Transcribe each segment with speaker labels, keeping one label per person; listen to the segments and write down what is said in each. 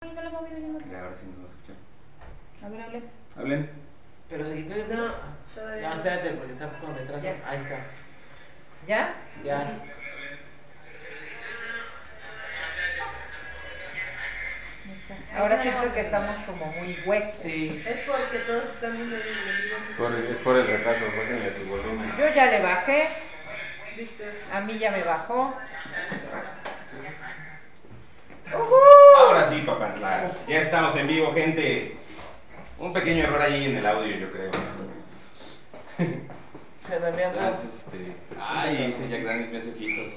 Speaker 1: Pero no lo hemos oído ningún
Speaker 2: Ya, ahora sí no lo escuché.
Speaker 1: A ver, hablé.
Speaker 2: Hablen.
Speaker 3: Pero si quité-
Speaker 4: No,
Speaker 3: No,
Speaker 4: todavía no.
Speaker 3: espérate, porque está con retraso.
Speaker 4: Ya.
Speaker 3: Ahí está.
Speaker 4: ¿Ya?
Speaker 3: Ya.
Speaker 1: Ahí está.
Speaker 4: Ahora
Speaker 1: Ahí
Speaker 4: siento
Speaker 1: tenemos.
Speaker 4: que estamos como muy huecos.
Speaker 3: Sí.
Speaker 4: Es porque todos están viendo el mismo.
Speaker 2: Por el- es por el retraso, bájenle su volumen.
Speaker 4: Yo ya le bajé,
Speaker 3: ¿Viste?
Speaker 4: a mí ya me bajó.
Speaker 2: Ahora sí, papatlas. Ya estamos en vivo, gente. Un pequeño error ahí en el audio, yo creo.
Speaker 3: Se me había dado.
Speaker 2: Entonces, este. Ay, ese Jack Daniels me hace ojitos.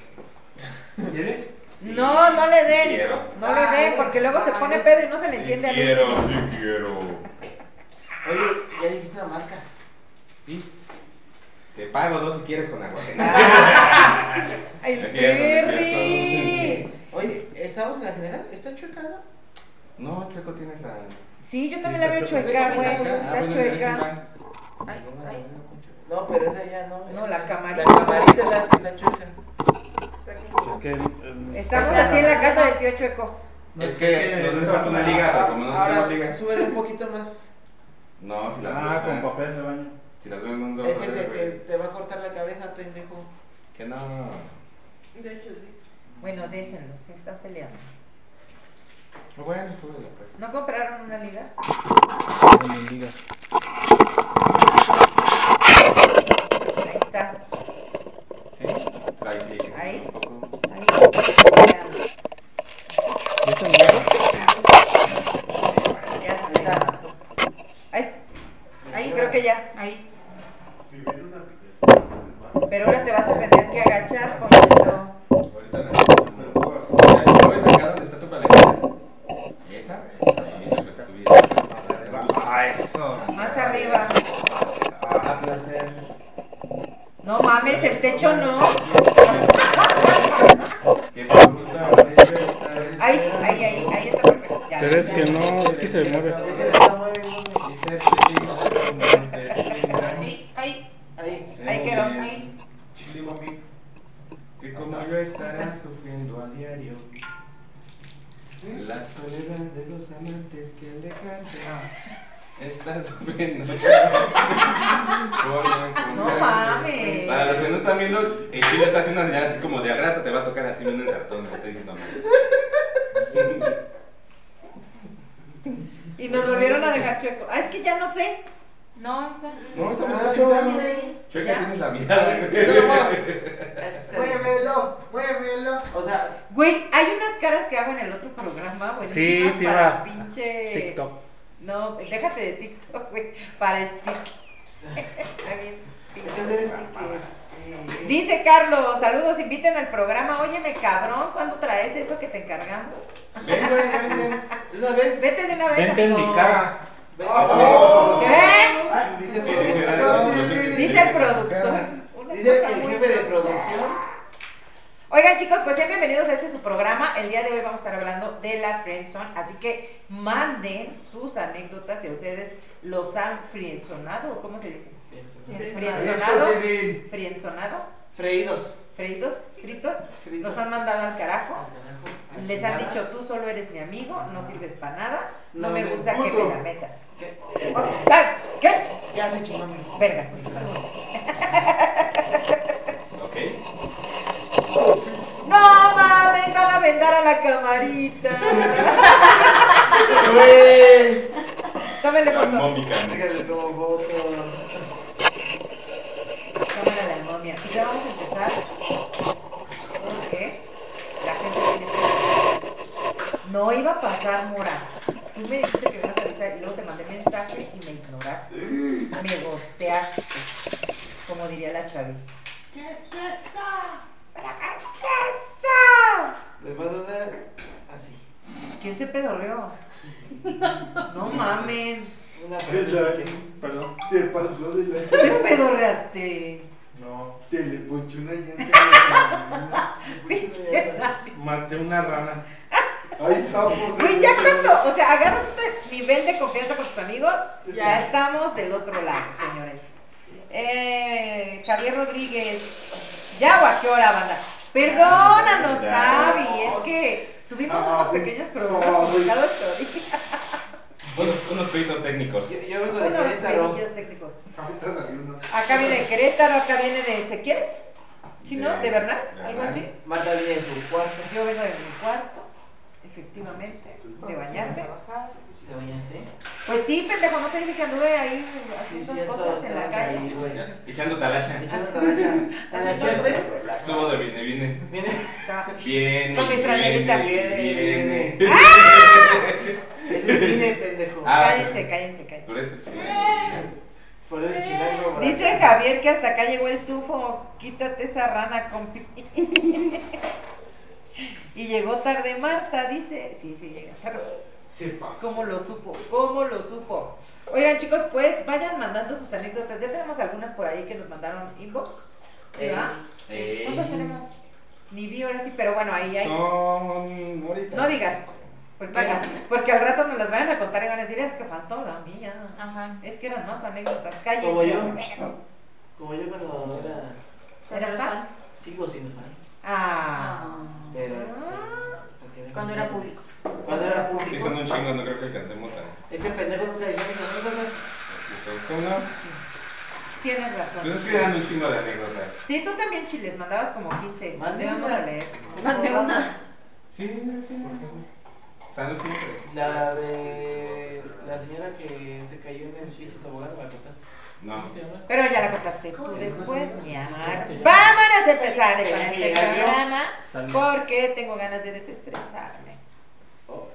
Speaker 2: ¿Quieres?
Speaker 4: No, no le den.
Speaker 2: Quiero.
Speaker 4: No le den, porque luego se pone pedo y no se le entiende
Speaker 2: Sí
Speaker 4: al
Speaker 2: quiero,
Speaker 4: último.
Speaker 2: sí quiero.
Speaker 3: Oye, ya dijiste la marca.
Speaker 2: ¿Y? Te pago dos si quieres con agua.
Speaker 4: Ay,
Speaker 2: Es cierto, es
Speaker 4: Pirri.
Speaker 3: Oye, ¿estamos en la general? ¿Está chueca, no?
Speaker 2: No, Chueco, tienes la.
Speaker 4: Sí, yo
Speaker 5: Sí,
Speaker 4: también la veo
Speaker 5: está
Speaker 4: chueca,
Speaker 3: chueca.
Speaker 4: güey.
Speaker 2: Ah,
Speaker 4: Está
Speaker 2: bueno, eres un
Speaker 4: chueca.
Speaker 2: pan.
Speaker 1: Ay, ay.
Speaker 3: No, pero esa ya no.
Speaker 4: No,
Speaker 3: esa-
Speaker 4: la camarita.
Speaker 3: La camarita la que está chueca.
Speaker 5: Es que. em,
Speaker 4: Estamos así en la casa del tío Chueco.
Speaker 5: no,
Speaker 2: Es que nos hace falta una liga, pero como no
Speaker 3: Ahora,
Speaker 2: tenemos liga.
Speaker 3: súbele un poquito más.
Speaker 2: No, si las
Speaker 5: Ah, con
Speaker 2: vemos-
Speaker 5: papel de baño.
Speaker 2: Si las veo en dos.
Speaker 3: Es que te,
Speaker 2: tres,
Speaker 3: te,
Speaker 2: güey.
Speaker 3: te va a cortar la cabeza, pendejo.
Speaker 2: Que no.
Speaker 4: De hecho, sí. Bueno, déjenlos, sí, están peleando.
Speaker 2: Bueno, súbela, pues.
Speaker 4: ¿No compraron una liga?
Speaker 5: No me digas.
Speaker 4: Ahí está.
Speaker 2: Sí. Ahí sí. que se
Speaker 4: Ahí.
Speaker 2: un poco.
Speaker 4: Ahí está.
Speaker 5: ¿Ya está listo?
Speaker 4: Ya sé.
Speaker 3: Ahí está.
Speaker 4: Ahí, ahí
Speaker 3: Ahora,
Speaker 4: creo que ya.
Speaker 1: Ahí.
Speaker 4: Pero ahora te vas a tener que agachar, Ponchito.
Speaker 2: Ahorita la. Ya, si no ves acá donde está tu paleta. Esa. Esa. Ahí la puedes subir. Ah, eso.
Speaker 4: Más arriba.
Speaker 2: Ah, placer.
Speaker 4: No mames, el techo no.
Speaker 2: Qué puta madre está esta.
Speaker 4: Ahí, ahí, ahí, ahí está perfecto. Ya.
Speaker 5: Pero es que no, es que se mueve.
Speaker 3: Es que le está moviendo.
Speaker 2: Dice, sí, sí, sí,
Speaker 1: Ahí. Ahí.
Speaker 3: Ahí.
Speaker 2: sí,
Speaker 4: Ahí quedó,
Speaker 2: sí.
Speaker 1: ahí.
Speaker 2: Chile, papi. Que como yo estará sufriendo a diario. La soledad de los amantes que al dejarse
Speaker 4: Ah.
Speaker 2: está sufriendo. Por-
Speaker 4: No mames.
Speaker 2: Para los que no están viendo, el chile está haciendo una señal así como de al rato te va a tocar así un ensartón, me está diciendo.
Speaker 4: Y nos volvieron a dejar chueco. Ah, es que ya no sé.
Speaker 1: No, está.
Speaker 2: No, estamos
Speaker 3: Ah,
Speaker 2: hechos.
Speaker 3: está
Speaker 1: bien.
Speaker 2: Chueca,
Speaker 4: ¿Ya?
Speaker 2: tienes la mirada.
Speaker 3: Pero más.
Speaker 1: Este.
Speaker 3: Muévelo, muévelo. O sea,
Speaker 4: Güey, hay unas caras que hago en el otro programa, güey.
Speaker 5: Sí, te
Speaker 4: para
Speaker 5: iba.
Speaker 4: pinche.
Speaker 5: TikTok.
Speaker 4: No, déjate de TikTok, güey. Para stick. Está bien.
Speaker 3: hay que hacer stickers. Sí.
Speaker 4: Dice Carlos, saludos, inviten al programa. Óyeme, cabrón, ¿cuándo traes eso que te encargamos?
Speaker 2: Ven, güey, ven, ven.
Speaker 3: Una vez.
Speaker 4: Vete de una vez,
Speaker 5: Vente en
Speaker 4: amigo.
Speaker 5: mi cara.
Speaker 3: Ve-
Speaker 2: Oh.
Speaker 4: ¿Qué?
Speaker 3: Dice
Speaker 2: Que dice, "Ah, no sé qué
Speaker 3: producción.
Speaker 2: significa".
Speaker 4: Dice el productor. Una
Speaker 3: Dice
Speaker 4: cosa
Speaker 3: el
Speaker 4: muy
Speaker 3: jefe de
Speaker 4: loca.
Speaker 3: producción.
Speaker 4: Oigan chicos, pues sean bienvenidos a este su programa. El día de hoy vamos a estar hablando de la friendzone, así que manden sus anécdotas si a ustedes los han friendzonado, ¿o ¿cómo se dice? Friendzonado, friendzonado,
Speaker 3: Freídos.
Speaker 4: freídos, fritos,
Speaker 3: Fritos.
Speaker 4: los han mandado al carajo.
Speaker 3: Al
Speaker 4: Les han
Speaker 3: nada.
Speaker 4: dicho, tú solo eres mi amigo, no sirves para nada, no,
Speaker 3: No
Speaker 4: me
Speaker 3: me
Speaker 4: gusta que
Speaker 3: puto".
Speaker 4: me la metas.
Speaker 3: ¿Qué?
Speaker 4: Oh, ay, ¿Qué?
Speaker 3: ¿Qué has hecho, mami?
Speaker 4: Verga.
Speaker 2: Ok.
Speaker 4: No mames, van a vendar a la camarita.
Speaker 3: Güey.
Speaker 4: Tómale
Speaker 2: La
Speaker 4: foto.
Speaker 2: mómica.
Speaker 3: Déjale como foto.
Speaker 4: Cámara de la momia. Y ya vamos a empezar porque la gente tiene que- No iba a pasar, Mora. Tú me dijiste que me ibas a avisar y luego te mandé mensaje y me ignoraste. Me gosteaste. Como diría la Chávez.
Speaker 1: ¿Qué es eso?
Speaker 4: ¿Para qué es
Speaker 3: Les vas a dar así.
Speaker 4: eso? ¿Quién se pedorreó? No mamen.
Speaker 3: Una
Speaker 5: Perdón.
Speaker 3: perrita.
Speaker 6: Se pasó de la.
Speaker 4: ¿Qué pedorreaste?
Speaker 6: No, se le ponchó una llanta. a la
Speaker 4: Pinche.
Speaker 6: camioneta.
Speaker 5: Maté una rana.
Speaker 6: Ay, sapo.
Speaker 4: Güey, ya cuando, o sea, agarras este nivel de confianza con tus amigos, ya estamos del otro lado, señores. Eh, Javier Rodríguez, ya guaqueó la banda. Perdónanos,
Speaker 2: Ya.
Speaker 4: Javi, es que Tuvimos
Speaker 6: Ah,
Speaker 4: unos
Speaker 6: sí.
Speaker 4: pequeños problemas
Speaker 6: Ay.
Speaker 4: con cada ocho días.
Speaker 2: Unos, unos peditos técnicos.
Speaker 3: Yo, yo vengo de
Speaker 4: Unos
Speaker 3: Querétaro.
Speaker 4: pequeños técnicos.
Speaker 6: Ahorita salió uno.
Speaker 4: Acá viene de Querétaro, acá viene de Ezequiel. ¿Sí, no? ¿De Bernal?
Speaker 2: de
Speaker 4: ¿Algo
Speaker 2: Bernal.
Speaker 4: así?
Speaker 3: Marta viene de su cuarto.
Speaker 4: Yo vengo de mi cuarto, efectivamente, de bañarme.
Speaker 1: Trabajar.
Speaker 3: ¿Te bañaste?
Speaker 4: Pues sí, pendejo, no te dije que anduve ahí
Speaker 3: Sí,
Speaker 4: haciendo
Speaker 3: cierto.
Speaker 4: cosas en la
Speaker 3: estabas ahí,
Speaker 4: calle.
Speaker 3: güey.
Speaker 2: Ya, Echando talacha.
Speaker 3: Echaste talacha. ¿Talachaste?
Speaker 2: Estuvo de viene, viene.
Speaker 3: Viene.
Speaker 4: Estaba-
Speaker 2: Viene.
Speaker 4: Con mi franelita.
Speaker 2: Viene, viene.
Speaker 3: Viene. Es el vine, pendejo.
Speaker 2: Ah.
Speaker 4: Cállense, cállense,
Speaker 2: Por
Speaker 4: cállense.
Speaker 2: eso, chido.
Speaker 3: Por eso chilango, bro.
Speaker 4: Dice Javier que hasta acá llegó el tufo, quítate esa rana, compi. y llegó tarde Marta, dice. Sí, sí, llega tarde.
Speaker 6: Se pasó.
Speaker 4: ¿Cómo lo supo? ¿Cómo lo supo? Oigan, chicos, pues vayan mandando sus anécdotas. Ya tenemos algunas por ahí que nos mandaron inbox. ¿Sí,
Speaker 3: Ey.
Speaker 4: va?
Speaker 3: Eh,
Speaker 2: Ey.
Speaker 4: ¿Cuántas tenemos? Ni vi ahora sí, pero bueno, ahí hay.
Speaker 2: Son ahorita.
Speaker 4: No digas. Porque,
Speaker 1: Venga.
Speaker 4: porque al rato nos las vayan a contar y van a decir, es que faltó la mía.
Speaker 1: Ajá.
Speaker 4: Es que eran más anécdotas. Cállense.
Speaker 3: Como yo. Como yo cuando era.
Speaker 4: ¿Eras fan?
Speaker 3: Sigo siendo fan.
Speaker 4: Ah.
Speaker 1: Ah.
Speaker 3: Pero este.
Speaker 4: Ah.
Speaker 3: porque me
Speaker 1: Cuando
Speaker 3: considero-
Speaker 1: era público.
Speaker 3: Cuando era
Speaker 2: Sí, son
Speaker 3: público.
Speaker 2: un chingo, no creo que alcancemos a.
Speaker 3: Este pendejo nunca dijo mis anécdotas.
Speaker 2: Entonces, ¿Cómo no?
Speaker 4: Tienes
Speaker 2: Pues es
Speaker 4: razón.
Speaker 2: que eran un chingo de anécdotas.
Speaker 4: Sí, tú también, Chiles, mandabas como 15.
Speaker 3: Mandé
Speaker 4: Ya vamos
Speaker 3: una.
Speaker 4: a leer.
Speaker 1: Mandé una.
Speaker 2: Sí, sí. O sea, no siempre.
Speaker 3: La de la señora que se cayó en el chile tobogán, ¿la contaste?
Speaker 2: No.
Speaker 4: Pero ya la contaste tú
Speaker 3: ¿Cómo que
Speaker 4: después,
Speaker 3: no?
Speaker 4: mi
Speaker 3: Sí,
Speaker 4: amor.
Speaker 3: claro que ya.
Speaker 4: Vámonos a empezar
Speaker 3: Tenía
Speaker 4: con
Speaker 3: que
Speaker 4: este
Speaker 3: llegar yo.
Speaker 4: programa
Speaker 5: También.
Speaker 4: porque tengo ganas de desestresarme.
Speaker 3: Oh.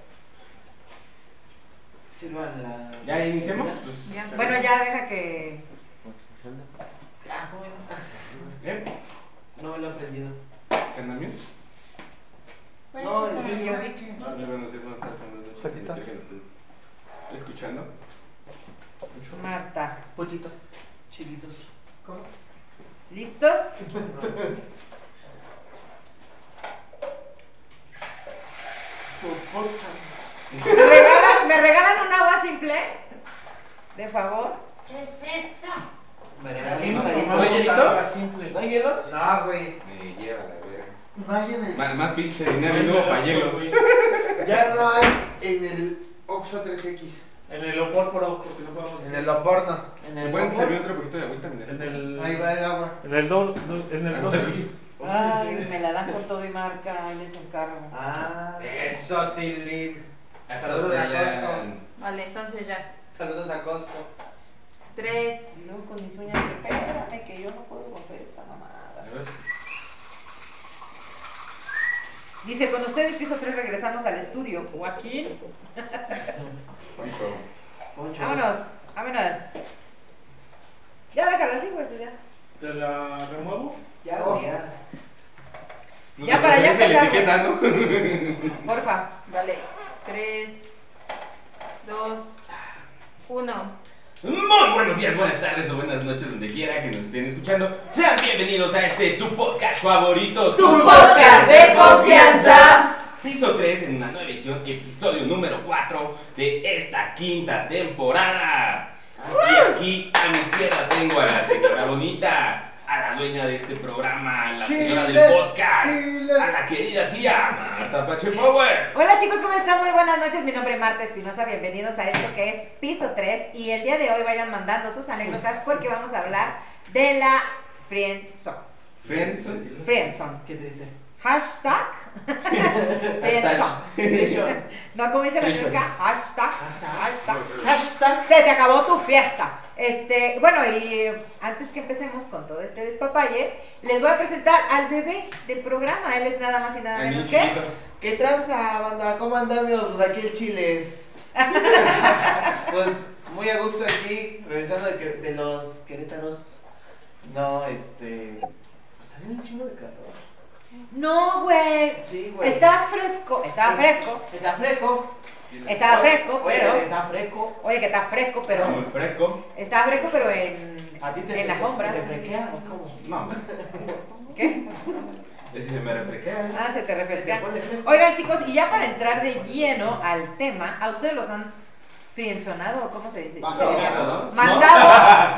Speaker 3: Silvan, la...
Speaker 2: ¿Ya iniciamos? Pues,
Speaker 1: Ya.
Speaker 4: Bueno, ya deja que.
Speaker 3: Ah, ¿cómo era?
Speaker 2: ¿Eh?
Speaker 3: No me lo he aprendido.
Speaker 2: ¿Qué andan bien?
Speaker 1: Pues,
Speaker 3: No, el tuyo.
Speaker 2: No, no, buenos días, buenas tardes, buenas noches. donde quiera que nos estén escuchando?
Speaker 4: Marta.
Speaker 3: Pollito. Chilitos.
Speaker 4: ¿Listos?
Speaker 3: Soporta.
Speaker 4: ¿Me regalan, ¿me regalan un agua simple? De favor.
Speaker 1: ¿Qué es esa?
Speaker 3: ¿No
Speaker 2: Oye,
Speaker 3: hay
Speaker 2: ¿hielitos?
Speaker 3: ¿No hay hielos?
Speaker 6: No, güey.
Speaker 2: Me lleva la verga.
Speaker 6: No hay en el.
Speaker 2: Más, más pinche dinero y luego pañuelos.
Speaker 6: Ya no hay en el Oxxo 3X.
Speaker 5: En el Opor Pro, porque no podemos.
Speaker 6: En el Oporno.
Speaker 3: En
Speaker 2: ¿Me
Speaker 3: el
Speaker 2: pueden
Speaker 3: pueden
Speaker 2: servir otro poquito de agüita mineral?
Speaker 5: En el.
Speaker 6: Ahí va el agua.
Speaker 5: En el do- do- En el 2X.
Speaker 4: Ay, me la dan con todo y marca, ahí les encargo.
Speaker 3: Ah.
Speaker 6: Eso, Tilín.
Speaker 2: Saludos a Costco.
Speaker 1: Vale, entonces ya.
Speaker 6: Saludos a Costco.
Speaker 1: Tres.
Speaker 4: Y luego con mis uñas, espérame que yo no puedo romper esta mamada.
Speaker 2: A ver.
Speaker 4: Dice, con ustedes piso 3 regresamos al estudio. Joaquín.
Speaker 2: Poncho.
Speaker 3: Ponchos.
Speaker 4: Vámonos, vámonos. Ya déjala así, güey, pues ya.
Speaker 5: ¿Te la remuevo?
Speaker 3: Ya,
Speaker 6: Oh.
Speaker 3: ya.
Speaker 2: No
Speaker 4: Ya
Speaker 2: te
Speaker 4: para allá
Speaker 2: preocupes, la
Speaker 4: empezar,
Speaker 2: etiqueta, ¿no?
Speaker 4: Porfa.
Speaker 1: Vale. Tres. Dos. Uno.
Speaker 2: Muy buenos días, buenas tardes o buenas noches, donde quiera que nos estén escuchando. Sean bienvenidos a este tu podcast favorito.
Speaker 4: podcast de confianza.
Speaker 2: Piso 3 en una nueva edición, episodio número 4 de esta quinta temporada. Y aquí a mi izquierda tengo a la señora bonita, a la dueña de este programa, a la señora del
Speaker 6: Chile,
Speaker 2: podcast,
Speaker 6: chile.
Speaker 2: a la querida tía Marta Pachepower.
Speaker 4: Hola chicos, ¿cómo están? Muy buenas noches. Mi nombre es Marta Espinosa. Bienvenidos a esto que es Piso 3. Y el día de hoy vayan mandando sus anécdotas porque vamos a hablar de la Friendzone.
Speaker 2: Friends.
Speaker 4: Friendzone.
Speaker 3: ¿Qué te dice?
Speaker 4: Hashtag Friendzone.
Speaker 3: Friendzone.
Speaker 4: No, como dice la
Speaker 2: Friendzone.
Speaker 4: chica, hashtag,
Speaker 3: Hashtag.
Speaker 4: hashtag,
Speaker 3: Hashtag.
Speaker 4: Se te acabó tu fiesta. Este, bueno, y antes que empecemos con todo este despapalle, les voy a presentar al bebé del programa. Él es nada más y nada
Speaker 2: El niño
Speaker 4: menos que.
Speaker 2: chiquito.
Speaker 3: ¿Qué traza, banda? ¿Cómo andamos? Pues aquí el Chiles. pues muy a gusto aquí, regresando de, Quer- de los querétanos. No, este. Pues está haciendo un chingo de calor.
Speaker 4: No, güey.
Speaker 3: Sí, güey.
Speaker 4: Estaba fresco, estaba fresco,
Speaker 3: Está fresco.
Speaker 4: estaba fresco,
Speaker 3: Oye,
Speaker 4: pero.
Speaker 3: Está fresco.
Speaker 4: Oye, que está fresco,
Speaker 2: Como
Speaker 4: pero.
Speaker 2: el fresco.
Speaker 4: Estaba fresco, pero en.
Speaker 3: A ti te,
Speaker 4: En la
Speaker 3: se-
Speaker 4: sombra.
Speaker 3: se te fresquea o cómo?
Speaker 2: No,
Speaker 4: ¿Qué?
Speaker 2: ese se me refresqué.
Speaker 4: Ah, se te refresca.
Speaker 3: Se pone fresco.
Speaker 4: Oigan, chicos, y ya para entrar de lleno al tema, ¿a ustedes los han frienzonado o cómo se dice?
Speaker 6: Bastante.
Speaker 2: ¿No?
Speaker 4: Mandado,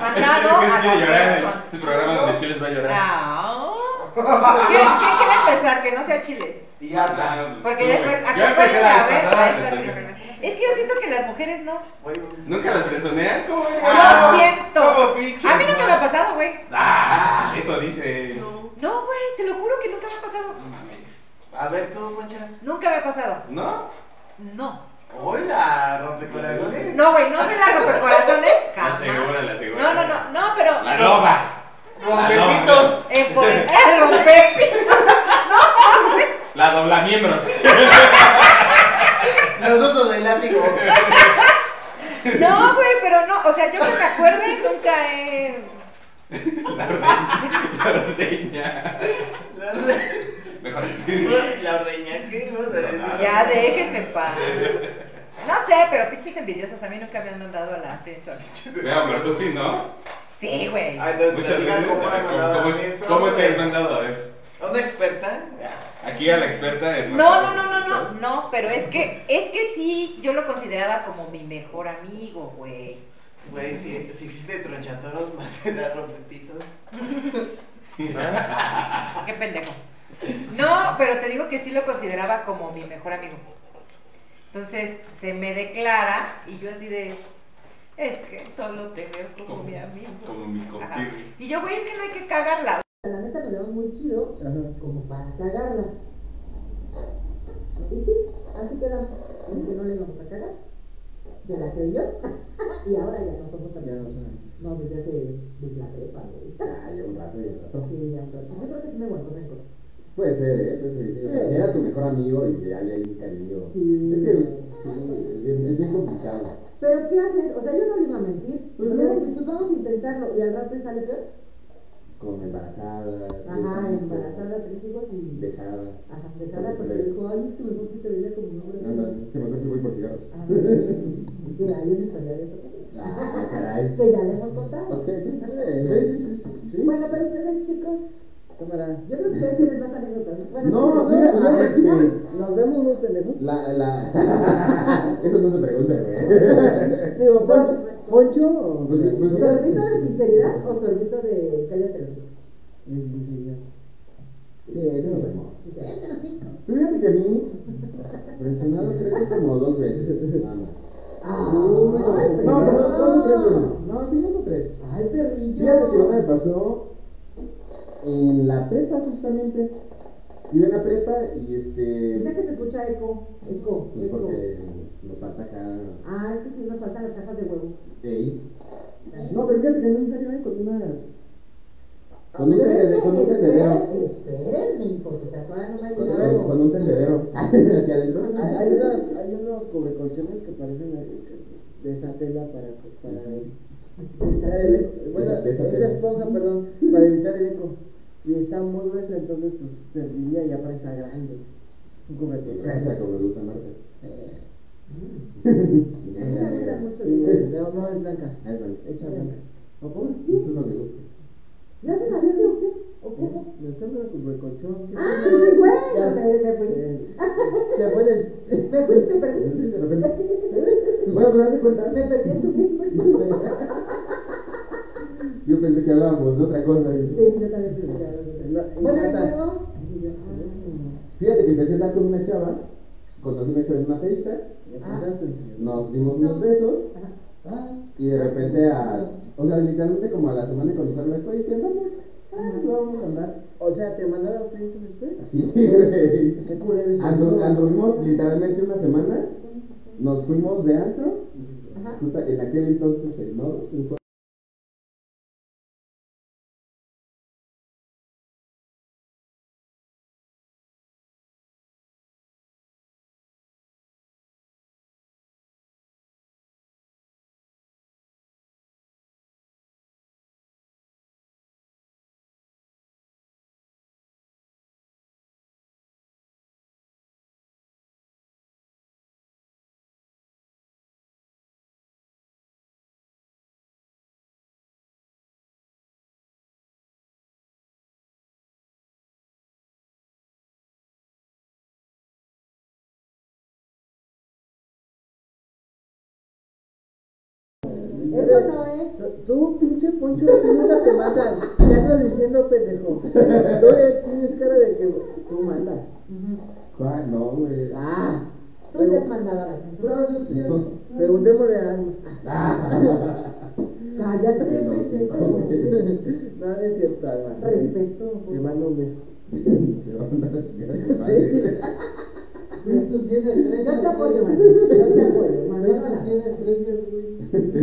Speaker 4: mandado
Speaker 2: Es que
Speaker 4: a la
Speaker 2: llorar,
Speaker 4: friendzone.
Speaker 2: Este programa donde Chiles va a llorar.
Speaker 4: Ah, ¿Quién, quién quiere empezar? Que no sea chiles.
Speaker 7: Y habla.
Speaker 2: Ah, pues,
Speaker 4: Porque
Speaker 2: tú,
Speaker 4: después,
Speaker 2: güey. Yo empecé
Speaker 4: acompáñenme
Speaker 2: la
Speaker 4: a
Speaker 2: vez
Speaker 4: ver
Speaker 2: pasada,
Speaker 4: esta
Speaker 2: entonces,
Speaker 4: transformación. Es que yo siento que las mujeres no.
Speaker 7: Güey,
Speaker 2: ¿Nunca las personean? Ah, ¿Cómo güey?
Speaker 4: Lo siento.
Speaker 2: ¿Cómo pinche?
Speaker 4: A mí nunca me ha pasado, güey.
Speaker 2: Ah, eso dice. No.
Speaker 4: No, güey, te lo juro que nunca me ha pasado.
Speaker 2: mames.
Speaker 3: A ver tú, muchas.
Speaker 4: Nunca me ha pasado.
Speaker 2: ¿No?
Speaker 4: No.
Speaker 3: Hola, rompecorazones.
Speaker 4: No, güey, no soy la rompecorazones.
Speaker 2: La
Speaker 4: Jamás.
Speaker 2: segura, la segura.
Speaker 4: No, no, no, no, pero.
Speaker 2: La loba.
Speaker 3: Rompepitos.
Speaker 4: Eh, por- eh, rompe-
Speaker 2: La dobla miembros.
Speaker 3: Los dos del látigo.
Speaker 4: No, güey, pero no. O sea, yo que me acuerde, nunca he.
Speaker 2: La ordeña. La ordeña.
Speaker 3: La ordeña.
Speaker 2: Mejor.
Speaker 3: La ordeña, ¿qué? No te decía.
Speaker 4: Ya, déjenme pa. No sé, pero pinches envidiosos. A mí nunca me han mandado a la friendzone.
Speaker 2: Veo, pero tú sí, ¿no?
Speaker 4: Sí, güey.
Speaker 3: Ah, entonces
Speaker 2: Muchas
Speaker 3: platican
Speaker 2: veces.
Speaker 3: cómo
Speaker 2: a ver,
Speaker 3: han
Speaker 2: ¿Cómo,
Speaker 3: mandado
Speaker 2: cómo,
Speaker 3: a
Speaker 2: es-
Speaker 3: eso, pues.
Speaker 2: cómo es que
Speaker 3: güey.
Speaker 2: has mandado? A ver.
Speaker 3: ¿Una experta? ah,
Speaker 2: Aquí a la experta. en
Speaker 4: No, no, no,
Speaker 2: mandar-
Speaker 4: no, no, no, pero es que, es que sí, yo lo consideraba como mi mejor amigo, güey.
Speaker 3: Güey, si, si existe tronchatoros, más de la rompepitos.
Speaker 4: Ah, Qué pendejo. No, pero te digo que sí lo consideraba como mi mejor amigo. Entonces se me declara y yo así de, es que solo te veo como mi amigo.
Speaker 2: Como mi
Speaker 4: Ajá.
Speaker 2: compirri.
Speaker 4: Y yo, güey, es que no hay que cagarla.
Speaker 8: La neta me daba muy chido como para cagarla. Y sí, así quedamos. ¿eh? Que no le íbamos a cagar. Ya la creyó. y ahora ya no somos amigos. No, desde hace. desde la prepa, güey.
Speaker 9: Ah, ya un rato, ya un rato.
Speaker 8: Sí, ya un rato. Yo creo que sí me guardo rencor.
Speaker 9: Puede ser, ¿eh? Puede ser, sí. O sea, Era tu mejor amigo y le hay ahí un cariño.
Speaker 8: Sí.
Speaker 9: Es que sí, es bien, es bien complicado.
Speaker 8: Pero ¿qué haces? O sea, yo no le iba a mentir.
Speaker 9: Pues
Speaker 8: le iba a
Speaker 9: no.
Speaker 8: decir, pues vamos a intentarlo. Y al rato te sale peor.
Speaker 9: Con embarazada.
Speaker 8: Ajá,
Speaker 9: tres hijos,
Speaker 8: embarazada, tres hijos y.
Speaker 9: Dejada.
Speaker 8: Ajá, dejada porque dijo, ay, es que mejor si te veía como un hombre.
Speaker 9: No, no, es que mejor si voy por cigarros.
Speaker 8: Ah, que hay una historia de eso
Speaker 9: Ah, caray.
Speaker 8: que ya le hemos contado.
Speaker 9: Ok, sí, sí, sí, sí, sí.
Speaker 8: Bueno, pero ustedes chicos,
Speaker 9: cámara.
Speaker 8: yo creo que ustedes tienen más anécdotas. Bueno,
Speaker 9: No, este,
Speaker 8: pues,
Speaker 9: no,
Speaker 8: nos vemos al final.
Speaker 9: no.
Speaker 8: Nos vemos muy pendejos.
Speaker 9: La, la. Eso no se pregunta, güey.
Speaker 8: Digo, Poncho, Poncho o
Speaker 9: Pues, pues,
Speaker 8: sorbito de sinceridad o sorbito de cállate los hijos.
Speaker 9: Sí, eso lo vemos.
Speaker 8: Cállate los hijos.
Speaker 9: Pero fíjate que a mí, presionado creo que como dos veces. nada más.
Speaker 8: Ay,
Speaker 9: No, no, no, dos o tres
Speaker 8: perrillo.
Speaker 9: veces. No, sí, dos o tres.
Speaker 8: Ah. Ay, perrillo.
Speaker 9: Fíjate que una me pasó en la prepa justamente. Iba en la prepa y
Speaker 8: Dice
Speaker 9: este.
Speaker 8: que se escucha eco, eco,
Speaker 9: Pues
Speaker 8: eco.
Speaker 9: porque nos falta acá.
Speaker 8: Ah, es que sí nos faltan las cajas de huevo.
Speaker 9: Ey. No, pero fíjate que no en serio, eh, con unas. Con un tendedero. Con este un tendedero.
Speaker 8: Espérenme, espérenme, porque o sea, todavía no me ha
Speaker 9: Con, eh, con un tendedero. Hacia adentro.
Speaker 8: Hay-
Speaker 10: Hay unos, hay unos cubrecolchones que parecen eh, de esa tela para, para evitar el eco. Bueno,
Speaker 9: De- de esa
Speaker 10: esa
Speaker 9: tela.
Speaker 10: esponja, perdón, para evitar el eco. Si está muy gruesa, entonces pues serviría ya para estar grande. Es un
Speaker 9: Esa
Speaker 10: cubrecolchón.
Speaker 9: como le gusta a Marta.
Speaker 8: Mm. A mí me gustan mucho.
Speaker 10: Eh, No, no es blanca,
Speaker 9: Ah, es bonito.
Speaker 10: hecha blanca.
Speaker 9: ¿O por qué? Eso es lo que me gusta.
Speaker 8: ¿Le hacen a Dios o qué? ¿O cómo? Ah,
Speaker 10: Me sale el cubrecolchón.
Speaker 8: ¡Ay, güey!
Speaker 10: Ya.
Speaker 8: Me- me fui.
Speaker 10: Eh, Se fue del...
Speaker 8: Me fui, me perdí.
Speaker 9: Sí, de repente. Bueno, pero hace cuenta.
Speaker 8: Me perdí en su tiempo.
Speaker 9: Yo pensé que hablábamos de otra cosa. y-
Speaker 8: Sí, yo también fui. ya, ya, ya.
Speaker 10: No,
Speaker 8: Bueno, me
Speaker 10: encanta.
Speaker 8: acuerdo. Y yo, ah.
Speaker 9: Fíjate que empecé a andar con una chava, conocí a una chava en una fiesta,
Speaker 10: Ah,
Speaker 9: nos dimos unos besos, ah, y de repente a, o sea, literalmente como a la semana de conocerla fue diciendo, vamos, ah, pues vamos a andar.
Speaker 10: O sea, ¿te mandaron friends después?
Speaker 9: Sí, güey.
Speaker 10: ¿Qué culero es
Speaker 9: Andu-
Speaker 10: eso?
Speaker 9: Anduvimos literalmente una semana, nos fuimos de antro,
Speaker 8: Ajá.
Speaker 9: justo en aquel entonces el nodo, un co-
Speaker 8: Eso no es.
Speaker 9: Tú, pinche Poncho, a ti nunca te matan. ¿Qué andas diciendo, pendejo? Tú tienes cara de que tú mandas.
Speaker 11: ¿Cuál? No, güey.
Speaker 9: Ah,
Speaker 8: Tú seas mandadora.
Speaker 6: No, yo sí.
Speaker 9: preguntémosle a algo.
Speaker 8: Cállate, presenta, güey.
Speaker 9: No, no es cierto, hermano.
Speaker 8: Respeto.
Speaker 9: Te
Speaker 8: güey.
Speaker 9: mando un beso.
Speaker 11: Te van a chingar a tu madre.
Speaker 6: Tú tienes tres.
Speaker 8: Yo te apoyo, man. Yo te apoyo.
Speaker 6: Tú
Speaker 8: Mandadora.
Speaker 6: tienes tres, güey.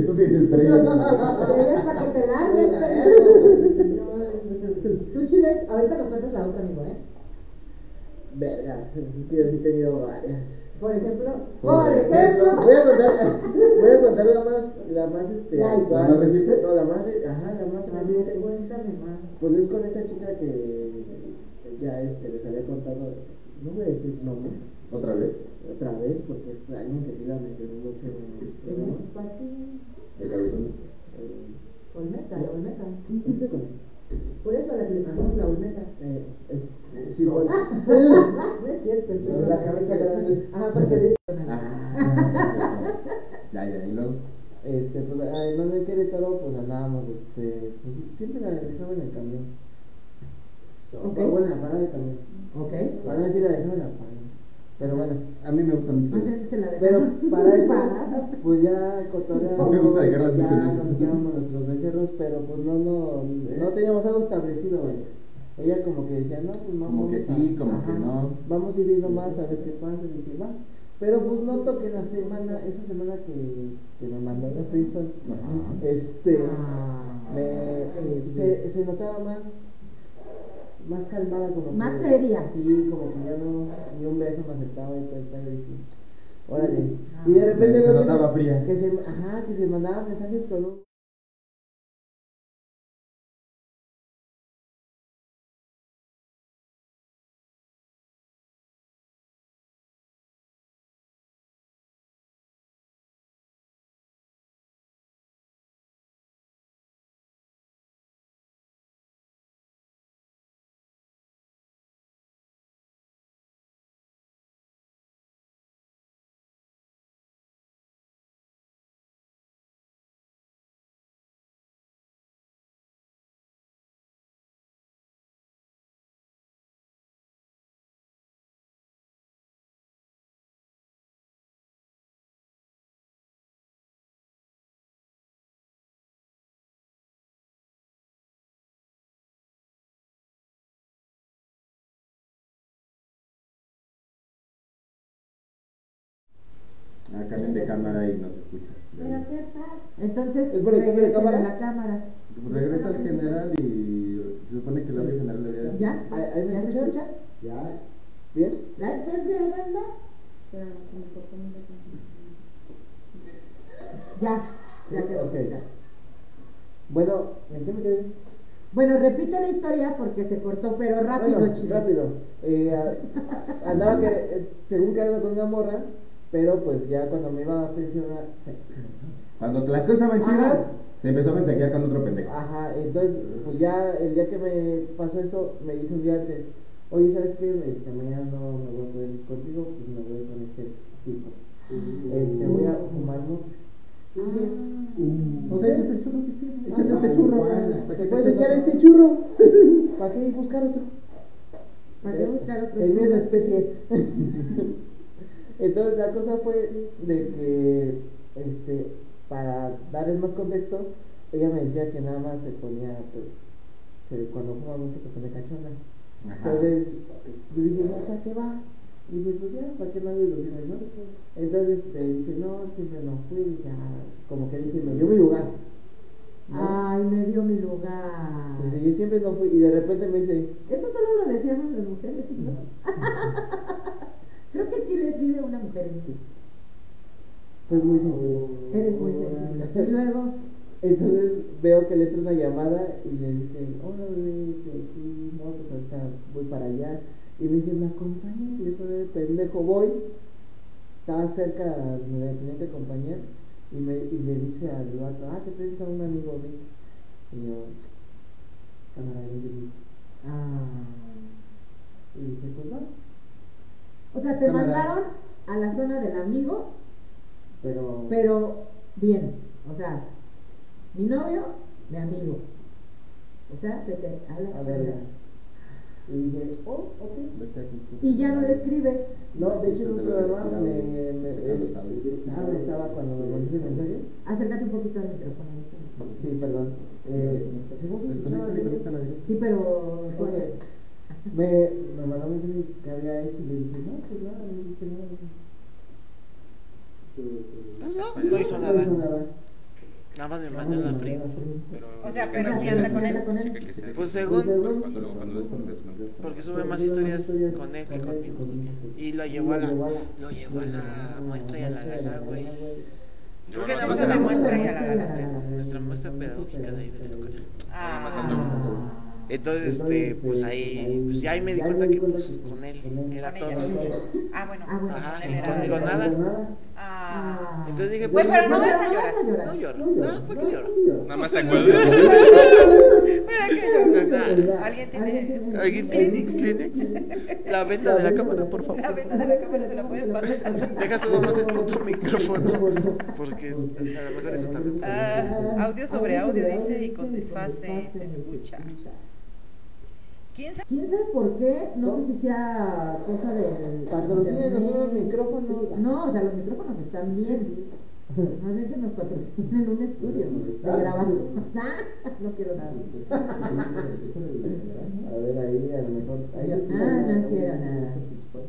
Speaker 11: Tú tienes estrellas.
Speaker 8: Eres para que te largues, pero- No, no. Tú, Chiles, ahorita nos cuentas la otra, amigo, ¿eh?
Speaker 9: Verga, yo sí he tenido varias.
Speaker 8: Por ejemplo.
Speaker 11: Por
Speaker 8: Por ejemplo.
Speaker 11: ejemplo.
Speaker 9: Voy a contar, voy a contar la más, la más este.
Speaker 8: Light.
Speaker 9: actual.
Speaker 11: ¿La más reciente?
Speaker 9: No, la más, re- ajá, la más
Speaker 8: A ver,
Speaker 9: reciente.
Speaker 8: Cuéntame más.
Speaker 9: Pues es con esta chica que ya este les había contado, no voy a decir nombres
Speaker 11: ¿Otra vez?
Speaker 9: otra vez porque es alguien que sí la mencionó mucho en
Speaker 8: ¿Tenías
Speaker 9: los programas.
Speaker 8: Pati?
Speaker 11: El cabezón.
Speaker 9: Eh,
Speaker 8: Olmeta, Olmeta.
Speaker 9: ¿Fuiste con él?
Speaker 8: Por eso la que le pusimos la Olmeta.
Speaker 9: Eh, eh, sí, bueno.
Speaker 8: Ah, No es cierto, es
Speaker 9: Pero la cabeza grande.
Speaker 8: Ajá, porque de...
Speaker 9: Ah,
Speaker 11: Ah, Ya, ya, y luego.
Speaker 9: Este, pues además de Querétaro, pues andábamos, este, pues siempre la dejaba en el camión.
Speaker 8: Ok.
Speaker 9: Bueno, en la parada del camión.
Speaker 8: Ok.
Speaker 9: Para no decir la dejaba en la parada. Pero bueno,
Speaker 11: A mí me gusta mucho.
Speaker 8: Más veces se la
Speaker 9: Pero
Speaker 8: dejaron.
Speaker 9: para esto,
Speaker 8: Parada.
Speaker 9: pues ya cotorreamos,
Speaker 11: Me gusta dejar las
Speaker 9: ya
Speaker 11: muchachas.
Speaker 9: nos quedamos nuestros becerros, pero pues no, no,
Speaker 11: ¿Eh?
Speaker 9: no teníamos algo establecido, güey. Ella como que decía, no, pues vamos
Speaker 11: Como que
Speaker 9: a-
Speaker 11: sí, como que no.
Speaker 9: Vamos a ir viendo más a ver qué pasa, y dije, va. Pero pues noto que la semana, esa semana que, que me mandó la Friendson,
Speaker 11: Ajá.
Speaker 9: este,
Speaker 8: Ah.
Speaker 9: me- se, se notaba más, más calmada como que-
Speaker 8: Más seria.
Speaker 9: Sí, como que ya no, ni un beso me aceptaba y todo el pedo, y dije, órale. Y de repente
Speaker 11: Se
Speaker 9: veo que
Speaker 11: notaba
Speaker 9: se,
Speaker 11: fría.
Speaker 9: que se, ajá, que se mandaban mensajes con un...
Speaker 11: Acá Ah, de cámara y nos escucha.
Speaker 8: Pero qué pasa. Entonces,
Speaker 9: ¿Es por el cambio de
Speaker 8: regresen
Speaker 9: cámara?
Speaker 8: a la cámara.
Speaker 11: Regresa al general y se supone que el audio general debería. de-
Speaker 8: ¿Ya?
Speaker 9: ¿Ahí- ahí me
Speaker 8: ¿Ya se
Speaker 9: escuchan?
Speaker 8: escucha?
Speaker 11: Ya.
Speaker 9: ¿Bien?
Speaker 8: ¿La estás grabando? Espera, que me cortó mi micrófono. Ya, ya quedó.
Speaker 9: Ok.
Speaker 8: ya.
Speaker 9: Bueno, ¿en qué me quedé?
Speaker 8: Bueno, repite la historia porque se cortó, pero rápido,
Speaker 9: Bueno,
Speaker 8: chicos.
Speaker 9: rápido. Eh, a- andaba que, eh, según quedando con una morra, pero pues ya cuando me iba a presionar,
Speaker 11: Cuando las cosas estaban chidas, se empezó a mensajear con otro pendejo.
Speaker 9: Ajá, entonces, pues ya el día que me pasó eso, me dice un día antes, oye, ¿sabes qué? Este, mañana no me voy a poder ir contigo, pues me voy con este tipo. Este, voy a fumar ¿no? Ah, Y dije,
Speaker 11: O sea, échate el churro que quieras. Échate este
Speaker 9: Ah,
Speaker 11: churro.
Speaker 9: marihuana.
Speaker 11: ¿Para
Speaker 9: Te
Speaker 11: qué
Speaker 9: puedes
Speaker 11: echas
Speaker 9: echar
Speaker 11: otro?
Speaker 9: este churro. ¿Para qué buscar otro?
Speaker 8: ¿Para qué buscar otro?
Speaker 9: El mío es
Speaker 8: tema?
Speaker 9: especie. Entonces la cosa fue de que, este, para darles más contexto, ella me decía que nada más se ponía, pues, se- cuando fuma mucho se pone cachona.
Speaker 11: Ajá.
Speaker 9: Entonces yo dije, ya sé qué va. Y dije, pues ya, ¿para qué me hago ilusiones, no? Entonces este, dice, no, siempre no fui. Y ya, como que dije, me dio mi lugar. ¿no? Pues
Speaker 8: Ay, me dio mi lugar.
Speaker 9: Entonces yo siempre no fui. Y de repente me dice,
Speaker 8: Eso solo lo decíamos las mujeres, ¿no? Creo que en Chiles vive una mujer en ti.
Speaker 9: soy muy sensible.
Speaker 8: Eres muy sensible. Y luego,
Speaker 9: Entonces veo que le entra una llamada y le dicen, hola bebé, este, aquí, no, pues ahorita voy para allá. Y me dice, ¿me acompañas? Y yo de pendejo voy. Estaba cerca donde la tenía que acompañar y, me, y le dice al vato, ah, te presenta un amigo Vic. Y yo, cámara de Vic.
Speaker 8: Ah.
Speaker 9: Y dije, pues va.
Speaker 8: o sea, te
Speaker 9: Cámara.
Speaker 8: mandaron a la zona del amigo,
Speaker 9: Pero,
Speaker 8: pero bien. O sea, Mi novio, mi amigo. O sea, vete a la
Speaker 9: A
Speaker 8: chingada.
Speaker 9: ver. Y dije, oh, ok.
Speaker 12: Vete a justo.
Speaker 8: Y ya no le escribes.
Speaker 9: No, de hecho en un
Speaker 12: Entonces,
Speaker 9: programa
Speaker 12: debe
Speaker 9: me,
Speaker 12: de
Speaker 9: me,
Speaker 12: estar
Speaker 9: me-
Speaker 12: checando
Speaker 9: el-
Speaker 12: los audios.
Speaker 9: ah, me estaba cuando me mandé ese mensaje.
Speaker 8: Acércate un poquito al micrófono. Luciano.
Speaker 9: Sí, perdón. Eh, según se escuchaba bien.
Speaker 8: Sí, pero. pues,
Speaker 9: Ok. Me, me mandó un mensaje que había hecho y le dije, no, pues nada, no hiciste nada.
Speaker 12: Pues no.
Speaker 9: No
Speaker 3: hizo
Speaker 9: no
Speaker 3: nada.
Speaker 9: hizo nada.
Speaker 3: Nada más me mandan la friendzone.
Speaker 4: O sea, pero si anda con él.
Speaker 3: Pues
Speaker 9: Pues,
Speaker 3: según,
Speaker 9: según-
Speaker 3: porque sube más historias con él que conmigo. Y lo llevó a la, lo llevó a la muestra y a la gala, güey. Creo que nada más a la muestra y a la gala. de Nuestra muestra pedagógica de ahí de la escuela.
Speaker 4: Ah.
Speaker 3: Entonces, este, pues ahí, pues ya ahí me di cuenta que pues con él era
Speaker 4: Con
Speaker 3: todo.
Speaker 4: ella. Ah, bueno.
Speaker 8: Ah, bueno.
Speaker 3: Ajá, y
Speaker 4: Era-
Speaker 3: conmigo nada.
Speaker 4: Ah.
Speaker 3: Entonces dije, pues,
Speaker 4: Güey, pero no
Speaker 3: no
Speaker 4: vas a llorar.
Speaker 3: lloro, no, ¿por qué lloro?
Speaker 12: Nada más te acuerdas.
Speaker 4: ¿Para qué llorar?
Speaker 3: Nada.
Speaker 4: ¿Alguien tiene
Speaker 3: Alguien tiene Kleenex. La venda de la cámara, por
Speaker 4: la
Speaker 3: favor.
Speaker 4: ventana de la cámara? ¿Se la pueden pasar?
Speaker 3: Deja subo más el puto micrófono. Porque a lo mejor eso también. puede ser.
Speaker 4: Ah, audio sobre audio dice y con desfase se escucha. ¿Quién sabe?
Speaker 8: ¿Quién sabe por qué? No sé si sea cosa del.
Speaker 9: Patrocínenos
Speaker 8: internet.
Speaker 9: unos micrófonos.
Speaker 8: Sí. No, o sea, los micrófonos están bien. Más bien que nos patrocinen un estudio de grabación. no quiero nada.
Speaker 9: A ver, ahí a lo mejor. Ahí se escucha
Speaker 8: Ah,
Speaker 9: bien.
Speaker 8: no quiero nada.
Speaker 9: pues.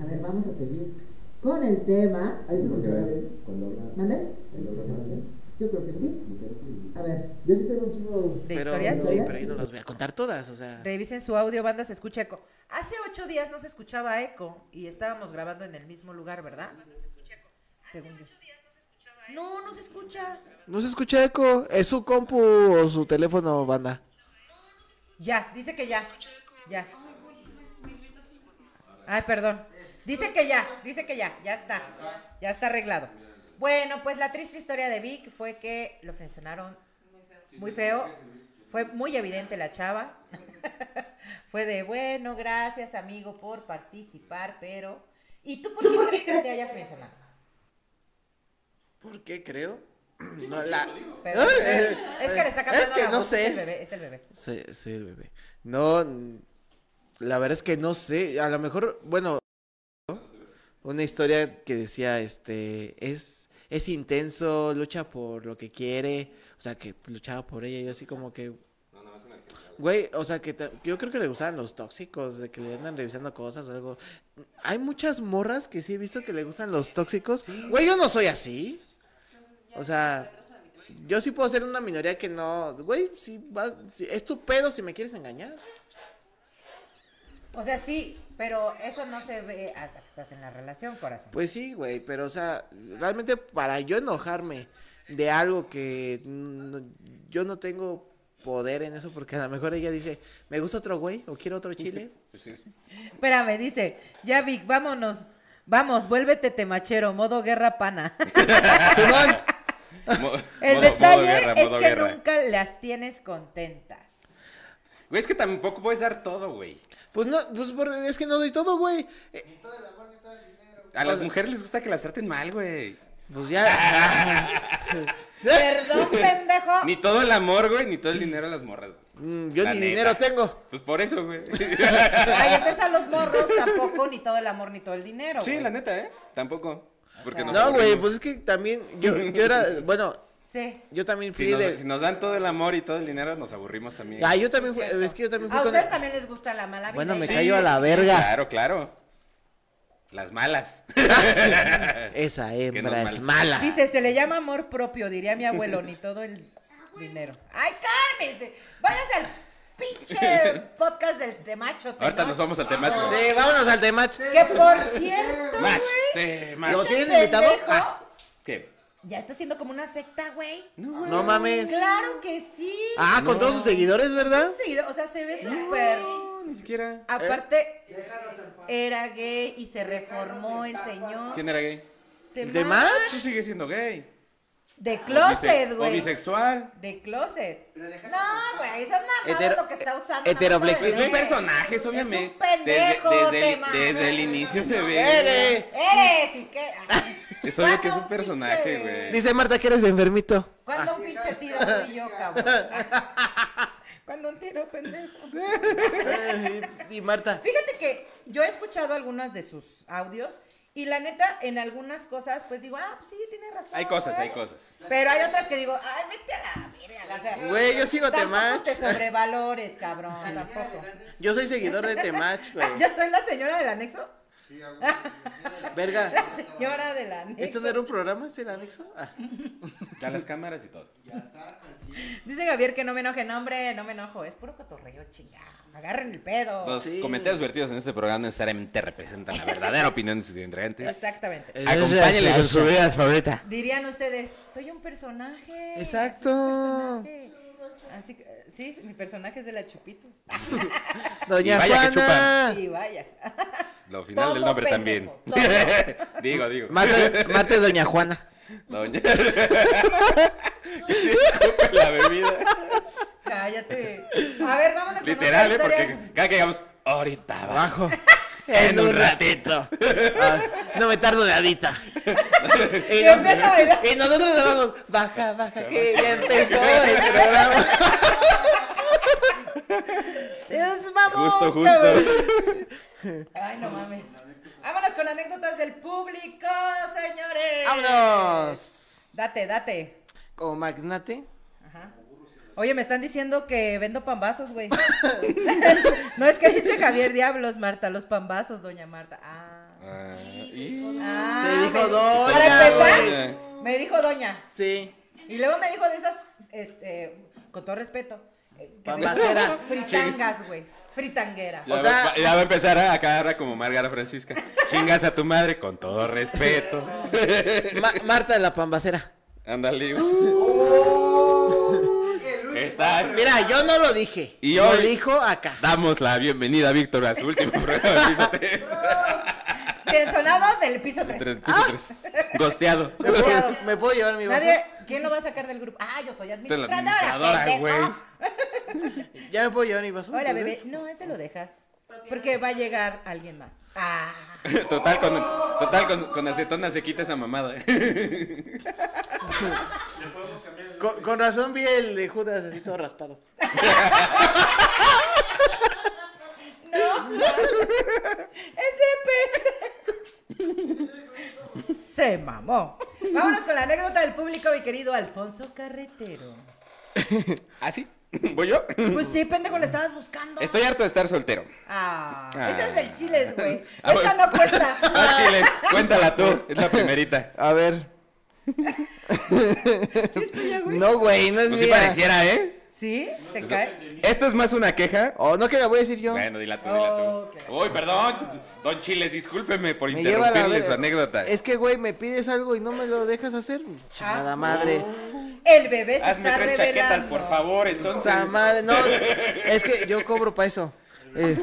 Speaker 8: A ver, vamos a seguir con el tema.
Speaker 9: Ahí se escucha bien.
Speaker 12: Cuando habla.
Speaker 8: ¿Mande?
Speaker 12: cuando habla mal,
Speaker 8: Yo creo que sí.
Speaker 12: ¿eh?
Speaker 8: A ver.
Speaker 9: Yo sí tengo un chingo.
Speaker 4: ¿De
Speaker 3: Pero
Speaker 4: historias?
Speaker 3: sí, pero ahí no las voy a contar todas. O sea,
Speaker 4: Revisen su audio, banda, se escucha eco. Hace ocho días no se escuchaba eco y estábamos grabando en el mismo lugar, ¿verdad? Según yo. No, no se escucha.
Speaker 3: no se escucha eco. ¿Es su compu o su teléfono, banda?
Speaker 4: Ya, dice que ya. Ya. Ay, perdón. Dice que ya, dice que ya, ya está. Ya está arreglado. Bueno, pues la triste historia de Vic fue que lo frencionaron muy feo. Fue muy evidente la chava. fue de, bueno, gracias amigo por participar, pero... ¿Y tú por qué crees que te haya frencionado?
Speaker 3: ¿Por qué creo? No, la...
Speaker 4: Pero-
Speaker 3: Eh,
Speaker 4: es que le está
Speaker 3: eh,
Speaker 4: cambiando
Speaker 3: Es que
Speaker 4: la
Speaker 3: no
Speaker 4: voz, Es el
Speaker 3: sé.
Speaker 4: bebé, es el bebé.
Speaker 3: Sí, sí, bebé. No, n- la verdad es que no sé. A lo mejor, bueno, ¿no? una historia que decía, este, es, es intenso, lucha por lo que quiere. O sea, que luchaba por ella y así como que... Güey, o sea, que ta- yo creo que le gustan los tóxicos, de que le andan revisando cosas o algo. Hay muchas morras que sí he visto que le gustan los tóxicos. Güey, yo no soy así. O sea, yo sí puedo ser una minoría que no. Güey, si vas. Si, es tu pedo si me quieres engañar.
Speaker 4: O sea, sí, pero eso no se ve hasta que estás en la relación, corazón.
Speaker 3: Pues sí, güey, pero o sea, realmente para yo enojarme de algo que no- yo no tengo poder en eso, porque a lo mejor ella dice, me gusta otro güey o quiero otro chile.
Speaker 4: Espérame, dice, ya Vic, vámonos. Vamos, vuélvete temachero, modo guerra pana.
Speaker 3: Simón,
Speaker 2: Mo-
Speaker 4: El
Speaker 2: modo-
Speaker 4: detalle
Speaker 2: modo guerra,
Speaker 4: es
Speaker 2: modo
Speaker 4: que
Speaker 2: guerra.
Speaker 4: nunca las tienes contentas.
Speaker 2: Güey, es que tampoco puedes dar todo, güey.
Speaker 3: pues no, pues por- es que no doy todo, güey. Eh,
Speaker 2: A las mujeres les gusta que las traten mal, güey.
Speaker 3: Pues ya.
Speaker 4: Perdón, pendejo.
Speaker 2: Ni todo el amor, güey, ni todo el dinero a las morras, güey.
Speaker 3: Mm, yo
Speaker 2: La
Speaker 3: ni
Speaker 2: neta.
Speaker 3: dinero tengo.
Speaker 2: Pues por eso, güey.
Speaker 4: Ay, entonces a los morros tampoco, ni todo el amor, ni todo el dinero.
Speaker 2: sí,
Speaker 4: güey.
Speaker 2: la neta, ¿eh? Tampoco. Porque nos
Speaker 3: No, güey,
Speaker 2: aburrimos.
Speaker 3: pues es que también yo, yo era, bueno,
Speaker 4: pues, Sí.
Speaker 3: yo también fui
Speaker 2: Si nos,
Speaker 3: de...
Speaker 2: si nos dan todo el amor y todo el dinero, nos aburrimos también.
Speaker 3: Ah, yo también
Speaker 4: Sí,
Speaker 3: fui,
Speaker 4: es cierto.
Speaker 3: es que yo también fui
Speaker 4: A
Speaker 3: con...
Speaker 4: Ah, ustedes también les gusta la mala vida. ¿eh?
Speaker 3: Bueno, me
Speaker 4: hija?
Speaker 3: callo a la verga.
Speaker 2: Claro, claro. Las malas.
Speaker 3: Esa hembra
Speaker 2: normal.
Speaker 3: es mala.
Speaker 4: Dice, se le llama amor propio, diría mi abuelo, ni todo el dinero. Ay, cálmense. Váyanse al pinche podcast del temacho.
Speaker 2: Ahorita
Speaker 4: Tenoch.
Speaker 2: nos vamos al tema.
Speaker 3: Sí, vámonos al temach.
Speaker 4: Que por cierto, güey.
Speaker 2: Match. Tema.
Speaker 3: ¿Lo
Speaker 4: ese
Speaker 3: tienes invitado?
Speaker 4: pendejo
Speaker 3: Ah,
Speaker 2: ¿Qué?
Speaker 4: Ya está siendo como una secta, güey.
Speaker 3: no mames.
Speaker 4: Claro que sí.
Speaker 3: Ah, con todos sus seguidores, ¿verdad?
Speaker 4: Sí, o sea, se ve súper.
Speaker 2: Ni siquiera.
Speaker 4: Aparte, era gay y se reformó el señor.
Speaker 2: Eh. ¿Quién era gay?
Speaker 3: ¿El
Speaker 4: de
Speaker 3: de
Speaker 4: ma-
Speaker 2: Tú
Speaker 3: match?
Speaker 2: sigues siendo gay.
Speaker 4: De
Speaker 2: O
Speaker 4: closet,
Speaker 2: bise- O
Speaker 4: güey.
Speaker 2: bisexual.
Speaker 4: De closet. No, güey, eso es nada más
Speaker 3: Hetero-
Speaker 4: lo que está usando.
Speaker 3: heteroflexi-
Speaker 2: Pues
Speaker 3: Sí.
Speaker 2: son
Speaker 4: un
Speaker 2: personajes, obviamente.
Speaker 4: Es un pendejo,
Speaker 2: desde, desde
Speaker 4: tema.
Speaker 2: el, desde el inicio se ve.
Speaker 3: Eres.
Speaker 4: Eres y qué.
Speaker 2: Es obvio que es
Speaker 4: Cuando
Speaker 2: un personaje,
Speaker 4: pinche-
Speaker 2: güey.
Speaker 3: Dice Marta que eres enfermito.
Speaker 13: Ah.
Speaker 4: Cuando un pinche divertido soy yo, cabrón. Cuando un tiro, pendejo.
Speaker 3: Eh, Y, y Marta,
Speaker 4: Fíjate que yo he escuchado algunos de sus audios y la neta, en algunas cosas, pues digo, ah, pues sí, tiene razón.
Speaker 2: Hay cosas,
Speaker 4: ¿eh?
Speaker 2: hay cosas.
Speaker 4: Pero hay otras que digo, ay, vete a la mierda. O sea,
Speaker 3: güey, yo sigo
Speaker 4: tampoco
Speaker 3: Temach.
Speaker 4: te sobrevalores, cabrón,
Speaker 13: La señora
Speaker 4: tampoco.
Speaker 13: del anexo.
Speaker 3: Yo soy seguidor de Temach, güey.
Speaker 4: Yo soy la señora del anexo.
Speaker 14: Sí, a huevo, la señora de la-
Speaker 3: Verga,
Speaker 4: La señora del anexo.
Speaker 3: ¿esto no era un programa? ¿Es el anexo? Ah.
Speaker 2: Ya las cámaras y todo.
Speaker 14: Ya está, tranquilo.
Speaker 4: Dice Javier que no me enoje, no, hombre, no me enojo. Es puro cotorreo, chingado. Agarren el pedo.
Speaker 2: Los
Speaker 3: Sí.
Speaker 2: comentarios vertidos en este programa necesariamente representan la verdadera opinión de sus integrantes.
Speaker 4: Exactamente.
Speaker 2: Acompáñenle Eh, con su vida favorita.
Speaker 4: Dirían ustedes, soy un personaje.
Speaker 3: Exacto.
Speaker 4: soy un personaje". Así que, eh, sí, mi personaje es de la Chupitos.
Speaker 3: Doña
Speaker 2: Y vaya que
Speaker 3: Juana.
Speaker 4: Y vaya.
Speaker 2: Lo final
Speaker 4: Todo
Speaker 2: del nombre
Speaker 4: pendejo,
Speaker 2: también. digo, digo.
Speaker 3: Mate, mate Doña Juana.
Speaker 2: Doña. Que se escupe la bebida.
Speaker 4: Cállate. A ver, vámonos.
Speaker 2: Literal, ¿eh?
Speaker 4: con otra historia.
Speaker 2: Porque cada que digamos, ahorita abajo.
Speaker 3: Abajo.
Speaker 2: En un ratito.
Speaker 3: Ah, no me tardo nadita. Y,
Speaker 2: Eh,
Speaker 4: Y
Speaker 3: nos-
Speaker 4: empieza a bailar.
Speaker 3: y nosotros le vamos, baja, baja, que ya empezó el programa.
Speaker 4: Seas mamón,
Speaker 2: Justo, justo.
Speaker 4: cabrón. Ay, no mames. Vámonos con anécdotas del público, señores.
Speaker 3: ¡Vámonos!
Speaker 4: Date, date.
Speaker 3: Como magnate.
Speaker 4: Ajá. Oye, me están diciendo que vendo pambazos, güey. no es que dice Javier Diablos, Marta, los pambazos, doña Marta. Ah.
Speaker 2: Ah, y-
Speaker 4: Ah,
Speaker 3: Te dijo
Speaker 4: me-
Speaker 3: doña,
Speaker 4: Para empezar,
Speaker 2: Doña.
Speaker 4: me dijo doña.
Speaker 3: Sí.
Speaker 4: Y luego me dijo de esas, este, con todo respeto, eh, que me-
Speaker 3: Pambacera.
Speaker 4: fritangas, güey. Fritanguera.
Speaker 2: Ya,
Speaker 3: O sea-
Speaker 2: va, ya va a empezar ¿eh? a acabar como Margarita Francisca. Chingas a tu madre con todo respeto.
Speaker 3: Ma- Marta de la pambacera.
Speaker 2: Ándale. Uh, Está.
Speaker 3: Mira, yo no lo dije.
Speaker 2: Y
Speaker 3: lo
Speaker 2: hoy-
Speaker 3: dijo acá.
Speaker 2: Damos la bienvenida a Víctor a su último programa de piso 3.
Speaker 4: Frienzonado del piso 3.
Speaker 2: piso 3. Gosteado.
Speaker 3: ¿Me puedo, me puedo llevar mi vaso?
Speaker 4: Nadie, ¿quién lo va a sacar del grupo? Ah, yo soy
Speaker 2: Tú eres la
Speaker 4: administradora.
Speaker 2: administradora,
Speaker 4: pendejo.
Speaker 2: güey.
Speaker 3: ¿Ya me puedo llevar mi vaso?
Speaker 4: Hola, bebé.
Speaker 3: entonces?
Speaker 4: No, ese lo dejas. Porque va a llegar alguien más. Ah.
Speaker 2: Total, con, total con, con acetona se quita esa mamada.
Speaker 15: Le podemos cambiar el
Speaker 3: Con, con razón vi el de Judas así todo raspado.
Speaker 4: No. Ese pendejo. Se mamó. Vámonos con la anécdota del público, mi querido Alfonso Carretero.
Speaker 2: ¿Ah, sí? ¿Voy yo?
Speaker 4: Pues sí, pendejo, le estabas buscando.
Speaker 2: Estoy harto de estar soltero.
Speaker 4: Ah,
Speaker 2: Ah.
Speaker 4: esa es del chiles, güey. Esa
Speaker 2: Ah, bueno.
Speaker 4: no cuenta.
Speaker 2: Ah, chiles, cuéntala tú. Es la primerita.
Speaker 3: A ver. No, güey, no es
Speaker 2: Pues sí
Speaker 3: mía.
Speaker 2: pareciera, ¿eh?
Speaker 4: ¿Sí? ¿Te cae?
Speaker 2: Esto es más una queja.
Speaker 3: Oh, no que la voy a decir yo.
Speaker 2: Bueno, dila tú, dila tú.
Speaker 4: Oh, ok.
Speaker 2: Uy, perdón, don Chiles, discúlpeme por
Speaker 3: Me lleva la
Speaker 2: interrumpirle
Speaker 3: verga.
Speaker 2: su anécdota.
Speaker 3: Es que, güey, me pides algo y no me lo dejas hacer.
Speaker 4: Ah,
Speaker 3: Chingada madre.
Speaker 4: El bebé se
Speaker 2: Hazme
Speaker 4: está
Speaker 2: tres
Speaker 4: revelando.
Speaker 2: chaquetas, por favor, entonces.
Speaker 3: Esa madre. No, es que yo cobro para eso. Eh,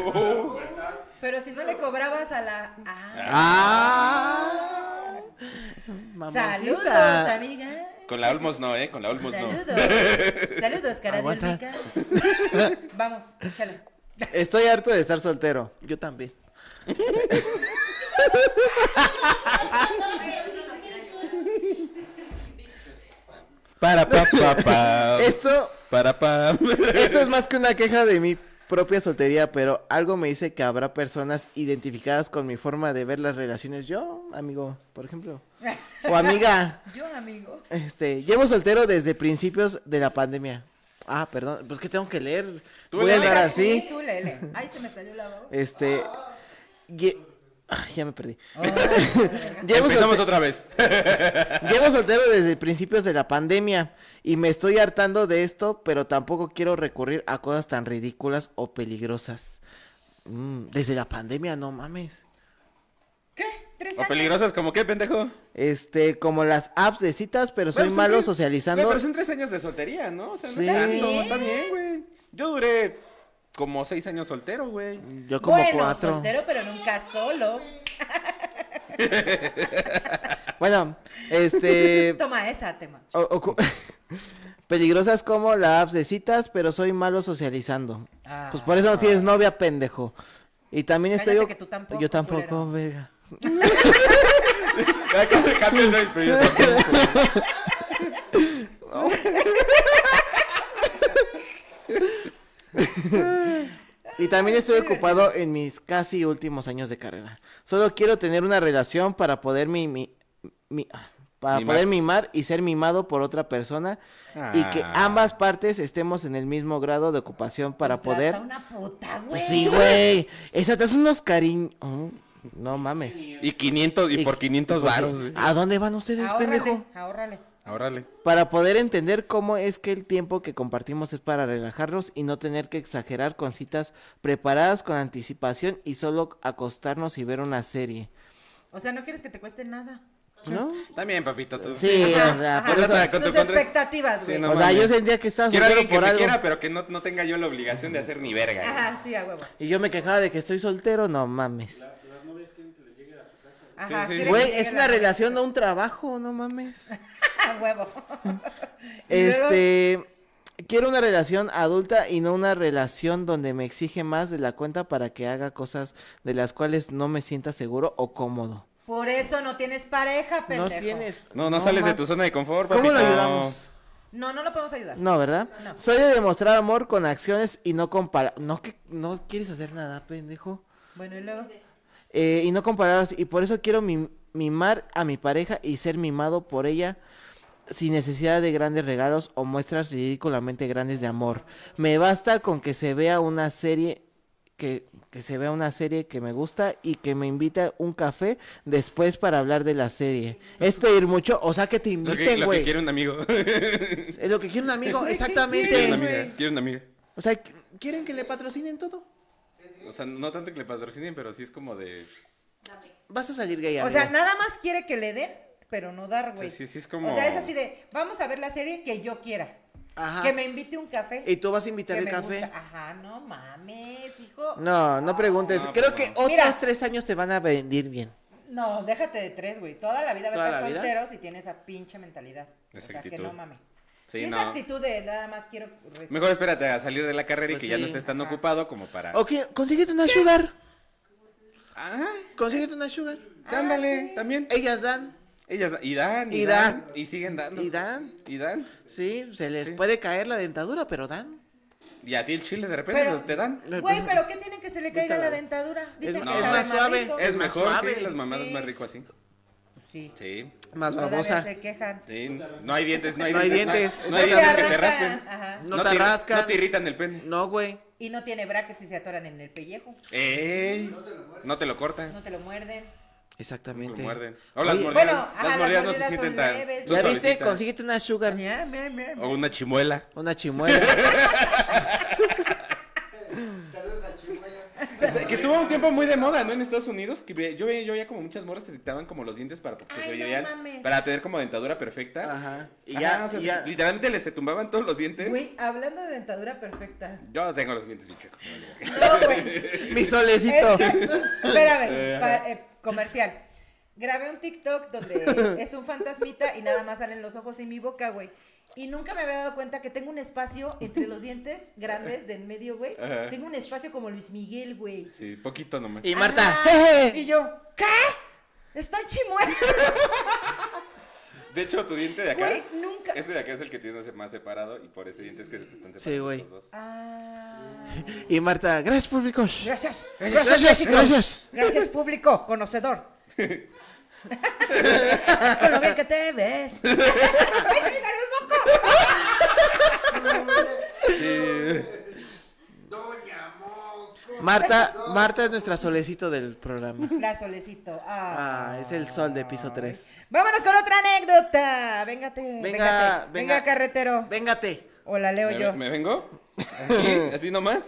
Speaker 4: Pero si no le cobrabas a la. Ah,
Speaker 3: ¡Ah! Mamoncita.
Speaker 4: saludos, amiga.
Speaker 2: Con la Olmos no, ¿eh? Con la Olmos no.
Speaker 4: Saludos. Saludos, cara de
Speaker 3: Aguanta.
Speaker 4: rica. Vamos, échale.
Speaker 3: Estoy harto de estar soltero. Yo también.
Speaker 2: Para pa pa pa.
Speaker 3: Esto,
Speaker 2: Para pa.
Speaker 3: esto es más que una queja de mi propia soltería, pero algo me dice que habrá personas identificadas con mi forma de ver las relaciones. Yo, amigo, por ejemplo. O amiga.
Speaker 4: Yo, amigo.
Speaker 3: Este, llevo soltero desde principios de la pandemia. Ah, perdón, pues que tengo que leer.
Speaker 2: Tú
Speaker 3: Voy a
Speaker 2: léele.
Speaker 3: andar
Speaker 2: Ahora
Speaker 3: así.
Speaker 4: Tú, lele. Ay, se me salió la baba.
Speaker 3: Este. ye- Ay, ya me perdí.
Speaker 4: Ay,
Speaker 3: Llevo
Speaker 2: Empezamos
Speaker 3: solte-
Speaker 2: otra vez.
Speaker 3: Llevo soltero desde principios de la pandemia y me estoy hartando de esto, pero tampoco quiero recurrir a cosas tan ridículas o peligrosas. Mm, desde la pandemia, no mames.
Speaker 4: ¿Qué? ¿Tres
Speaker 2: ¿O
Speaker 4: años?
Speaker 2: peligrosas como qué, pendejo?
Speaker 3: Este, como las apps de citas, pero soy
Speaker 2: Bueno, son
Speaker 3: malo
Speaker 2: tres-
Speaker 3: socializando.
Speaker 2: Güey, pero son tres años de soltería, ¿no? O sea, no
Speaker 3: Sí.
Speaker 2: es tanto. Está bien, güey. Yo duré como seis años soltero, güey.
Speaker 3: Yo como
Speaker 4: bueno,
Speaker 3: cuatro.
Speaker 4: soltero, pero nunca solo.
Speaker 3: Bueno, este.
Speaker 4: Toma esa, tema.
Speaker 3: o- ocu- Peligrosas como las apps de citas, pero soy malo socializando.
Speaker 4: Ah.
Speaker 3: Pues por eso no tienes novia, pendejo. Y también estoy.
Speaker 4: Cállate que tú tampoco,
Speaker 3: Yo tampoco,
Speaker 4: culero.
Speaker 3: verga.
Speaker 2: Acá me cambian el- pero yo tampoco.
Speaker 3: No, Y también estoy ocupado en mis casi últimos años de carrera. Solo quiero tener una relación para poder mi, mi- mi- ah, para
Speaker 16: Mimar.
Speaker 3: poder mimar y ser mimado por otra persona y que
Speaker 16: Ah.
Speaker 3: ambas partes estemos en el mismo grado de ocupación para poder.
Speaker 17: Trata una puta, güey.
Speaker 3: Pues sí, güey. Esa te hace unos cariños. no mames. pues
Speaker 2: Y 500, y por 500 varos. güey.
Speaker 3: ¿A dónde van ustedes, pendejo?
Speaker 4: Ahórrale, ahórrale.
Speaker 2: Órale.
Speaker 3: Para poder entender cómo es que el tiempo que compartimos es para relajarnos y no tener que exagerar con citas preparadas con anticipación y solo acostarnos y ver una serie.
Speaker 4: O sea, no quieres que te cueste nada.
Speaker 3: ¿No?
Speaker 2: También, papito. Tú...
Speaker 3: Sí, o sea, por eso-
Speaker 2: Trata con tu
Speaker 4: Tus
Speaker 2: contra-
Speaker 4: expectativas, güey.
Speaker 2: Sí, no
Speaker 3: o sea,
Speaker 2: mames.
Speaker 3: yo sentía que estaba
Speaker 2: Quiero
Speaker 3: soltero
Speaker 2: alguien que
Speaker 3: por
Speaker 2: me
Speaker 3: algo.
Speaker 2: quiera, pero que no, no tenga yo la obligación de hacer ni verga. güey.
Speaker 4: Ajá, sí, a huevo.
Speaker 3: Y yo me quejaba de que estoy soltero, no mames.
Speaker 4: Ajá,
Speaker 2: sí.
Speaker 4: quiere que
Speaker 3: Güey,
Speaker 4: llegue
Speaker 3: es
Speaker 4: la-
Speaker 3: una relación, no un trabajo, no mames.
Speaker 4: A huevo. Y luego-
Speaker 3: Este, quiero una relación adulta y no una relación donde me exige más de la cuenta para que haga cosas de las cuales no me sienta seguro o cómodo.
Speaker 4: Por eso no tienes pareja,
Speaker 3: No
Speaker 4: pendejo.
Speaker 3: tienes.
Speaker 2: No, no, sales
Speaker 3: ma-
Speaker 2: de tu zona de confort, papito.
Speaker 3: ¿Cómo lo ayudamos?
Speaker 4: No, no lo podemos ayudar.
Speaker 3: No, ¿verdad?
Speaker 4: No.
Speaker 3: Soy de demostrar amor con acciones y no con palabras. No, que no quieres hacer nada, pendejo.
Speaker 4: Bueno, y luego.
Speaker 3: Eh, y no con palabras. Y por eso quiero mim- mimar a mi pareja y ser mimado por ella sin necesidad de grandes regalos o muestras ridículamente grandes de amor. Me basta con que se vea una serie que, que se vea una serie que me gusta y que me invita un café después para hablar de la serie. Es pedir mucho, o sea que te
Speaker 2: Lo que,
Speaker 3: inviten,
Speaker 2: lo que
Speaker 3: güey.
Speaker 2: quiere un amigo.
Speaker 3: Es lo que quiere un amigo,
Speaker 2: Quiere una
Speaker 3: exactamente.
Speaker 2: amiga. Quiere una amiga.
Speaker 3: O sea, ¿quieren que le patrocinen todo?
Speaker 2: O sea, no tanto que le patrocinen, pero sí es como de.
Speaker 3: Vas a salir gay.
Speaker 4: O
Speaker 3: amigo.
Speaker 4: sea, nada más quiere que le den, pero no dar, güey.
Speaker 2: Sí, sí, sí, es como-
Speaker 4: O sea, es así de, vamos a ver la serie que yo quiera.
Speaker 3: Ajá.
Speaker 4: Que me invite un café.
Speaker 3: ¿Y tú vas a invitar
Speaker 4: que
Speaker 3: el
Speaker 4: me
Speaker 3: café?
Speaker 4: gusta. Ajá, no mames, hijo.
Speaker 3: No, no preguntes.
Speaker 2: No,
Speaker 3: Creo
Speaker 2: pues
Speaker 3: que
Speaker 2: no.
Speaker 3: otros
Speaker 4: Mira.
Speaker 3: tres años te van a venir bien.
Speaker 4: No, déjate de tres, güey. Toda la vida vas
Speaker 3: ¿Toda
Speaker 4: a estar
Speaker 3: la vida?
Speaker 4: soltero si tienes esa pinche mentalidad.
Speaker 2: Esa
Speaker 4: o sea, que
Speaker 2: actitud.
Speaker 4: no mames.
Speaker 2: Sí,
Speaker 4: si
Speaker 2: no.
Speaker 4: esa actitud de nada más quiero... recibir-
Speaker 2: Mejor espérate a salir de la carrera
Speaker 3: Pues
Speaker 2: y que ya no
Speaker 3: sí.
Speaker 2: estés tan ocupado como para.
Speaker 3: Ok, consíguete una sugar.
Speaker 2: Ah,
Speaker 3: Consíguete una sugar.
Speaker 2: ándale, también.
Speaker 3: Ellas dan.
Speaker 2: Ellas y dan, y,
Speaker 3: Y
Speaker 2: dan,
Speaker 3: dan.
Speaker 2: y siguen dando.
Speaker 3: Y dan.
Speaker 2: Y dan.
Speaker 3: Sí, se les
Speaker 2: Sí.
Speaker 3: puede caer la dentadura, pero dan.
Speaker 2: Y a ti el chile de repente
Speaker 4: Pero-
Speaker 2: te dan.
Speaker 4: Güey, pero ¿qué tiene que se le caiga la dentadura? Dicen
Speaker 3: es
Speaker 4: que
Speaker 2: no.
Speaker 4: sabe
Speaker 2: es más
Speaker 3: suave,
Speaker 4: rico.
Speaker 2: Es
Speaker 3: más
Speaker 2: mejor,
Speaker 3: suave.
Speaker 2: sí, las mamadas
Speaker 4: Sí.
Speaker 2: más rico así.
Speaker 4: Sí.
Speaker 2: Sí.
Speaker 3: Más
Speaker 4: Todavía
Speaker 3: babosa.
Speaker 4: se quejan.
Speaker 2: sí. No hay dientes, no hay
Speaker 3: No hay
Speaker 2: dientes.
Speaker 3: dientes,
Speaker 2: No, no hay
Speaker 4: No te
Speaker 2: dientes que te
Speaker 4: arrancan,
Speaker 2: raspen.
Speaker 4: ajá.
Speaker 3: No te
Speaker 2: irri-
Speaker 3: rascan.
Speaker 2: No te irritan el pene.
Speaker 3: No, güey.
Speaker 4: Y no tiene brackets y se atoran en el pellejo.
Speaker 2: Ey. No te lo cortan.
Speaker 4: No te lo muerden.
Speaker 2: No te
Speaker 3: Exactamente.
Speaker 2: lo muerden. O las
Speaker 3: Oye,
Speaker 2: mordidas.
Speaker 4: Bueno, ajá,
Speaker 2: las
Speaker 4: las
Speaker 2: mordidas no se
Speaker 4: mordidas
Speaker 2: sienten
Speaker 4: son
Speaker 2: tan.
Speaker 4: leves,
Speaker 2: son
Speaker 3: ¿Ya viste?
Speaker 2: suavecitas.
Speaker 3: Consíguete una sugar.
Speaker 4: Mia, mia, mia, mia.
Speaker 2: O una chimuela.
Speaker 3: Una chimuela.
Speaker 6: Saludos a Chimuela.
Speaker 2: Que estuvo un tiempo muy de moda, ¿no? En Estados Unidos, que ve- yo veía yo veía como muchas morras que se quitaban como los dientes para porque
Speaker 4: Ay,
Speaker 2: se
Speaker 4: no
Speaker 2: veían-
Speaker 4: mames.
Speaker 2: para tener como dentadura perfecta.
Speaker 3: Ajá. Y
Speaker 2: Ajá,
Speaker 3: ya,
Speaker 2: o sea,
Speaker 3: y ya.
Speaker 2: literalmente les se tumbaban todos los dientes.
Speaker 4: Güey, hablando de dentadura perfecta.
Speaker 2: Yo no tengo los dientes bien chuecos.
Speaker 4: No, güey.
Speaker 3: Mi solecito.
Speaker 2: Eh,
Speaker 4: Espérame,
Speaker 2: ajá.
Speaker 4: pa- eh, comercial. Grabé un TikTok donde es un fantasmita y nada más salen los ojos y mi boca, güey. Y nunca me había dado cuenta que tengo un espacio entre los dientes grandes de en medio, güey.
Speaker 2: Ajá.
Speaker 4: Tengo un espacio como Luis Miguel, güey.
Speaker 2: Sí, poquito nomás.
Speaker 3: Y Marta.
Speaker 4: Ajá. Y yo, ¿qué? Estoy chimuela.
Speaker 2: De hecho, tu diente de acá.
Speaker 4: Güey, nunca.
Speaker 2: Este de acá es el que tienes más separado y por este diente es que se te están separando.
Speaker 3: Sí, güey.
Speaker 2: los dos.
Speaker 4: Ah.
Speaker 3: Y Marta, gracias públicos.
Speaker 4: Gracias.
Speaker 3: Gracias, gracias.
Speaker 4: México. Gracias, público, conocedor. Con lo bien que te ves. ¡Ay, se me salió un moco!
Speaker 6: Doña Moco.
Speaker 3: Marta, Marta es nuestra solecito del programa.
Speaker 4: La solecito. Ah.
Speaker 3: Ah, es el sol de piso 3.
Speaker 4: Vámonos con otra anécdota. Véngate. Venga,
Speaker 3: venga.
Speaker 4: venga, carretero.
Speaker 3: Véngate.
Speaker 4: O la leo
Speaker 2: ¿Me,
Speaker 4: yo.
Speaker 2: me vengo? ¿Así? ¿Así nomás?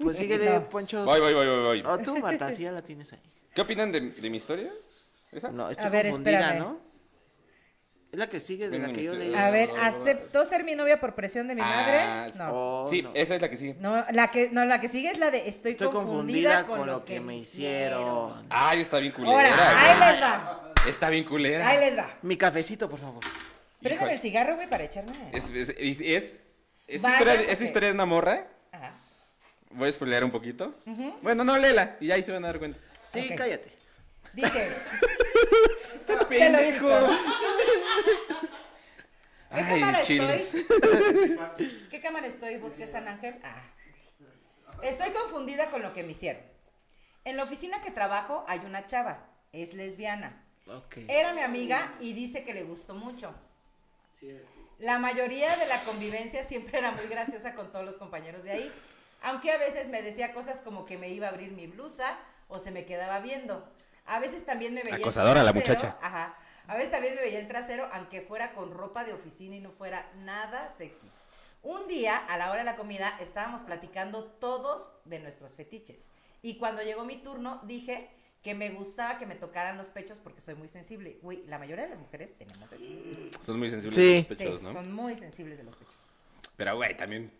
Speaker 3: Pues síguele,
Speaker 4: No.
Speaker 3: Ponchos.
Speaker 2: Voy, voy, voy, voy. voy.
Speaker 3: O tú, Marta, si ya la tienes ahí.
Speaker 2: ¿Qué opinan de, de mi historia? ¿Esa?
Speaker 3: No, estoy
Speaker 4: A ver,
Speaker 3: confundida,
Speaker 4: espérame.
Speaker 3: ¿no? Es la que sigue de la que yo leí.
Speaker 2: me-
Speaker 4: A ver,
Speaker 2: no, no, no.
Speaker 4: ¿aceptó ser mi novia por presión de mi
Speaker 2: Ah,
Speaker 4: madre? No.
Speaker 3: Oh,
Speaker 2: sí,
Speaker 3: no.
Speaker 2: esa es la que sigue.
Speaker 4: No, la que, no, la que sigue es la de estoy,
Speaker 3: Estoy confundida con lo que me hicieron.
Speaker 2: Ay, está bien culera.
Speaker 4: Ahora, ahí
Speaker 2: güey.
Speaker 4: les va.
Speaker 2: Está bien culera.
Speaker 4: Ahí les va.
Speaker 3: Mi cafecito, por favor.
Speaker 4: Préndeme
Speaker 2: Híjole.
Speaker 4: el cigarro, güey, para echarme.
Speaker 2: Es, es, es, es- es
Speaker 4: Vaya, pues,
Speaker 2: historia,
Speaker 4: porque-
Speaker 2: es historia de una morra.
Speaker 4: Ajá.
Speaker 2: Voy a spoilear un poquito. Bueno, no, léela. Y ya ahí se van a dar cuenta.
Speaker 3: Sí,
Speaker 4: Ok.
Speaker 3: cállate.
Speaker 4: Dice.
Speaker 2: ¡Pendejo!
Speaker 4: Pelocito. ¿Qué
Speaker 2: Ay,
Speaker 4: cámara
Speaker 2: chiles.
Speaker 4: estoy? ¿Qué cámara estoy? Busqué San Ángel. Ah. Estoy confundida con lo que me hicieron. En la oficina que trabajo hay una chava, es lesbiana.
Speaker 3: Ok.
Speaker 4: Era mi amiga y dice que le gustó mucho. La mayoría de la convivencia siempre era muy graciosa con todos los compañeros de ahí, aunque a veces me decía cosas como que me iba a abrir mi blusa o se me quedaba viendo. A veces también me veía el
Speaker 2: Acosadora la
Speaker 4: trasero,
Speaker 2: muchacha.
Speaker 4: Ajá. A veces también me veía el trasero, aunque fuera con ropa de oficina y no fuera nada sexy. Un día, a la hora de la comida, estábamos platicando todos de nuestros fetiches. Y cuando llegó mi turno, dije que me gustaba que me tocaran los pechos porque soy muy sensible. Güey, la mayoría de las mujeres tenemos eso.
Speaker 2: Son muy sensibles
Speaker 3: Sí.
Speaker 2: de los pechos,
Speaker 4: Sí,
Speaker 2: ¿no?
Speaker 4: Son muy sensibles de los pechos.
Speaker 2: Pero, güey, también.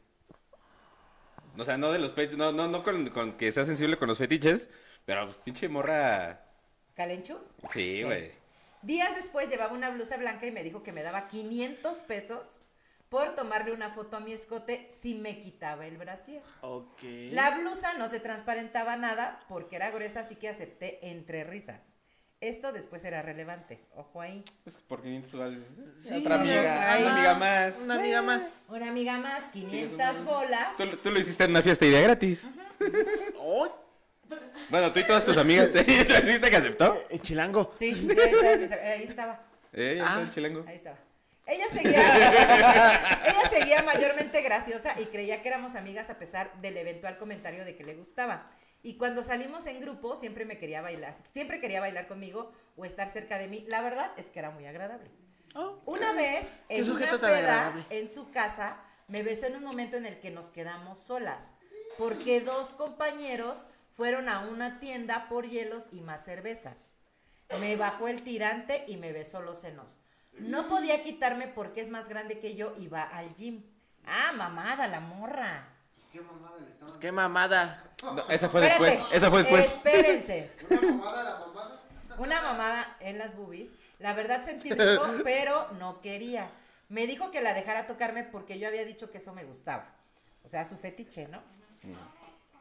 Speaker 2: O sea, no de los pechos, no, no, no con, con que sea sensible con los fetiches, pero pues pinche morra.
Speaker 4: ¿Calenchu?
Speaker 2: Sí, güey.
Speaker 4: Días después llevaba una blusa blanca y me dijo que me daba 500 pesos por tomarle una foto a mi escote si me quitaba el brasier.
Speaker 3: Ok.
Speaker 4: La blusa no se transparentaba nada porque era gruesa, así que acepté entre risas. Esto después era relevante. Ojo ahí.
Speaker 2: Pues por 500 vale.
Speaker 4: Sí,
Speaker 2: otra amiga,
Speaker 4: ajá.
Speaker 2: una amiga más.
Speaker 3: Una amiga más.
Speaker 4: Una amiga más, 500
Speaker 2: un-
Speaker 4: bolas.
Speaker 2: Tú, tú lo hiciste en una fiesta idea gratis.
Speaker 4: Eh.
Speaker 2: Bueno, tú y todas tus amigas. ¿eh? ¿Tú hiciste que aceptó?
Speaker 3: El chilango.
Speaker 4: Sí, ahí estaba, ahí estaba.
Speaker 2: Eh, ya está
Speaker 3: Ah.
Speaker 2: el chilango.
Speaker 4: Ahí estaba. Ella seguía, ella seguía mayormente graciosa y creía que éramos amigas a pesar del eventual comentario de que le gustaba. Y cuando salimos en grupo siempre me quería bailar, siempre quería bailar conmigo o estar cerca de mí. La verdad es que era muy agradable. Una vez
Speaker 3: Qué
Speaker 4: en
Speaker 3: sujeto
Speaker 4: una
Speaker 3: tan
Speaker 4: peda
Speaker 3: agradable.
Speaker 4: en su casa me besó en un momento en el que nos quedamos solas porque dos compañeros fueron a una tienda por hielos y más cervezas. Me bajó el tirante y me besó los senos. No podía quitarme porque es más grande que yo y va al gym. Ah, mamada, la morra.
Speaker 6: Pues qué mamada le estaban.
Speaker 3: Pues qué mamada.
Speaker 2: No, esa fue
Speaker 4: Espérate, Eh,
Speaker 2: después. Esa fue después.
Speaker 4: Espérense.
Speaker 6: Una mamada, la mamada.
Speaker 4: Una mamada en las boobies. La verdad sentí rico, pero no quería. Me dijo que la dejara tocarme porque yo había dicho que eso me gustaba. O sea, su fetiche, ¿no?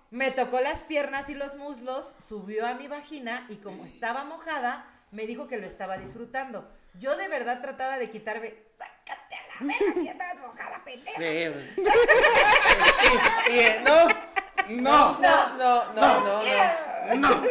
Speaker 4: Me tocó las piernas y los muslos, subió a mi vagina y como estaba mojada, me dijo que lo estaba disfrutando. Yo de verdad trataba de quitarme. ¡Sácate a la verga si ya estabas mojada, pendeja!
Speaker 3: Sí. pues. Y- y- no.
Speaker 2: No.
Speaker 3: No, no, no, no,
Speaker 2: No.
Speaker 3: no.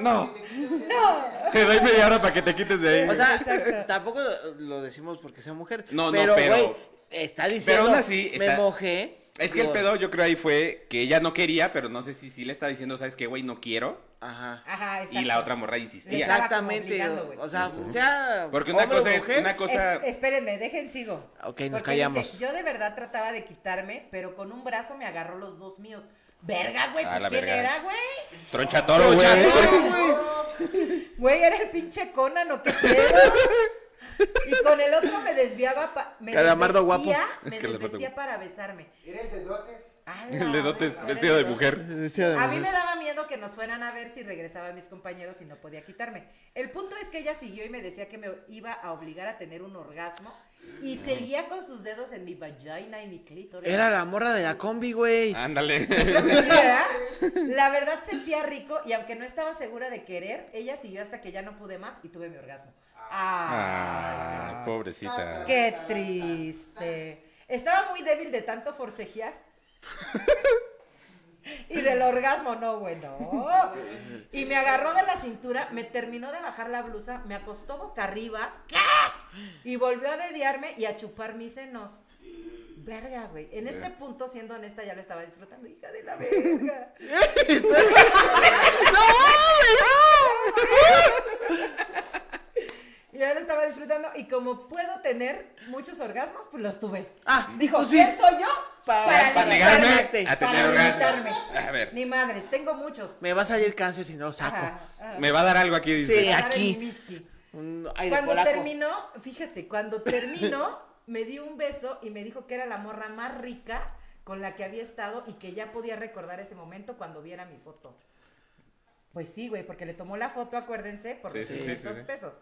Speaker 3: no.
Speaker 2: No. Te doy media hora para que te quites de ahí.
Speaker 3: O sea,
Speaker 4: Exacto.
Speaker 3: tampoco lo, lo decimos porque sea mujer.
Speaker 2: No, no,
Speaker 3: pero,
Speaker 2: pero-
Speaker 3: güey, está diciendo.
Speaker 2: aún así,
Speaker 3: Me
Speaker 2: está-
Speaker 3: mojé.
Speaker 2: Es que el
Speaker 3: Digo,
Speaker 2: pedo yo creo ahí fue que ella no quería, pero no sé si sí le estaba diciendo, ¿sabes qué, güey? No quiero.
Speaker 3: Ajá.
Speaker 4: Ajá, exacto.
Speaker 2: Y la otra morra insistía.
Speaker 4: Exacto.
Speaker 3: Exactamente.
Speaker 4: Estaba como obligando, güey.
Speaker 3: o, sea, sea.
Speaker 2: Porque una
Speaker 3: hombre o
Speaker 2: cosa es
Speaker 3: mujer,
Speaker 2: una cosa.
Speaker 4: Es- espérenme, dejen sigo.
Speaker 3: Ok, nos
Speaker 4: Porque
Speaker 3: callamos.
Speaker 4: dice, yo de verdad trataba de quitarme, pero con un brazo me agarró los dos míos. Verga, güey,
Speaker 2: Ah,
Speaker 4: pues
Speaker 2: la
Speaker 4: quién
Speaker 2: verga.
Speaker 4: era, güey.
Speaker 2: Tronchatoro, güey.
Speaker 4: Güey, era el pinche Conan o qué pedo. Y con el otro me desviaba, pa- me
Speaker 3: Calamardo
Speaker 4: desvestía-
Speaker 3: guapo.
Speaker 4: me
Speaker 2: Calamardo
Speaker 4: desvestía
Speaker 2: guapo.
Speaker 4: para besarme.
Speaker 6: Era el de dotes.
Speaker 4: A la
Speaker 2: El dedote es
Speaker 4: verga,
Speaker 2: vestido de
Speaker 4: era el
Speaker 2: mujer.
Speaker 4: A mí me daba miedo que nos fueran a ver si regresaban mis compañeros y no podía quitarme. El punto es que ella siguió y me decía que me iba a obligar a tener un orgasmo y seguía con sus dedos en mi vagina y mi clítoris.
Speaker 3: Era la morra de la combi, güey.
Speaker 2: Ah. Ándale.
Speaker 4: Sí, ¿verdad? La verdad sentía rico y aunque no estaba segura de querer, ella siguió hasta que ya no pude más y tuve mi orgasmo. Ah,
Speaker 2: Ah, pobrecita.
Speaker 4: qué triste. Estaba muy débil de tanto forcejear. Y del orgasmo, no, bueno. Y me agarró de la cintura, me terminó de bajar la blusa, me acostó boca arriba. Y volvió a dediarme y a chupar mis senos. Verga, güey. En este punto, siendo honesta, ya lo estaba disfrutando, hija de la verga. Ya lo estaba disfrutando y como puedo tener muchos orgasmos, pues los tuve.
Speaker 3: Ah,
Speaker 4: Dijo,
Speaker 3: pues sí.
Speaker 4: ¿quién soy yo?
Speaker 3: Pa-
Speaker 2: Para
Speaker 4: limitarme,
Speaker 2: negarme a
Speaker 4: para
Speaker 2: tener orgasmos.
Speaker 4: limitarme.
Speaker 2: A ver,
Speaker 4: Ni madres, tengo muchos.
Speaker 3: Me va a salir cáncer si no lo saco.
Speaker 4: Ajá, ajá.
Speaker 2: me va a dar algo aquí, dice.
Speaker 3: Sí.
Speaker 4: Agarrar
Speaker 3: aquí.
Speaker 4: el whisky.
Speaker 3: Un aire
Speaker 4: Cuando
Speaker 3: polaco.
Speaker 4: terminó, fíjate, cuando terminó, me dio un beso y me dijo que era la morra más rica con la que había estado y que ya podía recordar ese momento cuando viera mi foto. Pues sí, güey, porque le tomó la foto, acuérdense, por
Speaker 2: Sí,
Speaker 4: los
Speaker 2: sí, sí,
Speaker 4: 500
Speaker 2: sí, sí.
Speaker 4: pesos.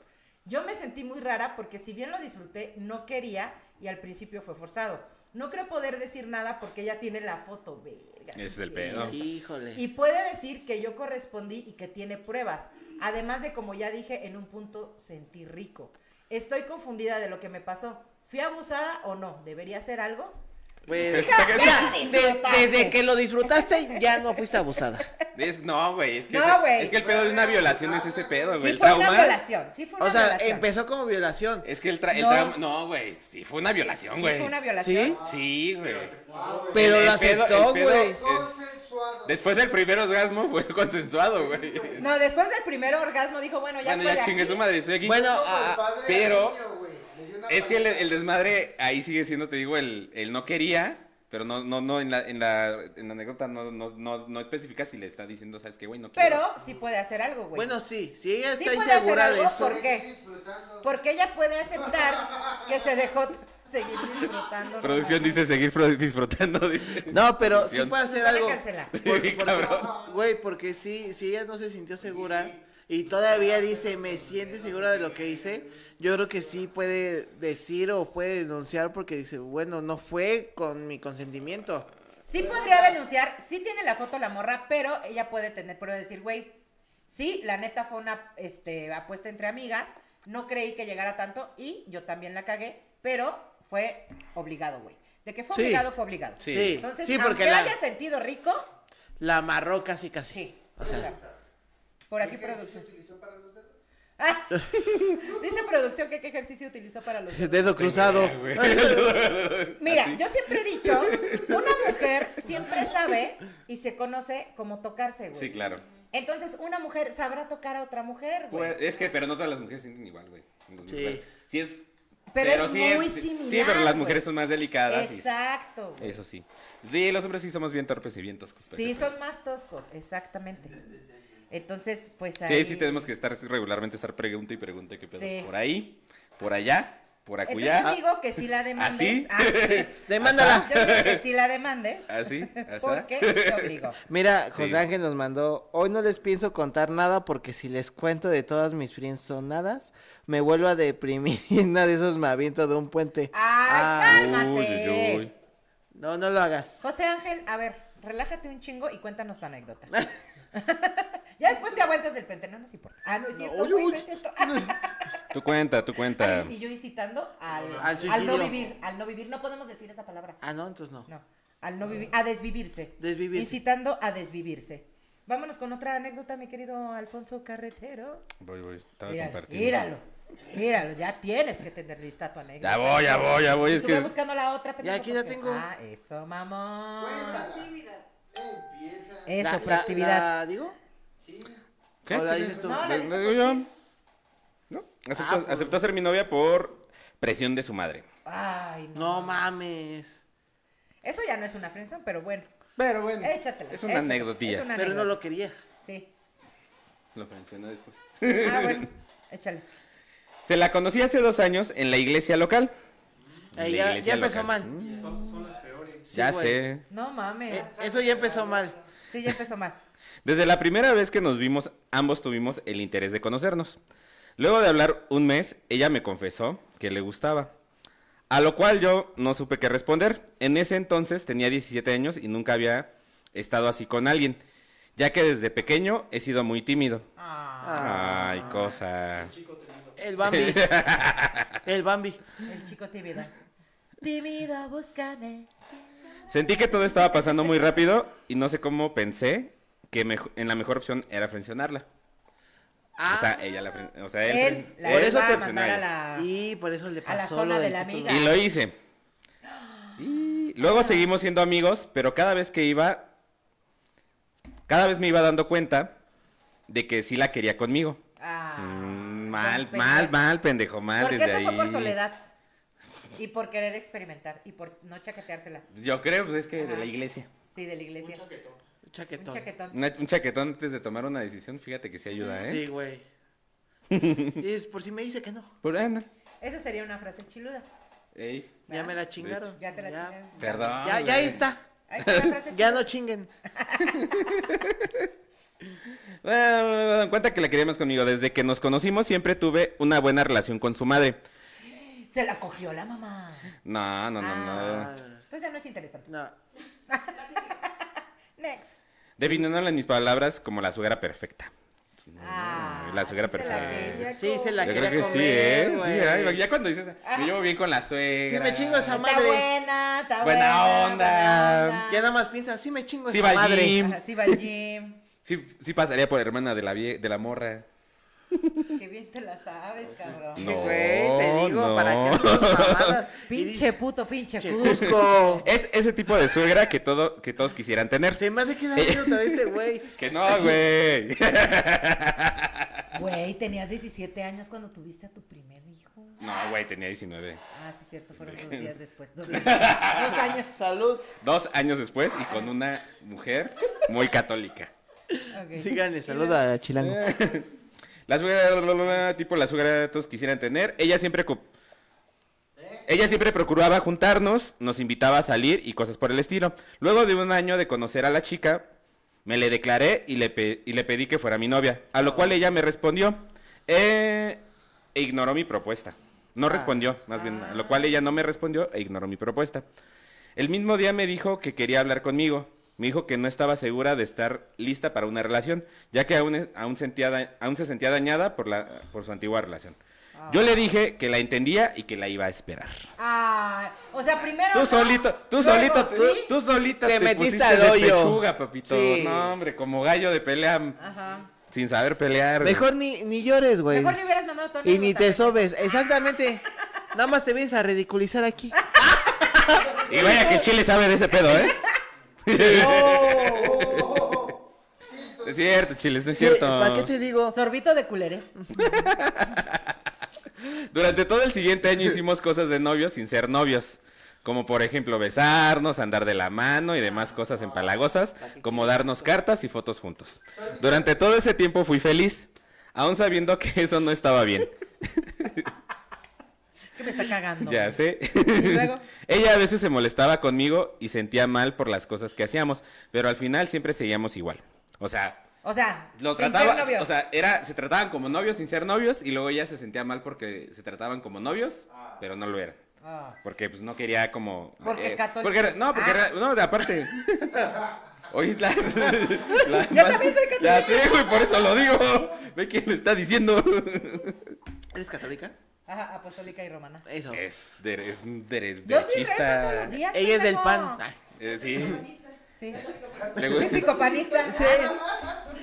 Speaker 4: Yo me sentí muy rara porque si bien lo disfruté, no quería y al principio fue forzado. No creo poder decir nada porque ella tiene la foto, verga.
Speaker 2: Ese es
Speaker 4: sí,
Speaker 2: el pedo.
Speaker 3: Híjole.
Speaker 4: y puede decir que yo correspondí y que tiene pruebas. Además de, como ya dije, en un punto sentí rico. Estoy confundida de lo que me pasó. ¿Fui abusada o no? ¿Debería hacer algo?
Speaker 3: Pues,
Speaker 4: Hija,
Speaker 3: mira,
Speaker 4: ya
Speaker 3: de-
Speaker 4: disfrutaste.
Speaker 3: desde que lo disfrutaste ya no fuiste abusada.
Speaker 2: Es, no, güey. Es que,
Speaker 3: No,
Speaker 2: ese-
Speaker 3: güey.
Speaker 2: es que el pedo de una violación es ese pedo, güey.
Speaker 3: Sí
Speaker 2: el
Speaker 3: fue una
Speaker 2: trauma.
Speaker 3: violación,
Speaker 4: sí fue
Speaker 3: O sea, empezó como violación.
Speaker 2: Es que el, tra- el
Speaker 3: No.
Speaker 2: trauma. No, güey. Sí fue una violación,
Speaker 3: Sí
Speaker 2: güey.
Speaker 3: fue una violación.
Speaker 2: Sí, sí, güey.
Speaker 3: Pero
Speaker 2: El-
Speaker 3: lo
Speaker 2: el pedo-
Speaker 3: aceptó,
Speaker 2: el pedo
Speaker 3: güey.
Speaker 2: es- Después del primer orgasmo fue consensuado, güey.
Speaker 4: No, después del primer orgasmo dijo, bueno, ya
Speaker 2: Bueno,
Speaker 4: estoy
Speaker 2: ya
Speaker 4: aquí.
Speaker 2: chingue su madre, estoy aquí.
Speaker 3: Bueno, ah,
Speaker 2: Ah, pero es que el, el desmadre ahí sigue siendo, te digo, el, el no quería, pero no, no, no, en la, en la, en la anécdota no, no, no, no especifica si le está diciendo, sabes qué, güey, no quiero.
Speaker 4: Pero sí puede hacer algo, güey.
Speaker 3: Bueno, sí, si ella
Speaker 4: Sí
Speaker 3: está
Speaker 4: puede hacer
Speaker 3: insegura de
Speaker 4: algo,
Speaker 3: eso.
Speaker 4: ¿Por qué? Porque ella puede aceptar que se dejó t- seguir disfrutando.
Speaker 2: Producción dice seguir pro- disfrutando. dice.
Speaker 3: No, pero sí
Speaker 2: Producción.
Speaker 3: puede hacer
Speaker 4: Van a
Speaker 3: algo.
Speaker 4: cancelar.
Speaker 3: Por-
Speaker 2: Sí,
Speaker 3: porque-
Speaker 2: cabrón.
Speaker 3: Güey, porque sí, si ella no se sintió segura y todavía dice, me siento segura de lo que hice, yo creo que sí puede decir o puede denunciar porque dice, bueno, no fue con mi consentimiento.
Speaker 4: Sí podría denunciar, sí tiene la foto la morra, pero ella puede tener prueba de decir, güey, sí, la neta fue una este, apuesta entre amigas, no creí que llegara tanto y yo también la cagué, pero fue obligado, güey. De que fue
Speaker 3: Sí.
Speaker 4: obligado, fue obligado.
Speaker 3: Sí.
Speaker 4: Entonces,
Speaker 3: Sí, porque
Speaker 4: aunque
Speaker 3: la-
Speaker 4: haya sentido rico,
Speaker 3: La amarró casi casi. O sea,
Speaker 4: por aquí producción. Ah, dice producción que qué ejercicio utilizó para los dedos.
Speaker 3: dedo cruzado.
Speaker 4: Mira, yo siempre he dicho, una mujer siempre sabe y se conoce cómo tocarse, güey.
Speaker 2: Sí, claro.
Speaker 4: Entonces, una mujer sabrá tocar a otra mujer, güey.
Speaker 2: Pues, es que, pero no todas las mujeres sienten igual, güey. Los-
Speaker 4: Sí.
Speaker 2: Sí es.
Speaker 4: Pero es
Speaker 2: sí
Speaker 4: muy
Speaker 2: Sí,
Speaker 4: similar,
Speaker 2: pero las
Speaker 4: güey.
Speaker 2: mujeres son más delicadas. y-
Speaker 4: Exacto. güey.
Speaker 2: Eso sí. Sí, los hombres sí somos bien torpes y bien toscos.
Speaker 4: Sí, son más toscos, exactamente. Entonces, pues ahí...
Speaker 2: Sí, sí tenemos que estar regularmente estar pregunta y pregunta qué pedo.
Speaker 4: Sí.
Speaker 2: Por ahí, por allá, por
Speaker 4: Entonces
Speaker 2: acullá.
Speaker 4: digo que si la demandes...
Speaker 2: ¿Así?
Speaker 4: Ah, sí.
Speaker 3: Demándala.
Speaker 4: Yo digo que si la demandes...
Speaker 2: ¿Así?
Speaker 4: Porque te obligó.
Speaker 3: Mira,
Speaker 2: Sí.
Speaker 3: José Ángel nos mandó, hoy no les pienso contar nada porque si les cuento de todas mis friendzonadas, me vuelvo a deprimir y en una de esos me aviento de un puente.
Speaker 4: Ah.
Speaker 2: Ah,
Speaker 4: ¡Ay, cálmate!
Speaker 3: No, no lo hagas.
Speaker 4: José Ángel, a ver, relájate un chingo y cuéntanos tu anécdota. ya después te aguantas del pente, no nos importa. Ah, no es cierto,
Speaker 3: oye,
Speaker 4: güey, no
Speaker 3: oye.
Speaker 4: es cierto.
Speaker 2: Tú cuenta, tú cuenta.
Speaker 4: y yo incitando al,
Speaker 3: Al
Speaker 4: al,
Speaker 3: suicidio.
Speaker 4: no vivir, al no vivir, no podemos decir esa palabra.
Speaker 3: Ah, no, entonces no.
Speaker 4: Al no vivir, a desvivirse.
Speaker 3: Desvivirse.
Speaker 4: Incitando a desvivirse. Vámonos con otra anécdota, mi querido Alfonso Carretero.
Speaker 2: Voy, voy. Estaba
Speaker 4: Míralo,
Speaker 2: compartiendo.
Speaker 4: míralo, míralo, ya tienes que tener lista tu anécdota.
Speaker 2: Ya voy, ya voy, ya voy, es
Speaker 4: Estuve
Speaker 2: que-
Speaker 4: buscando la otra,
Speaker 3: Ya, aquí la
Speaker 4: porque-
Speaker 3: tengo.
Speaker 4: Ah, eso, mamón.
Speaker 3: La-
Speaker 4: Eso,
Speaker 3: la-
Speaker 4: proactividad.
Speaker 3: la digo?
Speaker 2: ¿Qué?
Speaker 3: ¿O la
Speaker 2: ¿Qué
Speaker 3: dices tú?
Speaker 2: No, la dices tú, yo. ¿No? Aceptó,
Speaker 3: Ah, por-
Speaker 2: aceptó ser mi novia por presión de su madre.
Speaker 4: Ay, no.
Speaker 3: No mames.
Speaker 4: Eso ya no es una friendzone, pero bueno.
Speaker 2: Pero bueno.
Speaker 4: Échatela.
Speaker 2: Es una
Speaker 4: échatela.
Speaker 2: anécdotilla.
Speaker 4: Es una
Speaker 3: Pero no
Speaker 4: anécdota.
Speaker 3: lo quería.
Speaker 4: Sí.
Speaker 2: Lo mencionó después.
Speaker 4: Ah, bueno. Échale.
Speaker 2: Se la conocí hace dos años en la iglesia local. En la
Speaker 3: Eh, ya,
Speaker 2: iglesia
Speaker 3: ya empezó
Speaker 2: local. Mm.
Speaker 3: mal.
Speaker 5: Son, son las peores.
Speaker 2: ya
Speaker 3: güey.
Speaker 2: sé.
Speaker 4: No mames.
Speaker 3: Eh, eso ya empezó mal.
Speaker 4: Sí, ya empezó mal.
Speaker 2: Desde la primera vez que nos vimos, ambos tuvimos el interés de conocernos. Luego de hablar un mes, ella me confesó que le gustaba. A lo cual yo no supe qué responder. En ese entonces tenía 17 años y nunca había estado así con alguien, ya que desde pequeño he sido muy tímido.
Speaker 4: Ah.
Speaker 2: Ay, cosa.
Speaker 3: Ah, El Bambi. El Bambi.
Speaker 4: El chico tímido. Tímido, búscame.
Speaker 2: Sentí que todo estaba pasando muy rápido y no sé cómo pensé que mejo- en la mejor opción era frencionarla. O sea, ella la fren- o sea, él,
Speaker 4: Él
Speaker 2: fren-
Speaker 4: la
Speaker 2: él
Speaker 4: iba a
Speaker 2: frencionó
Speaker 4: mandar a
Speaker 2: ella.
Speaker 4: la...
Speaker 3: Y por eso le
Speaker 4: Ah. A la
Speaker 3: pasó
Speaker 4: zona
Speaker 3: lo
Speaker 4: de
Speaker 3: del
Speaker 4: la
Speaker 3: que tú-
Speaker 4: amiga.
Speaker 2: Y lo hice. Y luego seguimos siendo amigos, pero cada vez que iba, cada vez me iba dando cuenta de que sí la quería conmigo.
Speaker 4: Ah,
Speaker 2: Mm, mal,
Speaker 4: pendejo.
Speaker 2: mal, mal, pendejo, mal.
Speaker 4: Porque
Speaker 2: desde
Speaker 4: eso fue por
Speaker 2: ahí.
Speaker 4: soledad. Y por querer experimentar. Y por no chaqueteársela.
Speaker 2: Yo creo, pues es que de la iglesia.
Speaker 4: Sí, de la iglesia. Un chaquetón.
Speaker 3: Chaquetón.
Speaker 4: Un chaquetón.
Speaker 2: Una- un chaquetón antes de tomar una decisión, fíjate que sí ayuda,
Speaker 3: Sí,
Speaker 2: ¿eh?
Speaker 3: güey. Es por si me dice que no.
Speaker 2: Por anda.
Speaker 4: Esa sería una frase chiluda.
Speaker 2: Ey.
Speaker 3: Ya me la chingaron.
Speaker 4: Ya te la chingaron.
Speaker 2: Perdón.
Speaker 3: Ya, ya
Speaker 2: güey.
Speaker 3: ahí está.
Speaker 4: Ahí está la frase
Speaker 3: Ya no chinguen.
Speaker 2: Bueno, me he dado cuenta que la quería más conmigo. Desde que nos conocimos siempre tuve una buena relación con su madre.
Speaker 4: Se la cogió la mamá.
Speaker 2: No, no, no,
Speaker 4: Ah,
Speaker 2: no.
Speaker 4: Entonces ya no es interesante.
Speaker 3: Ah, No.
Speaker 4: Next.
Speaker 2: Definiéndola en mis palabras como la suegra perfecta.
Speaker 4: Ah,
Speaker 2: la suegra
Speaker 4: sí se la
Speaker 2: perfecta.
Speaker 4: quería
Speaker 3: Sí, se la
Speaker 2: Yo
Speaker 3: quería
Speaker 2: creo que sí,
Speaker 3: comer,
Speaker 2: ¿eh? Sí,
Speaker 3: güey.
Speaker 2: ay, ya cuando dices, me llevo bien con la suegra.
Speaker 3: Sí, me chingo esa
Speaker 4: Está
Speaker 3: madre.
Speaker 4: buena, está
Speaker 2: Buena
Speaker 4: buena.
Speaker 2: onda.
Speaker 3: Ya nada más piensa, sí me chingo
Speaker 2: Sí
Speaker 3: esa
Speaker 2: va al
Speaker 3: madre.
Speaker 2: gym.
Speaker 4: Ajá, Sí, va al gym.
Speaker 2: Sí, sí pasaría por hermana de la, vie- de la morra.
Speaker 4: Qué bien te la sabes, cabrón.
Speaker 3: Sí, güey, te digo, ¿para qué haces tus mamadas?
Speaker 4: Pinche puto, pinche
Speaker 3: Cusco.
Speaker 2: Es ese tipo de suegra que, todo, que todos quisieran tener.
Speaker 3: Se me hace que da miedo otra vez ese güey.
Speaker 2: Que no, güey.
Speaker 4: Güey, tenías 17 años cuando tuviste a tu primer hijo.
Speaker 2: No, güey, tenía 19.
Speaker 4: Ah, sí, es cierto, fueron dos días después. Dos, días- dos años.
Speaker 3: Salud.
Speaker 2: Dos años después y con una mujer muy católica.
Speaker 4: Ok.
Speaker 3: Díganle, saluda a Chilango.
Speaker 2: Eh. La suegra, la, la, la, la, tipo la suegra todos quisieran tener. Ella siempre cu- ella siempre procuraba juntarnos, nos invitaba a salir y cosas por el estilo. Luego de un año de conocer a la chica, me le declaré y le, pe- y le pedí que fuera mi novia. A lo cual ella me respondió eh, e ignoró mi propuesta. No
Speaker 18: Ah.
Speaker 2: respondió, más bien. A lo cual ella no me respondió e ignoró mi propuesta. El mismo día me dijo que quería hablar conmigo. Me dijo que no estaba segura de estar lista para una relación, ya que aún, e, aún, sentía da- aún se sentía dañada por, la, por su antigua relación. Yo le dije que la entendía y que la iba a esperar.
Speaker 4: Ah, o sea, primero.
Speaker 2: Tú
Speaker 4: no,
Speaker 2: solito, tú
Speaker 4: luego
Speaker 2: solito,
Speaker 4: sí.
Speaker 2: tú, tú solita
Speaker 3: Te
Speaker 2: te,
Speaker 3: metiste
Speaker 2: pusiste
Speaker 3: al
Speaker 2: de
Speaker 3: hoyo.
Speaker 2: pechuga, papito.
Speaker 3: Sí.
Speaker 2: No, hombre, como gallo de pelea,
Speaker 4: Ajá.
Speaker 2: sin saber pelear.
Speaker 3: Mejor ni, ni llores, güey.
Speaker 4: Mejor le hubieras mandado a Tony.
Speaker 3: Y ni te sobes. Exactamente. Nada más te vienes a ridiculizar aquí.
Speaker 2: Y vaya que el chile sabe de ese pedo, ¿eh?
Speaker 3: Oh.
Speaker 2: No es cierto, chiles, no es
Speaker 3: Sí,
Speaker 2: cierto.
Speaker 3: ¿Para qué te digo?
Speaker 4: Oh. Sorbito de culeres.
Speaker 2: Durante todo el siguiente año hicimos cosas de novios sin ser novios. Como por ejemplo besarnos, andar de la mano y
Speaker 4: Ah,
Speaker 2: demás cosas empalagosas, como darnos cartas y fotos juntos. Durante todo ese tiempo fui feliz, aún sabiendo que eso no estaba bien.
Speaker 4: Que me está cagando.
Speaker 2: Ya sé.
Speaker 4: Y luego.
Speaker 2: Ella a veces se molestaba conmigo y sentía mal por las cosas que hacíamos, pero al final siempre seguíamos igual. O sea,
Speaker 4: O sea,
Speaker 2: lo
Speaker 4: sin ser
Speaker 2: trataba,
Speaker 4: novio.
Speaker 2: o sea, era, se trataban como novios sin ser novios y luego ella se sentía mal porque se trataban como novios, pero no lo eran.
Speaker 4: Ah.
Speaker 2: Porque pues no quería como... eh,
Speaker 4: Porque católicos.
Speaker 2: porque era- no, porque
Speaker 4: Ah.
Speaker 2: era- no, de aparte. Oye, la, la-
Speaker 4: Yo también soy católica.
Speaker 2: Ya sé, güey, por eso lo digo. Ve quién lo está diciendo.
Speaker 3: ¿Eres católica?
Speaker 4: Ajá, apostólica y romana.
Speaker 3: Eso.
Speaker 2: Es, de, es de-
Speaker 4: Yo sí rezo todos los
Speaker 2: derechista.
Speaker 4: días.
Speaker 3: Ella es del
Speaker 4: pendejo.
Speaker 3: pan. Ay,
Speaker 2: Eh, sí.
Speaker 4: Sí.
Speaker 2: Le gusta-
Speaker 4: Típico panista.
Speaker 3: Sí.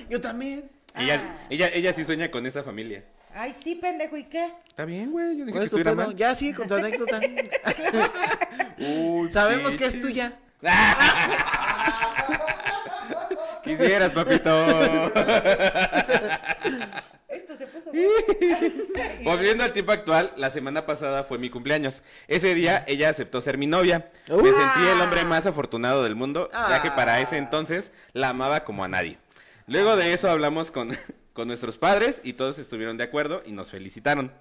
Speaker 3: Yo también.
Speaker 2: Ella,
Speaker 3: Ah.
Speaker 2: ella, ella sí sueña con esa familia.
Speaker 4: Ay, sí, pendejo, ¿y qué?
Speaker 2: Está bien, güey. Yo dije
Speaker 3: ¿Cuál
Speaker 2: que
Speaker 3: es tu
Speaker 2: estuviera
Speaker 3: pedo?
Speaker 2: mal.
Speaker 3: Ya sigue con tu anécdota.
Speaker 2: Uy,
Speaker 3: Sabemos
Speaker 2: sí.
Speaker 3: que es tuya.
Speaker 2: Quisieras, papito.
Speaker 4: Esto se puso.
Speaker 2: Volviendo al tiempo actual, la semana pasada fue mi cumpleaños. Ese día ella aceptó ser mi novia. Me sentí el
Speaker 4: Ah.
Speaker 2: hombre más afortunado del mundo, ya que para ese entonces la amaba como a nadie. Luego de eso hablamos con, con nuestros padres y todos estuvieron de acuerdo y nos felicitaron.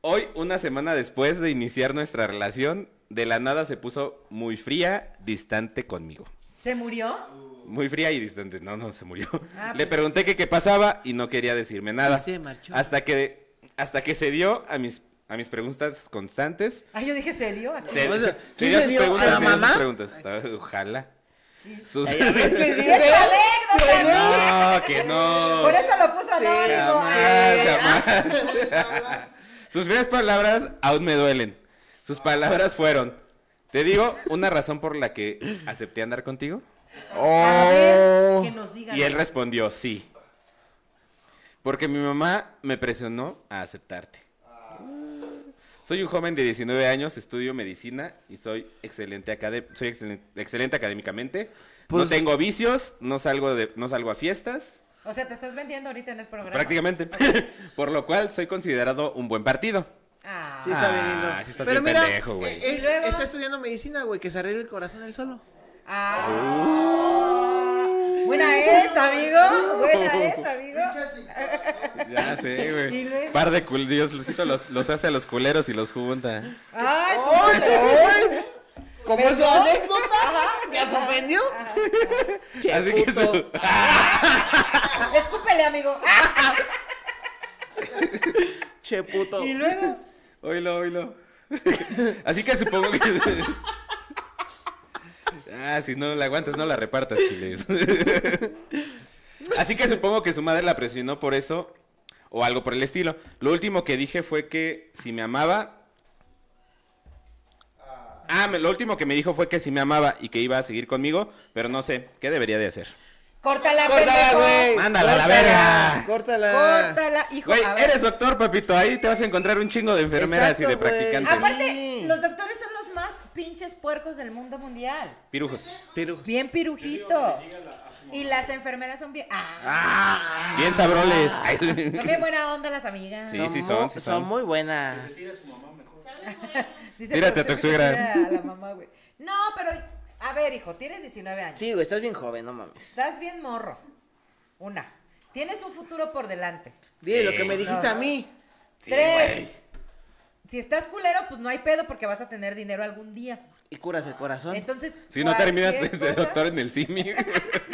Speaker 2: Hoy, una semana después de iniciar nuestra relación, de la nada se puso muy fría, distante conmigo.
Speaker 4: ¿Se murió?
Speaker 2: Muy fría y distante. No, no, se murió.
Speaker 4: Ah,
Speaker 2: Le
Speaker 4: pues.
Speaker 2: pregunté que qué pasaba y no quería decirme nada.
Speaker 3: Y se marchó.
Speaker 2: Hasta que, hasta que se dio a mis, a mis preguntas constantes.
Speaker 4: Ay, yo dije, ¿se dio? ¿A qué?
Speaker 2: Se,
Speaker 3: O sea,
Speaker 2: se
Speaker 3: ¿sí
Speaker 2: dio
Speaker 3: se
Speaker 2: sus
Speaker 3: dio a
Speaker 2: preguntas,
Speaker 3: la
Speaker 2: se dio sus
Speaker 3: mamá?
Speaker 2: preguntas. Ojalá. Sus-
Speaker 3: Es que sí,
Speaker 4: ¡Es
Speaker 3: ¿eh?
Speaker 4: anécdota, güey!
Speaker 2: no, que no.
Speaker 4: Por eso lo puso anónimo.
Speaker 2: Jamás,
Speaker 3: eh,
Speaker 4: Ay,
Speaker 2: jamás. Sus primeras palabras aún me duelen. Sus palabras fueron, te digo una razón por la que acepté andar contigo.
Speaker 4: A ver, que nos digan.
Speaker 2: Y él respondió, sí. Porque mi mamá me presionó a aceptarte. Soy un joven de 19 años, estudio medicina y soy excelente, acadé- soy excelen- excelente académicamente.
Speaker 3: Pues-
Speaker 2: no tengo vicios, no salgo, de, no salgo a fiestas,
Speaker 4: O sea, te estás vendiendo ahorita en el programa.
Speaker 2: prácticamente. Por lo cual soy considerado un buen partido.
Speaker 4: Ah.
Speaker 3: Sí, está bien lindo.
Speaker 2: Ah, sí estás
Speaker 3: Pero
Speaker 2: bien
Speaker 3: mira,
Speaker 2: pendejo, güey.
Speaker 3: eh, es-
Speaker 4: Y luego-
Speaker 3: está estudiando medicina, güey, que se arregle el corazón él solo.
Speaker 4: Ah. Buena es, amigo. Buena es, amigo.
Speaker 2: Ya sé,
Speaker 4: Y
Speaker 2: güey.
Speaker 4: luego-
Speaker 2: Par de cul Dios Lucito los, los hace a los culeros y los junta.
Speaker 4: Ay, tú-
Speaker 3: Como
Speaker 4: ¿Perdón?
Speaker 3: es su anécdota, ya se ofendió. Qué
Speaker 2: Así que
Speaker 3: puto.
Speaker 2: su-
Speaker 4: escúpele, amigo. Ah,
Speaker 3: Che puto.
Speaker 4: Y luego.
Speaker 2: Oilo, oilo. Así que supongo que. ah, si no la aguantas, no la repartas, chiles. Así que supongo que su madre la presionó por eso o algo por el estilo. Lo último que dije fue que si me amaba... Ah, me- lo último que me dijo fue que si me amaba y que iba a seguir conmigo, pero no sé, ¿qué debería de hacer?
Speaker 4: Córtala,
Speaker 3: Córtala,
Speaker 4: pendejo.
Speaker 3: güey.
Speaker 2: Mándala a la
Speaker 3: Córtala,
Speaker 2: verga.
Speaker 3: Córtala.
Speaker 4: Córtala, hijo.
Speaker 2: Güey,
Speaker 4: a ver.
Speaker 2: eres doctor, papito, ahí te vas a encontrar un chingo de enfermeras y de
Speaker 3: Exacto, güey.
Speaker 2: practicantes.
Speaker 4: Aparte, los doctores son los más pinches puercos del mundo mundial.
Speaker 2: Pirujos.
Speaker 4: Bien pirujitos. Y las enfermeras son bien. ¡Ah!
Speaker 2: Bien sabroles. Ay,
Speaker 4: Son bien buena onda las amigas.
Speaker 2: Sí, sí son, sí son.
Speaker 3: muy buenas.
Speaker 4: Dice, "Por
Speaker 2: Tírate a tu
Speaker 4: eso que
Speaker 2: suegra".
Speaker 4: tira a la mamá, güey. No, pero. A ver, hijo, tienes 19 años.
Speaker 3: Sí, güey, estás bien joven, no mames.
Speaker 4: Estás bien morro. Una. Tienes un futuro por delante.
Speaker 3: Dile lo que me dijiste
Speaker 4: Dos.
Speaker 3: a mí.
Speaker 4: Tres. Si estás culero, pues no hay pedo porque vas a tener dinero algún día.
Speaker 3: Y curas el corazón.
Speaker 4: Entonces.
Speaker 2: Ah. Si no terminas
Speaker 4: cualquier
Speaker 2: de
Speaker 4: cosa-
Speaker 2: doctor en el CIMI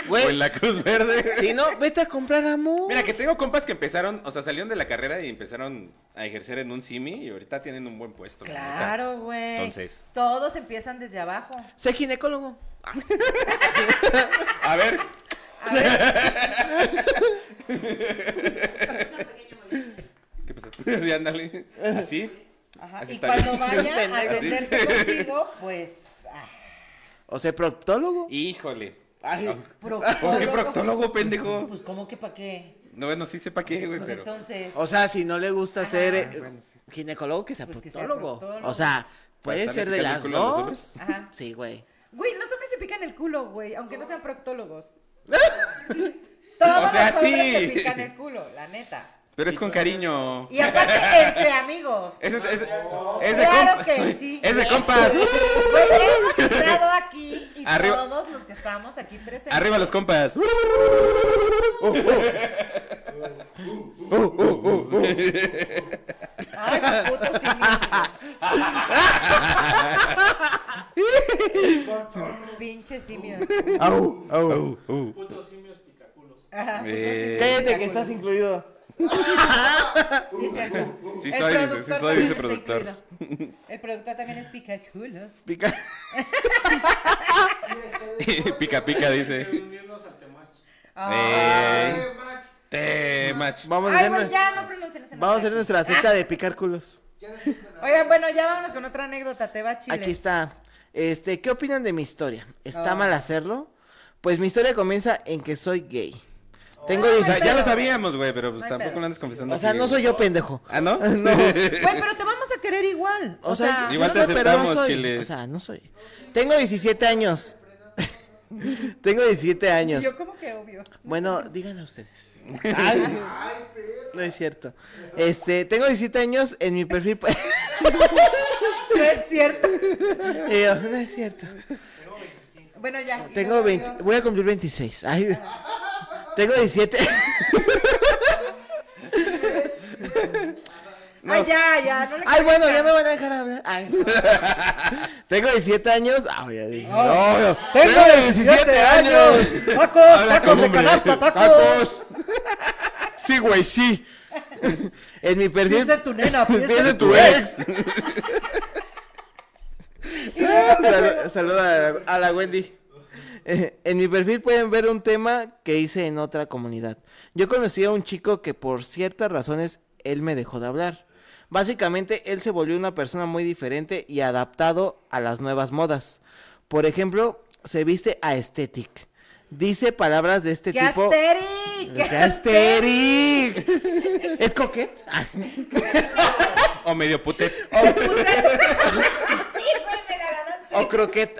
Speaker 3: Güey.
Speaker 2: o en la Cruz Verde.
Speaker 3: Si no, vete a comprar amor.
Speaker 2: Mira, que tengo compas que empezaron, o sea, salieron de la carrera y empezaron a ejercer en un CIMI y ahorita tienen un buen puesto. la neta.
Speaker 4: Claro, güey.
Speaker 2: Entonces.
Speaker 4: Todos empiezan desde abajo.
Speaker 3: Sé ginecólogo.
Speaker 2: A ver. ¿Qué pasó? Sí, ándale. Así.
Speaker 4: Ajá.
Speaker 2: Así
Speaker 4: y
Speaker 2: está
Speaker 4: cuando
Speaker 2: bien.
Speaker 4: vayan a
Speaker 2: Así.
Speaker 4: atenderse contigo, pues. ah,
Speaker 3: O sea, proctólogo.
Speaker 2: Híjole.
Speaker 3: Ay,
Speaker 2: No. ¿Por qué
Speaker 4: proctólogo.
Speaker 2: proctólogo, pendejo?
Speaker 4: Pues, ¿cómo que para qué?
Speaker 2: No, bueno, sí sepa qué, güey,
Speaker 4: Pues
Speaker 2: pero.
Speaker 4: entonces.
Speaker 3: O sea, si no le gusta ser
Speaker 4: Ah,
Speaker 3: eh,
Speaker 2: bueno,
Speaker 3: ginecólogo, que sea
Speaker 4: Pues que sea
Speaker 3: proctólogo.
Speaker 4: proctólogo.
Speaker 3: O sea, puede
Speaker 2: estarle
Speaker 3: ser de
Speaker 2: picando el
Speaker 3: las
Speaker 2: culo a los
Speaker 3: dos.
Speaker 2: hombres?
Speaker 4: Ajá.
Speaker 3: Sí, güey.
Speaker 4: Güey, los hombres se pican el culo, güey, aunque no sean proctólogos.
Speaker 2: O
Speaker 4: Todos
Speaker 2: sea,
Speaker 4: los hombres
Speaker 2: sí.
Speaker 4: se pican el culo, la neta.
Speaker 2: Pero es con cariño.
Speaker 4: Y aparte, entre amigos.
Speaker 2: Ese, ese, ese
Speaker 4: Claro
Speaker 2: compa-
Speaker 4: que sí. Pues,
Speaker 2: Ese compas.
Speaker 4: Güey, hemos estado aquí y
Speaker 2: Arriba-
Speaker 4: todos los que estamos aquí presentes.
Speaker 2: Arriba los compas.
Speaker 4: Ay, qué puto simio. Pinches simios.
Speaker 3: Au, au.
Speaker 2: Uh, uh.
Speaker 5: Putos simios picaculos.
Speaker 4: Ajá, pues putos
Speaker 2: Eh.
Speaker 4: simios.
Speaker 3: Cállate que estás incluido.
Speaker 4: Sí, cierto.
Speaker 2: Sí
Speaker 4: El
Speaker 2: soy, dice,
Speaker 4: productor
Speaker 2: sí soy, dice
Speaker 4: también está
Speaker 2: productor.
Speaker 4: incluido. El productor también es picaculos.
Speaker 3: Pica.
Speaker 2: pica, pica,
Speaker 5: Hay que
Speaker 2: dice. Este,
Speaker 5: unirnos al temach.
Speaker 4: Ay.
Speaker 2: Ey. Te match.
Speaker 3: Eh, Vamos
Speaker 4: Ay,
Speaker 3: a hacer,
Speaker 4: bueno,
Speaker 3: nue-
Speaker 4: ya Ah. no pronuncien ese
Speaker 3: vamos a
Speaker 4: nombre.
Speaker 3: hacer nuestra cita de picar culos.
Speaker 4: Oigan, bueno, ya vámonos con otra anécdota. Te va Chile.
Speaker 3: Aquí está. Este, ¿qué opinan de mi historia? ¿Está
Speaker 4: Ah.
Speaker 3: mal hacerlo? Pues mi historia comienza en que soy gay. Tengo
Speaker 4: Ah,
Speaker 2: O sea,
Speaker 3: 16.
Speaker 2: ya lo sabíamos, güey, pero pues
Speaker 4: No hay
Speaker 2: tampoco
Speaker 4: pedo.
Speaker 2: lo andes confesando.
Speaker 3: O sea,
Speaker 2: así,
Speaker 3: no
Speaker 2: güey.
Speaker 3: soy yo pendejo.
Speaker 2: Ah, ¿no?
Speaker 4: Güey, pero te vamos a querer igual.
Speaker 3: O sea,
Speaker 2: Igual
Speaker 3: no,
Speaker 2: te
Speaker 3: no, pero no
Speaker 2: aceptamos,
Speaker 3: soy.
Speaker 2: chiles.
Speaker 3: O sea, no soy. Tengo 17 años. Tengo 17 años.
Speaker 4: yo como que obvio.
Speaker 3: Bueno, díganlo ustedes. no es cierto. Este, tengo 17 años en mi perfil. pues. pa-
Speaker 4: No es cierto.
Speaker 3: Y yo, no es cierto.
Speaker 4: Bueno, ya.
Speaker 3: Tengo 20, voy a cumplir 26. Ay, tengo 17.
Speaker 4: Ay, ya, ya. No le
Speaker 3: Ay,
Speaker 4: caigas
Speaker 3: bueno, ya
Speaker 4: tan-
Speaker 3: me van a dejar hablar. Ay, no. Tengo 17 años. Ah, ya dije.
Speaker 4: Ah.
Speaker 3: No, no.
Speaker 4: Tacos,
Speaker 2: Habla
Speaker 4: tacos
Speaker 2: como
Speaker 4: de
Speaker 2: hombre.
Speaker 4: canasta, tacos.
Speaker 3: ¡Tacos! Sí, güey, sí. En mi perfil.
Speaker 4: Piensa en tu nena, piensa
Speaker 3: Piensa
Speaker 4: en
Speaker 3: en tu ex. Saluda a, la Wendy. Eh, En mi perfil pueden ver un tema que hice en otra comunidad. Yo conocí a un chico que por ciertas razones él me dejó de hablar. Básicamente él se volvió una persona muy diferente y adaptado a las nuevas modas. Por ejemplo, se viste aesthetic. Dice palabras de este
Speaker 4: ¡Qué
Speaker 3: tipo.
Speaker 4: asteric!
Speaker 3: ¡Qué asteric! ¿Es coquet?
Speaker 2: O medio putet.
Speaker 4: Oh, Sí, güey, me la ganaste.
Speaker 3: ¿O croquet?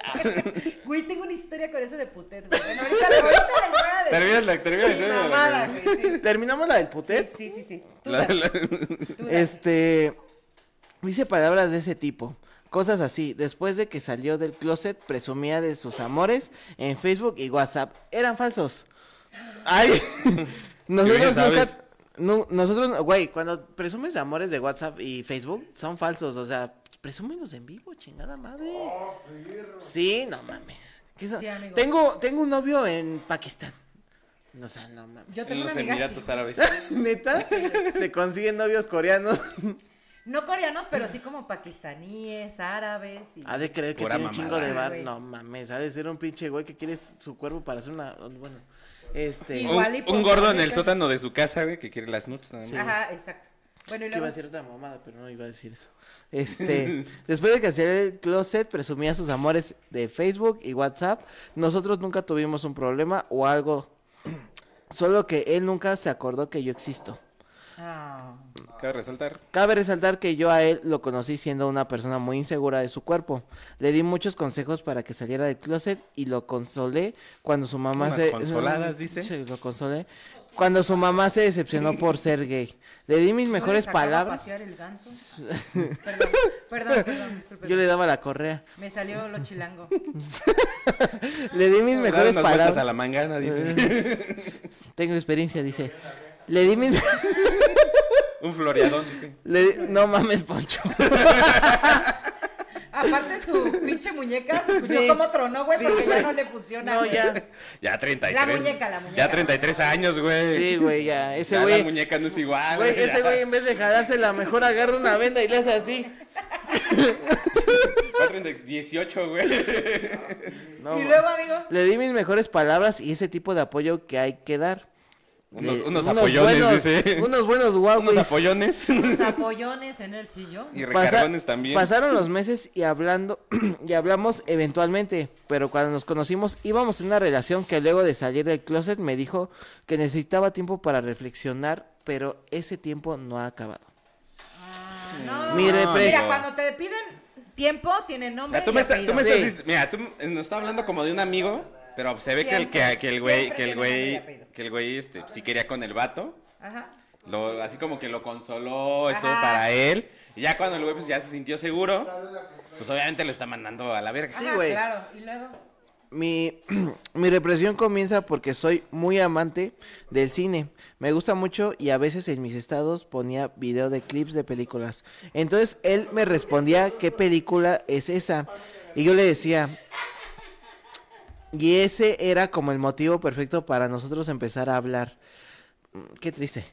Speaker 4: Güey, tengo una historia con eso de putet, güey. Bueno, ahorita, ahorita les voy a decir.
Speaker 2: Terminas la- terminas
Speaker 4: Mi
Speaker 2: la historia de la
Speaker 4: mamada,
Speaker 2: que-
Speaker 4: güey, sí.
Speaker 3: ¿Terminamos la del putet?
Speaker 4: Sí, sí, sí. Tú
Speaker 2: La-
Speaker 4: dale,
Speaker 2: la-
Speaker 4: tú dale.
Speaker 3: Este dice palabras de ese tipo, cosas así. Después de que salió del closet, presumía de sus amores en Facebook y WhatsApp. Eran falsos. Ay, nosotros
Speaker 2: bien
Speaker 3: nunca.
Speaker 2: sabes.
Speaker 3: nu- nosotros, güey, cuando presumes de amores de WhatsApp y Facebook, son falsos. O sea, presúmelos en vivo, chingada madre. Sí, no mames. ¿Qué son?
Speaker 4: Oh, Sí, amigo.
Speaker 3: tengo, tengo un novio en Pakistán. O sea, no mames.
Speaker 4: Yo tengo
Speaker 2: En
Speaker 4: una
Speaker 2: los
Speaker 4: amiga
Speaker 2: Emiratos
Speaker 4: así.
Speaker 2: Árabes.
Speaker 3: ¿Neta? Se consiguen novios coreanos.
Speaker 4: No coreanos, pero sí como pakistaníes, árabes. Y...
Speaker 3: Ha Ah, de creer que
Speaker 2: Pura
Speaker 3: tiene un chingo
Speaker 2: mamada.
Speaker 3: de
Speaker 4: Sí,
Speaker 3: bar.
Speaker 4: güey.
Speaker 3: No mames, ha de ser un pinche güey que quiere su cuerpo para hacer una. Bueno, Este,
Speaker 4: Igual y
Speaker 2: un, un
Speaker 4: pues,
Speaker 2: gordo en el
Speaker 4: ahorita-
Speaker 2: sótano de su casa, güey, que quiere las nuts. nada más.
Speaker 4: Ajá, exacto. Bueno, y
Speaker 3: que iba a
Speaker 4: luego.
Speaker 3: decir otra mamada, pero no iba a decir eso. Este, después de que hacía el closet, presumía sus amores de Facebook y WhatsApp. Nosotros nunca tuvimos un problema o algo. Solo que él nunca se acordó que yo existo.
Speaker 4: Ah.
Speaker 2: Cabe resaltar.
Speaker 3: Cabe resaltar que yo a él lo conocí siendo una persona muy insegura de su cuerpo. Le di muchos consejos para que saliera del closet y lo consolé cuando su mamá
Speaker 2: Unas
Speaker 3: se...
Speaker 2: consoladas, dice.
Speaker 3: Sí, lo consolé. Cuando su mamá se decepcionó por ser gay. Le di mis
Speaker 4: ¿No
Speaker 3: mejores
Speaker 4: le sacaba a
Speaker 3: palabras.
Speaker 4: pasear el ganso? perdón, perdón, perdón, disculpen.
Speaker 3: Yo le daba la correa.
Speaker 4: Me salió lo chilango.
Speaker 3: Le di mis
Speaker 2: Dale
Speaker 3: mejores
Speaker 2: unas vueltas
Speaker 3: palabras.
Speaker 2: a la mangana, dice.
Speaker 3: Tengo experiencia, dice. Le di mis.
Speaker 2: Un floreadón, dice.
Speaker 3: Le di- No mames, Poncho.
Speaker 4: Aparte su pinche muñeca se escuchó
Speaker 3: Sí.
Speaker 4: como tronó, güey,
Speaker 3: Sí,
Speaker 4: porque ya
Speaker 3: güey.
Speaker 4: no le funciona.
Speaker 3: No, ya.
Speaker 2: Ya 33.
Speaker 4: La muñeca, la muñeca.
Speaker 2: Ya 33 años, güey.
Speaker 3: Sí, güey, ya. Ese
Speaker 2: Ya
Speaker 3: güey-
Speaker 2: La muñeca no es igual.
Speaker 3: Güey,
Speaker 2: ya.
Speaker 3: ese güey, en vez de jalársela, mejor agarra una venda y le hace así.
Speaker 2: Ya 30 18, güey.
Speaker 3: No,
Speaker 4: y
Speaker 3: ma-
Speaker 4: luego, amigo,
Speaker 3: Le di mis mejores palabras y ese tipo de apoyo que hay que dar.
Speaker 2: Unos-
Speaker 3: Le-
Speaker 2: unos apoyones,
Speaker 3: buenos,
Speaker 2: dice.
Speaker 3: Unos buenos guagües.
Speaker 2: Unos apoyones.
Speaker 4: los apoyones en el sillón.
Speaker 2: Y
Speaker 3: Pasa-
Speaker 2: recargones también.
Speaker 3: Pasaron los meses y hablando y hablamos eventualmente, pero cuando nos conocimos íbamos en una relación que luego de salir del closet me dijo que necesitaba tiempo para reflexionar, pero ese tiempo no ha acabado.
Speaker 4: Ah, No,
Speaker 3: Mi
Speaker 4: Mira,
Speaker 3: represa. Ah,
Speaker 4: cuando te piden tiempo, tiene nombre.
Speaker 2: Mira, tú
Speaker 4: y
Speaker 2: me, está-
Speaker 4: apellido.
Speaker 2: tú me estás dic- mira, tú nos está hablando como de un amigo, pero se ve que el que, que el güey,
Speaker 4: Siempre,
Speaker 2: que
Speaker 4: siempre
Speaker 2: el
Speaker 4: tiene
Speaker 2: güey,
Speaker 4: nombre y apellido.
Speaker 2: que el güey este sí quería con el vato,
Speaker 4: Ajá.
Speaker 2: lo, así como que lo consoló, estuvo
Speaker 4: Ajá.
Speaker 2: para él, y ya cuando el güey pues, ya se sintió seguro, pues obviamente lo está mandando a la verga.
Speaker 3: Sí,
Speaker 4: Ajá,
Speaker 3: güey.
Speaker 4: Claro, y luego.
Speaker 3: Mi, mi represión comienza porque soy muy amante del cine. Me gusta mucho y a veces en mis estados ponía video de clips de películas. Entonces él me respondía qué película es esa. Y yo le decía... Y ese era como el motivo perfecto para nosotros empezar a hablar. Mm, Qué triste.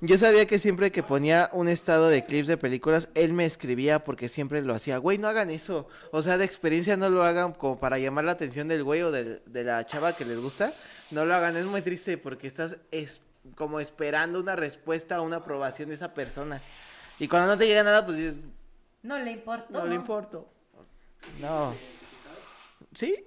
Speaker 3: Yo sabía que siempre que ponía un estado de clips de películas, él me escribía porque siempre lo hacía. Güey, no hagan eso. O sea, de experiencia no lo hagan como para llamar la atención del güey o del- de la chava que les gusta. No lo hagan. Es muy triste porque estás es- como esperando una respuesta o una aprobación de esa persona. Y cuando no te llega nada, pues dices,
Speaker 4: No le importa.
Speaker 3: no le importo. No. ¿Sí?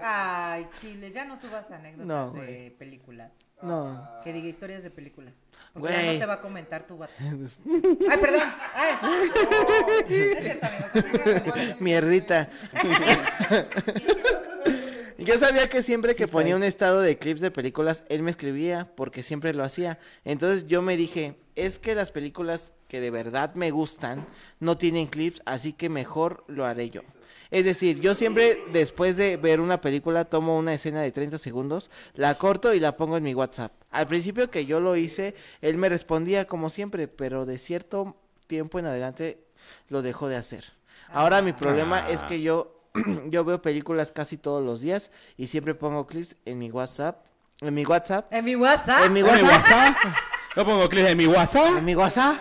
Speaker 4: Ay, Chile, ya no subas anécdotas
Speaker 3: No,
Speaker 4: de
Speaker 3: güey.
Speaker 4: películas.
Speaker 3: No.
Speaker 4: Que diga historias de películas. Porque ya no
Speaker 3: Güey. Pues
Speaker 4: te va a comentar tu vato. Ay, perdón. Ay. No es cierto, amigo.
Speaker 3: Mierdita. Yo sabía que siempre que ponía un estado de clips de películas, él me escribía, porque siempre lo hacía. Entonces yo me dije, es que las películas que de verdad me gustan no tienen clips, así que mejor lo haré yo. Es decir, yo siempre después de ver una película tomo una escena de 30 segundos, la corto y la pongo en mi WhatsApp. Al principio que yo lo hice, él me respondía como siempre, pero de cierto tiempo en adelante lo dejó de hacer. Ahora mi problema
Speaker 2: Ah.
Speaker 3: es que yo, yo veo películas casi todos los días y siempre pongo clips en mi WhatsApp. En mi WhatsApp.
Speaker 4: En mi WhatsApp.
Speaker 3: En mi WhatsApp.
Speaker 2: Yo pongo clic en mi WhatsApp.
Speaker 3: En mi WhatsApp.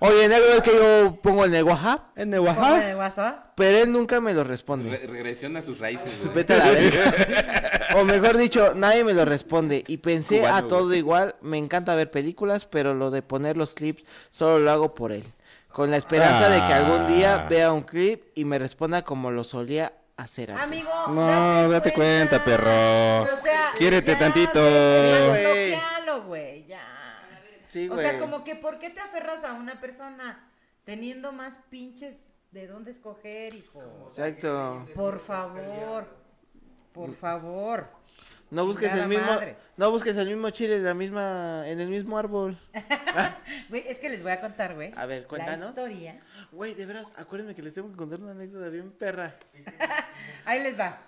Speaker 3: Oye, negro, es que yo pongo en el WhatsApp.
Speaker 2: En el
Speaker 4: Ponme de WhatsApp.
Speaker 3: Pero él nunca me lo responde.
Speaker 2: Re- regresión a sus raíces. güey.
Speaker 3: Vete a la verga. O mejor dicho, nadie me lo responde. Y pensé
Speaker 2: Cubano,
Speaker 3: a
Speaker 2: güey.
Speaker 3: todo igual. Me encanta ver películas, pero lo de poner los clips solo lo hago por él. Con la esperanza de que algún día
Speaker 2: Ah.
Speaker 3: vea un clip y me responda como lo solía hacer antes.
Speaker 4: Amigo,
Speaker 2: No, date cuenta, perro.
Speaker 4: O sea,
Speaker 2: Quiérete
Speaker 4: ya,
Speaker 2: tantito.
Speaker 4: güey,
Speaker 3: Sí, güey.
Speaker 4: bloquealo, güey, ya.
Speaker 3: Sí,
Speaker 4: o sea,
Speaker 3: güey.
Speaker 4: como que ¿por qué te aferras a una persona teniendo más pinches de dónde escoger, hijo?
Speaker 3: Exacto.
Speaker 4: Por favor. Por favor.
Speaker 3: No busques
Speaker 4: Chingada
Speaker 3: el mismo,
Speaker 4: madre.
Speaker 3: no busques el mismo chile en la misma, en el mismo árbol.
Speaker 4: Güey, es que les voy a contar, güey.
Speaker 3: A ver,
Speaker 4: La
Speaker 3: cuéntanos.
Speaker 4: historia.
Speaker 3: Güey, de veras, acuérdenme que les tengo que contar una anécdota bien perra.
Speaker 4: Ahí les va.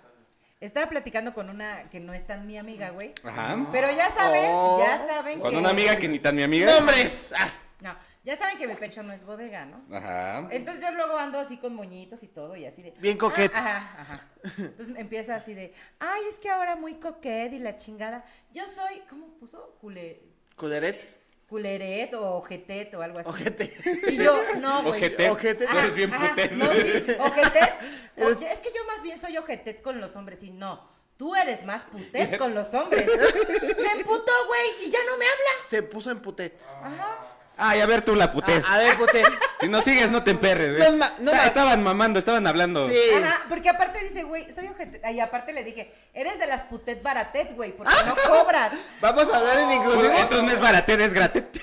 Speaker 4: Estaba platicando con una que no es tan mi amiga, güey.
Speaker 2: Ajá.
Speaker 4: Pero ya saben,
Speaker 3: Ah. Oh.
Speaker 4: ya saben
Speaker 2: Con
Speaker 4: que...
Speaker 2: una amiga que ni tan mi amiga.
Speaker 3: ¡Nombres! Ah,
Speaker 4: No, ya saben que mi pecho no es bodega, ¿no?
Speaker 2: Ajá.
Speaker 3: Eh,
Speaker 4: Entonces yo luego ando así con moñitos y todo y así de...
Speaker 3: Bien coqueta.
Speaker 4: Ah, ajá, ajá. Entonces empieza así de, ay, es que ahora muy coqueta y la chingada. Yo soy, ¿cómo puso? Cule,
Speaker 3: Culeret,
Speaker 4: culeret o ojetet o algo así.
Speaker 3: ojete.
Speaker 4: Y yo, no, güey.
Speaker 2: Ojete.
Speaker 3: Ojete.
Speaker 2: Tú eres bien
Speaker 4: ajá,
Speaker 2: putet.
Speaker 4: No, sí, ojetet. O
Speaker 3: Eres-
Speaker 4: sea, es que yo más bien soy ojetet con los hombres y no. Tú eres más putés con los hombres. Se emputó, güey, y ya no me habla.
Speaker 3: Se puso en putet.
Speaker 4: Ajá.
Speaker 2: Ay, a ver tú la putés.
Speaker 3: A ver, putet.
Speaker 2: Si no sigues, no te emperres. güey.
Speaker 3: No es ma- no
Speaker 2: Está-
Speaker 3: ma-
Speaker 2: Estaban mamando, estaban hablando.
Speaker 4: Ajá, porque aparte dice, güey, soy ojete. Y aparte le dije, eres de las putet baratet, güey, porque no cobras.
Speaker 3: Vamos a hablar en inclusivo.
Speaker 2: Entonces no es baratet, es gratet.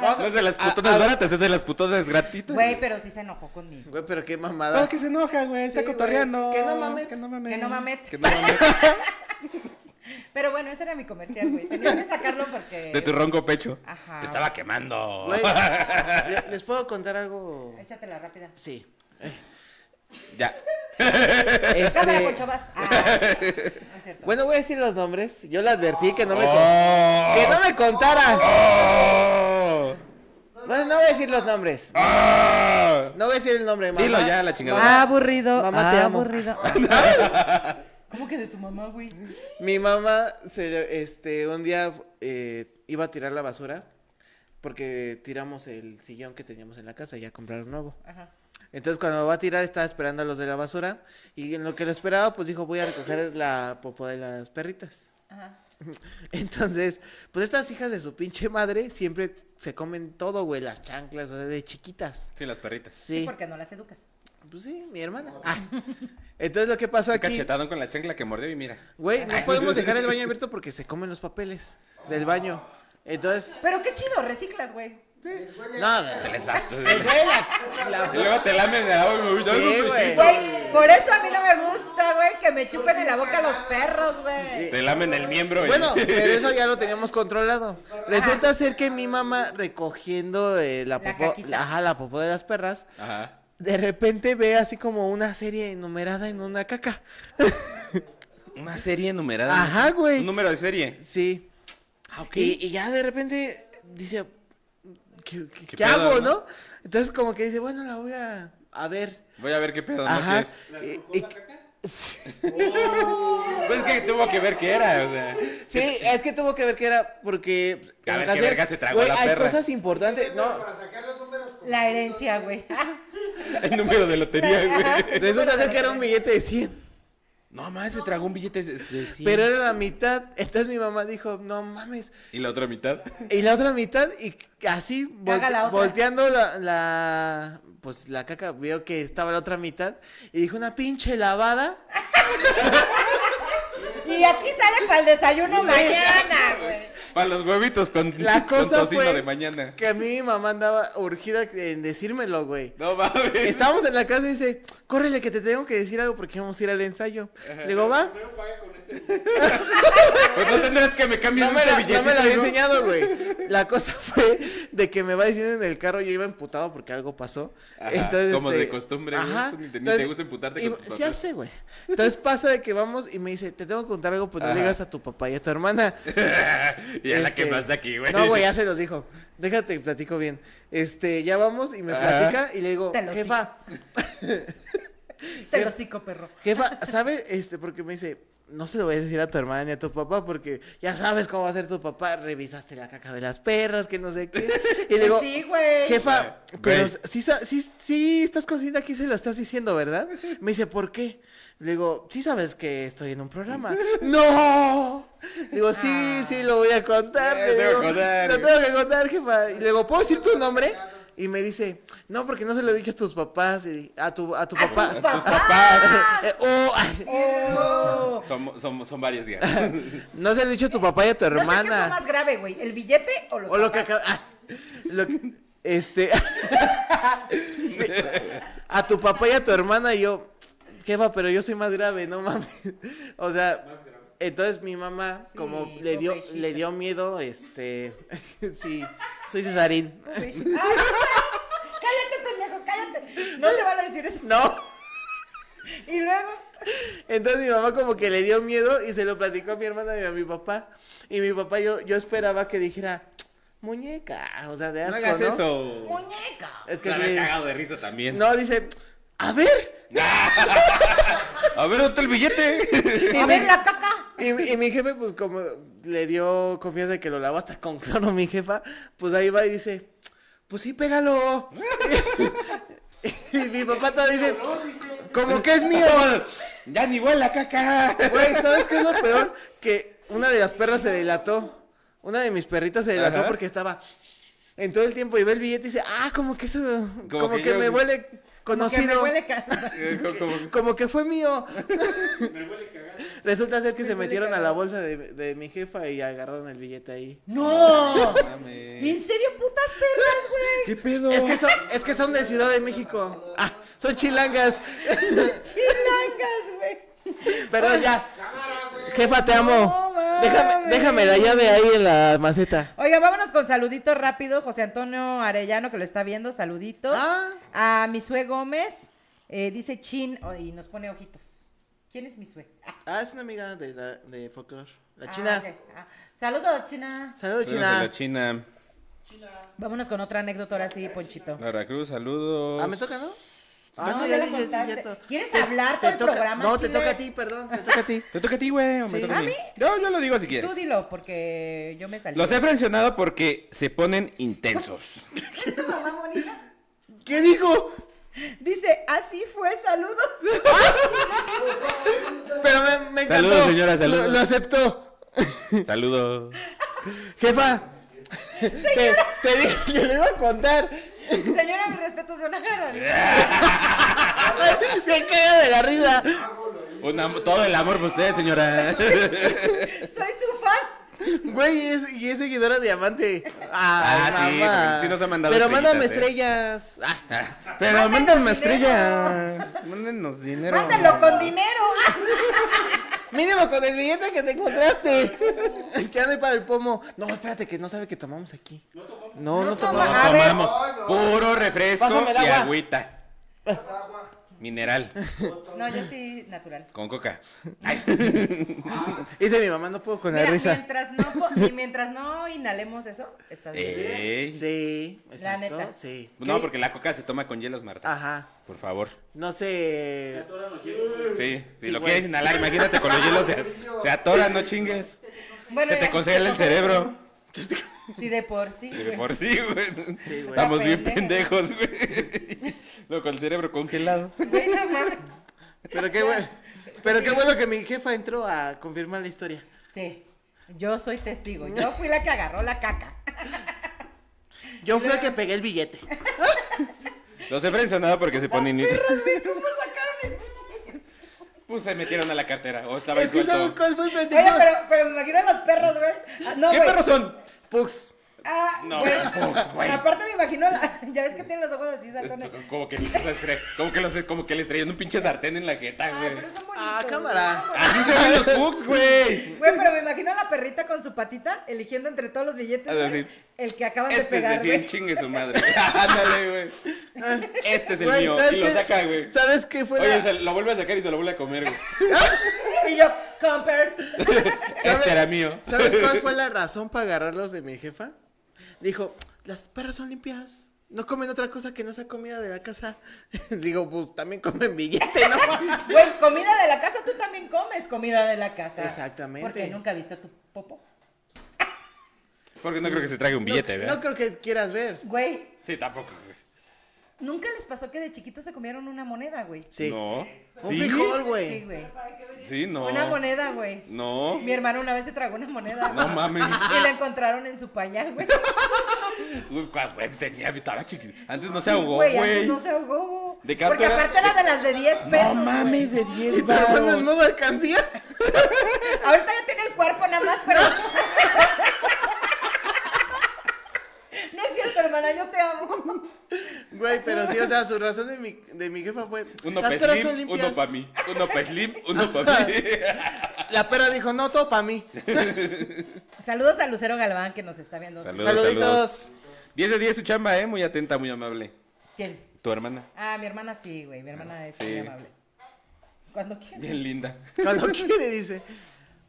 Speaker 2: No es de las putonas baratas, es de las putonas gratitas.
Speaker 4: Güey, pero sí se enojó conmigo.
Speaker 3: Güey, pero qué mamada.
Speaker 2: Ah, que se enoja, güey, está cotorreando.
Speaker 3: Que no mames.
Speaker 2: Que no mames.
Speaker 4: Que no mames.
Speaker 2: Que no mames.
Speaker 4: Pero bueno, ese era mi comercial, güey. Tenía que sacarlo porque...
Speaker 2: De tu ronco pecho.
Speaker 4: Ajá.
Speaker 2: Te estaba quemando.
Speaker 3: Ah. Güey, le- ¿les puedo contar algo?
Speaker 4: Échatela rápida.
Speaker 3: Sí.
Speaker 2: Ya.
Speaker 4: Cámara,
Speaker 3: Este,
Speaker 4: Poncho, vas. Ah, no es cierto.
Speaker 3: bueno, voy a decir los nombres. Yo le advertí que no me, con-
Speaker 2: Oh.
Speaker 3: que no me contaran.
Speaker 2: Oh.
Speaker 3: Bueno, no voy a decir los nombres.
Speaker 2: Ah.
Speaker 3: No voy a decir el nombre, mamá.
Speaker 2: Dilo ya, la chingada.
Speaker 3: Mamá,
Speaker 4: aburrido.
Speaker 3: Mamá, te amo.
Speaker 4: aburrido. ¿Cómo que de tu mamá, güey?
Speaker 3: Mi mamá, se, le- este, un día eh, iba a tirar la basura porque tiramos el sillón que teníamos en la casa y a comprar un nuevo.
Speaker 4: Ajá.
Speaker 3: Entonces cuando va a tirar estaba esperando a los de la basura y en lo que lo esperaba pues dijo voy a recoger la popó de las perritas.
Speaker 4: Ajá.
Speaker 3: Entonces, pues estas hijas de su pinche madre siempre se comen todo, güey, las chanclas, o sea, de chiquitas.
Speaker 2: Sí, las perritas.
Speaker 3: Sí.
Speaker 4: Sí, porque no las educas.
Speaker 3: Pues sí, mi hermana. Ah. Entonces lo que pasó
Speaker 2: Un
Speaker 3: aquí,
Speaker 2: cachetadón con la chancla que mordió y mira.
Speaker 3: güey, no podemos dejar el baño abierto porque se comen los papeles del baño. Entonces,
Speaker 4: Pero qué chido, reciclas, güey.
Speaker 3: no,
Speaker 2: Se
Speaker 3: güey,
Speaker 2: les apto.
Speaker 3: la- la-
Speaker 2: Y luego te lamen de agua y me
Speaker 3: Sí,
Speaker 2: "Ay, no, pues,
Speaker 3: güey.
Speaker 4: Güey, por eso a mí no me gusta, güey, que me chupen en la boca los perros, güey.
Speaker 2: Te lamen el miembro. y-
Speaker 3: Bueno, pero eso ya lo teníamos controlado. Resulta ser que mi mamá recogiendo eh,
Speaker 4: La
Speaker 3: la popó,
Speaker 4: caquita.
Speaker 3: la- ajá, la popó de las perras,
Speaker 2: Ajá.
Speaker 3: de repente ve así como una serie enumerada en una caca.
Speaker 2: Una serie enumerada.
Speaker 3: Ajá,
Speaker 2: Un
Speaker 3: güey.
Speaker 2: número de serie.
Speaker 3: Sí.
Speaker 2: Ok.
Speaker 3: Y, y ya de repente dice, ¿qué,
Speaker 2: ¿Qué
Speaker 3: qué- qué
Speaker 2: pedo, no?
Speaker 3: hago, no? Entonces como que dice, bueno, la voy a, a ver.
Speaker 2: Voy a ver qué pedo, ¿no? ¿Qué
Speaker 3: Ajá.
Speaker 2: es?
Speaker 3: Y- y-
Speaker 2: Pues es que tuvo que ver qué era, o sea.
Speaker 3: sí, es que tuvo que ver que era porque...
Speaker 2: A ver qué
Speaker 3: ocasiones,
Speaker 2: verga se tragó
Speaker 3: güey,
Speaker 2: la
Speaker 3: hay
Speaker 2: perra.
Speaker 3: cosas importantes, no.
Speaker 6: Para sacar los números
Speaker 4: La herencia, güey.
Speaker 2: El número de lotería, güey.
Speaker 3: Resulta ser que era un billete de 100.
Speaker 2: No, mames, se tragó un billete de de 100.
Speaker 3: Pero era la mitad. Entonces mi mamá dijo, no mames.
Speaker 2: ¿Y la otra mitad?
Speaker 3: Y la otra mitad, y así volte-
Speaker 4: Caga la otra.
Speaker 3: volteando la, la- Pues la caca vio que estaba la otra mitad. Y dijo, una pinche lavada.
Speaker 4: Y aquí sale para el desayuno mañana, güey.
Speaker 2: Para los huevitos con,
Speaker 3: La
Speaker 2: con
Speaker 3: cosa
Speaker 2: tocino
Speaker 3: fue-
Speaker 2: de mañana.
Speaker 3: Que a mí mi mamá andaba urgida en decírmelo, güey.
Speaker 2: No mames.
Speaker 3: Estábamos en la casa y dice, córrele que te tengo que decir algo porque vamos a ir al ensayo. Le digo, va.
Speaker 5: Primero paga con este.
Speaker 2: Pues no tendrás que me cambies
Speaker 3: No me,
Speaker 2: este
Speaker 3: la,
Speaker 2: billetito,
Speaker 3: no me la había
Speaker 2: ¿no?
Speaker 3: enseñado, güey. La cosa fue de que me va diciendo en el carro, yo iba emputado porque algo pasó.
Speaker 2: Ajá,
Speaker 3: Entonces,
Speaker 2: como
Speaker 3: este,
Speaker 2: de costumbre, güey, tú ni te- ni te gusta emputarte con
Speaker 3: y-
Speaker 2: tus papás.
Speaker 3: Sí, ya sé, güey. Entonces pasa de que vamos y me dice, te tengo que contar algo, pues no
Speaker 2: Ajá.
Speaker 3: le digas a tu papá y a tu hermana.
Speaker 2: Y ya la
Speaker 3: Este,
Speaker 2: quemaste aquí, güey.
Speaker 3: No, güey, ya se los dijo. Déjate, platico bien. Este, ya vamos y me
Speaker 2: Ajá.
Speaker 3: platica y le digo,
Speaker 4: Te lo
Speaker 3: jefa,
Speaker 4: Te lo cico, perro.
Speaker 3: jefa, ¿sabe? Este, porque me dice, no se lo voy a decir a tu hermana ni a tu papá porque ya sabes cómo va a ser tu papá. Revisaste la caca de las perras, que no sé qué. Y le digo,
Speaker 4: sí, güey.
Speaker 3: Jefa,
Speaker 2: Güey.
Speaker 3: pero
Speaker 2: Güey.
Speaker 3: sí, sa- sí, sí estás consciente aquí se lo estás diciendo, ¿verdad? Me dice, ¿por qué? Le digo, sí sabes que estoy en un programa. ¡No! Digo, sí,
Speaker 4: Ah.
Speaker 3: sí, lo voy a contar.
Speaker 2: Ya,
Speaker 3: le
Speaker 2: tengo
Speaker 3: digo,
Speaker 2: que contar.
Speaker 3: Lo tengo que contar, jefa. Y le digo, ¿puedo decir tu nombre? Y me dice, no, porque no se lo he dicho a tus papás, y a tu, a tu papá.
Speaker 4: tus papás.
Speaker 3: Eh, oh, ay,
Speaker 4: Oh.
Speaker 2: Son, son, son varios días.
Speaker 3: no se lo he dicho a tu papá y a
Speaker 4: No
Speaker 3: tu
Speaker 4: sé qué fue
Speaker 3: hermana.
Speaker 4: más grave, güey. ¿El billete o los
Speaker 3: O lo que
Speaker 4: papás?
Speaker 3: acaba- ah, lo que- Este. a tu papá y a tu hermana, y yo. Jefa, pero yo soy más grave, no mames. O sea. Entonces mi mamá,
Speaker 4: Sí,
Speaker 3: como le dio,
Speaker 4: pobrecita.
Speaker 3: le dio miedo, este. sí, soy cesarín.
Speaker 4: Ay, cállate, pendejo, cállate. No te van a decir eso.
Speaker 3: No.
Speaker 4: Y luego,
Speaker 3: Entonces mi mamá como que le dio miedo y se lo platicó a mi hermana y a mi papá. Y mi papá yo, yo esperaba que dijera, muñeca. O sea, de
Speaker 2: No
Speaker 3: asco,
Speaker 2: hagas
Speaker 3: ¿no?
Speaker 2: eso.
Speaker 4: muñeca.
Speaker 3: Es que
Speaker 2: Se habrá
Speaker 3: sí.
Speaker 2: cagado de risa también.
Speaker 3: No, dice, a ver.
Speaker 2: A ver, ¿dónde está el billete?
Speaker 3: Y
Speaker 4: A ver
Speaker 3: me-
Speaker 4: la caca.
Speaker 3: Y, mi- y mi jefe, pues como le dio confianza de que lo lavó hasta con cloro mi jefa, pues ahí va y dice, pues sí, pégalo. y mi papá todavía dice, como que es mío.
Speaker 2: Ya ni vuela, caca.
Speaker 3: Güey, ¿sabes qué es lo peor? Que una de las perras se delató. Una de mis perritas se delató
Speaker 2: Ajá.
Speaker 3: porque estaba en todo el tiempo y ve el billete y dice, ah, como que eso, como,
Speaker 2: que
Speaker 3: que,
Speaker 2: yo-
Speaker 3: me huele
Speaker 4: Como que
Speaker 3: conocido.
Speaker 4: me huele ca-
Speaker 3: Como que fue mío. Resulta ser que
Speaker 4: Me
Speaker 3: se
Speaker 4: huele
Speaker 3: metieron a la
Speaker 4: cagado.
Speaker 3: bolsa de, de mi jefa y agarraron el billete ahí.
Speaker 4: ¡No!
Speaker 2: mames.
Speaker 4: ¿En serio, putas perras, güey?
Speaker 2: ¿Qué pedo?
Speaker 3: Es que son, es que son de Ciudad de México. Ah, son chilangas.
Speaker 4: Chilangas, güey.
Speaker 3: Perdón, ya. Jefa, te amo.
Speaker 4: No
Speaker 3: Déjame,
Speaker 4: mames.
Speaker 3: déjame la llave ahí en la maceta.
Speaker 4: Oiga, vámonos con saluditos rápido. José Antonio Arellano, que lo está viendo,
Speaker 3: Ah,
Speaker 4: saluditos. A Misue Gómez, eh, dice Chin, oh, y nos pone ojitos. ¿Quién es Misue? Ah,
Speaker 3: Ah, es una amiga de, la, de folklore. La
Speaker 4: ah,
Speaker 3: china.
Speaker 4: ok. Ah, Saludos, China.
Speaker 2: Saludos
Speaker 3: Saludos,
Speaker 2: a
Speaker 3: china.
Speaker 2: la China.
Speaker 4: Vámonos con otra anécdota ahora sí, Ponchito.
Speaker 2: La Veracruz, saludos.
Speaker 3: Ah, me toca, ¿no? Ah,
Speaker 4: No,
Speaker 3: tú
Speaker 4: ya la
Speaker 3: dijiste, sí,
Speaker 4: contaste.
Speaker 3: cierto.
Speaker 4: ¿Quieres
Speaker 3: Te-
Speaker 4: hablar
Speaker 3: te
Speaker 4: todo el
Speaker 3: toca-
Speaker 4: programa,
Speaker 3: No, te
Speaker 4: Chile?
Speaker 3: toca a ti, perdón. Te toca a ti.
Speaker 2: Te toca a ti, güey. o me
Speaker 3: Sí.
Speaker 2: toca
Speaker 4: ¿A
Speaker 2: a mí.
Speaker 4: mí?
Speaker 2: Yo, yo lo digo si quieres.
Speaker 4: Tú dilo, porque yo me salí.
Speaker 2: Los he frencionado porque se ponen intensos.
Speaker 4: ¿Es tu mamá bonita?
Speaker 3: ¿Qué digo?
Speaker 4: Dice, así fue, saludos.
Speaker 3: Pero me, me encantó.
Speaker 2: Saludos, señora,
Speaker 3: Lo-
Speaker 2: saludos.
Speaker 3: Lo, aceptó.
Speaker 2: saludos.
Speaker 3: Jefa. Te, te dije que le iba a contar.
Speaker 4: Señora, mis respetos, yo no agarro.
Speaker 3: Ay, Me caga de la risa.
Speaker 2: Un am- todo el amor por usted, señora.
Speaker 4: Soy su fan.
Speaker 3: Güey, y es, y es seguidora diamante.
Speaker 2: Ah,
Speaker 3: Ah,
Speaker 2: sí,
Speaker 3: mamá.
Speaker 2: porque sí nos ha mandado
Speaker 3: Pero
Speaker 2: estrellitas,
Speaker 3: mándame
Speaker 2: ¿eh?
Speaker 3: estrellas. Ah,
Speaker 2: Pero mándenme
Speaker 4: dinero.
Speaker 2: estrellas. Mándenos dinero.
Speaker 4: Mándalo con dinero. Ah.
Speaker 3: Mínimo con el billete que te encontraste. ya no hay para el pomo. No, espérate, que no sabe que tomamos aquí. No, no,
Speaker 4: No
Speaker 3: tomamos.
Speaker 4: toma-
Speaker 2: No
Speaker 4: A ver.
Speaker 2: tomamos puro refresco
Speaker 3: Pásame el
Speaker 2: y
Speaker 3: agua.
Speaker 2: agüita. Mineral
Speaker 4: No, yo sí, natural.
Speaker 2: con coca.
Speaker 3: Dice mi mamá, no puedo con la
Speaker 4: Ah. Mira,
Speaker 3: risa.
Speaker 4: mientras no, po- y mientras no inhalemos eso, está
Speaker 3: Eh,
Speaker 4: bien.
Speaker 2: Ey.
Speaker 3: Sí,
Speaker 4: La
Speaker 3: exacto.
Speaker 4: neta.
Speaker 3: Sí.
Speaker 2: Pues No,
Speaker 3: ¿Qué?
Speaker 2: porque la coca se toma con hielos, Marta.
Speaker 3: Ajá.
Speaker 2: Por favor.
Speaker 3: No sé.
Speaker 2: Sí, si
Speaker 3: Sí,
Speaker 2: lo
Speaker 3: güey.
Speaker 2: quieres inhalar, imagínate con los hielos se, se atora, no chingues.
Speaker 4: Bueno,
Speaker 2: Se te
Speaker 4: ya,
Speaker 2: congela el
Speaker 4: te-
Speaker 2: cerebro.
Speaker 4: Sí, de por sí.
Speaker 2: Sí,
Speaker 4: güey.
Speaker 2: por sí, güey.
Speaker 3: güey.
Speaker 2: Estamos bien
Speaker 4: Pendejo.
Speaker 2: pendejos, güey. No, con el cerebro congelado.
Speaker 4: Güey, no mames.
Speaker 3: Pero qué bueno. Pero qué bueno que mi jefa entró a confirmar la historia.
Speaker 4: Sí, yo soy testigo. Yo fui la que agarró la caca.
Speaker 3: Yo fui el que pegué el billete.
Speaker 2: Los he frencionado porque se ponen.
Speaker 4: Pues, ¿Cómo sacaron el billete?
Speaker 2: Pues se metieron a la cartera. O estaba
Speaker 3: Es que
Speaker 2: envuelto.
Speaker 3: sabes cuál fue el
Speaker 4: Oye,
Speaker 3: pretexto.
Speaker 4: pero, pero me imagino a los perros, güey. Ah, No,
Speaker 2: ¿Qué
Speaker 4: güey.
Speaker 2: perros son?
Speaker 3: Pux.
Speaker 4: Ah,
Speaker 2: No,
Speaker 4: güey.
Speaker 2: pues, güey.
Speaker 4: Aparte me imagino, la- ya ves que tienen los ojos así,
Speaker 3: eh.
Speaker 4: saltones.
Speaker 2: Como que, como que, los, como que les traían un pinche sartén en la jeta,
Speaker 4: Ah,
Speaker 2: güey.
Speaker 4: pero son bonitos.
Speaker 3: Ah, cámara.
Speaker 4: güey.
Speaker 2: Así se ven los pugs, güey.
Speaker 4: Güey, pero me imagino a la perrita con su patita eligiendo entre todos los billetes
Speaker 2: Ah,
Speaker 4: güey,
Speaker 2: sí.
Speaker 4: el que acaban de
Speaker 2: Este es
Speaker 4: pegar,
Speaker 2: de 100,
Speaker 4: güey.
Speaker 2: chingue su madre. Ándale, güey. Este es el
Speaker 3: Güey,
Speaker 2: mío.
Speaker 3: ¿sabes
Speaker 2: Y lo
Speaker 3: qué?
Speaker 2: saca, güey.
Speaker 3: ¿Sabes qué fue
Speaker 2: Oye,
Speaker 3: la-
Speaker 2: se lo vuelve a sacar y se lo vuelve a comer, güey.
Speaker 4: Y yo, compert.
Speaker 2: Este era mío.
Speaker 3: ¿Sabes cuál fue la razón para agarrarlos de mi jefa? Dijo, las perras son limpias. No comen otra cosa que no sea comida de la casa. Digo, pues también comen billete, ¿no?
Speaker 4: Güey, comida de la casa, tú también comes comida de la casa.
Speaker 3: Exactamente.
Speaker 4: Porque nunca viste a tu popo.
Speaker 2: Porque no creo que se traiga un billete,
Speaker 3: no,
Speaker 2: ¿verdad?
Speaker 3: no creo que quieras ver.
Speaker 4: Güey,
Speaker 2: Sí, tampoco. güey.
Speaker 4: nunca les pasó que de chiquitos se comieron una moneda, güey.
Speaker 3: Sí.
Speaker 2: No.
Speaker 3: Un
Speaker 2: Sí.
Speaker 3: frijol, güey.
Speaker 4: Sí, güey.
Speaker 2: Sí, no.
Speaker 4: Una moneda, güey.
Speaker 2: No.
Speaker 4: Mi hermano una vez se tragó una moneda.
Speaker 2: No
Speaker 4: güey.
Speaker 2: mames.
Speaker 4: Y la encontraron en su pañal, güey.
Speaker 2: Uy, cua- güey, tenía, estaba chiquito. Antes no se ahogó,
Speaker 4: Güey, antes
Speaker 2: güey.
Speaker 4: no se ahogó.
Speaker 2: ¿De qué
Speaker 4: Porque
Speaker 2: auto era?
Speaker 4: aparte era de las de 10 pesos. güey.
Speaker 2: de
Speaker 3: ¿Y
Speaker 2: 10
Speaker 3: tu hermano en modo alcancía?
Speaker 4: Ahorita ya tiene el cuerpo nada más, pero. No es cierto, hermana, yo te amo.
Speaker 3: Güey, pero sí, o sea, su razón de mi, de mi jefa fue,
Speaker 2: Uno
Speaker 3: las
Speaker 2: para
Speaker 3: perras son
Speaker 2: Slim,
Speaker 3: limpias.
Speaker 2: uno para mí. Uno para Slim, uno para mí.
Speaker 3: La perra dijo, no, todo para mí.
Speaker 4: Saludos a Lucero Galván que nos está viendo.
Speaker 2: Saludos, saludos.
Speaker 3: Saluditos.
Speaker 2: 10 de 10 su chamba, ¿eh? Muy atenta, muy amable.
Speaker 4: ¿Quién?
Speaker 2: Tu hermana.
Speaker 4: Ah, mi hermana sí, güey. Mi hermana es
Speaker 2: Sí.
Speaker 4: muy amable. Cuando quiere.
Speaker 2: Bien linda.
Speaker 3: Cuando quiere, dice,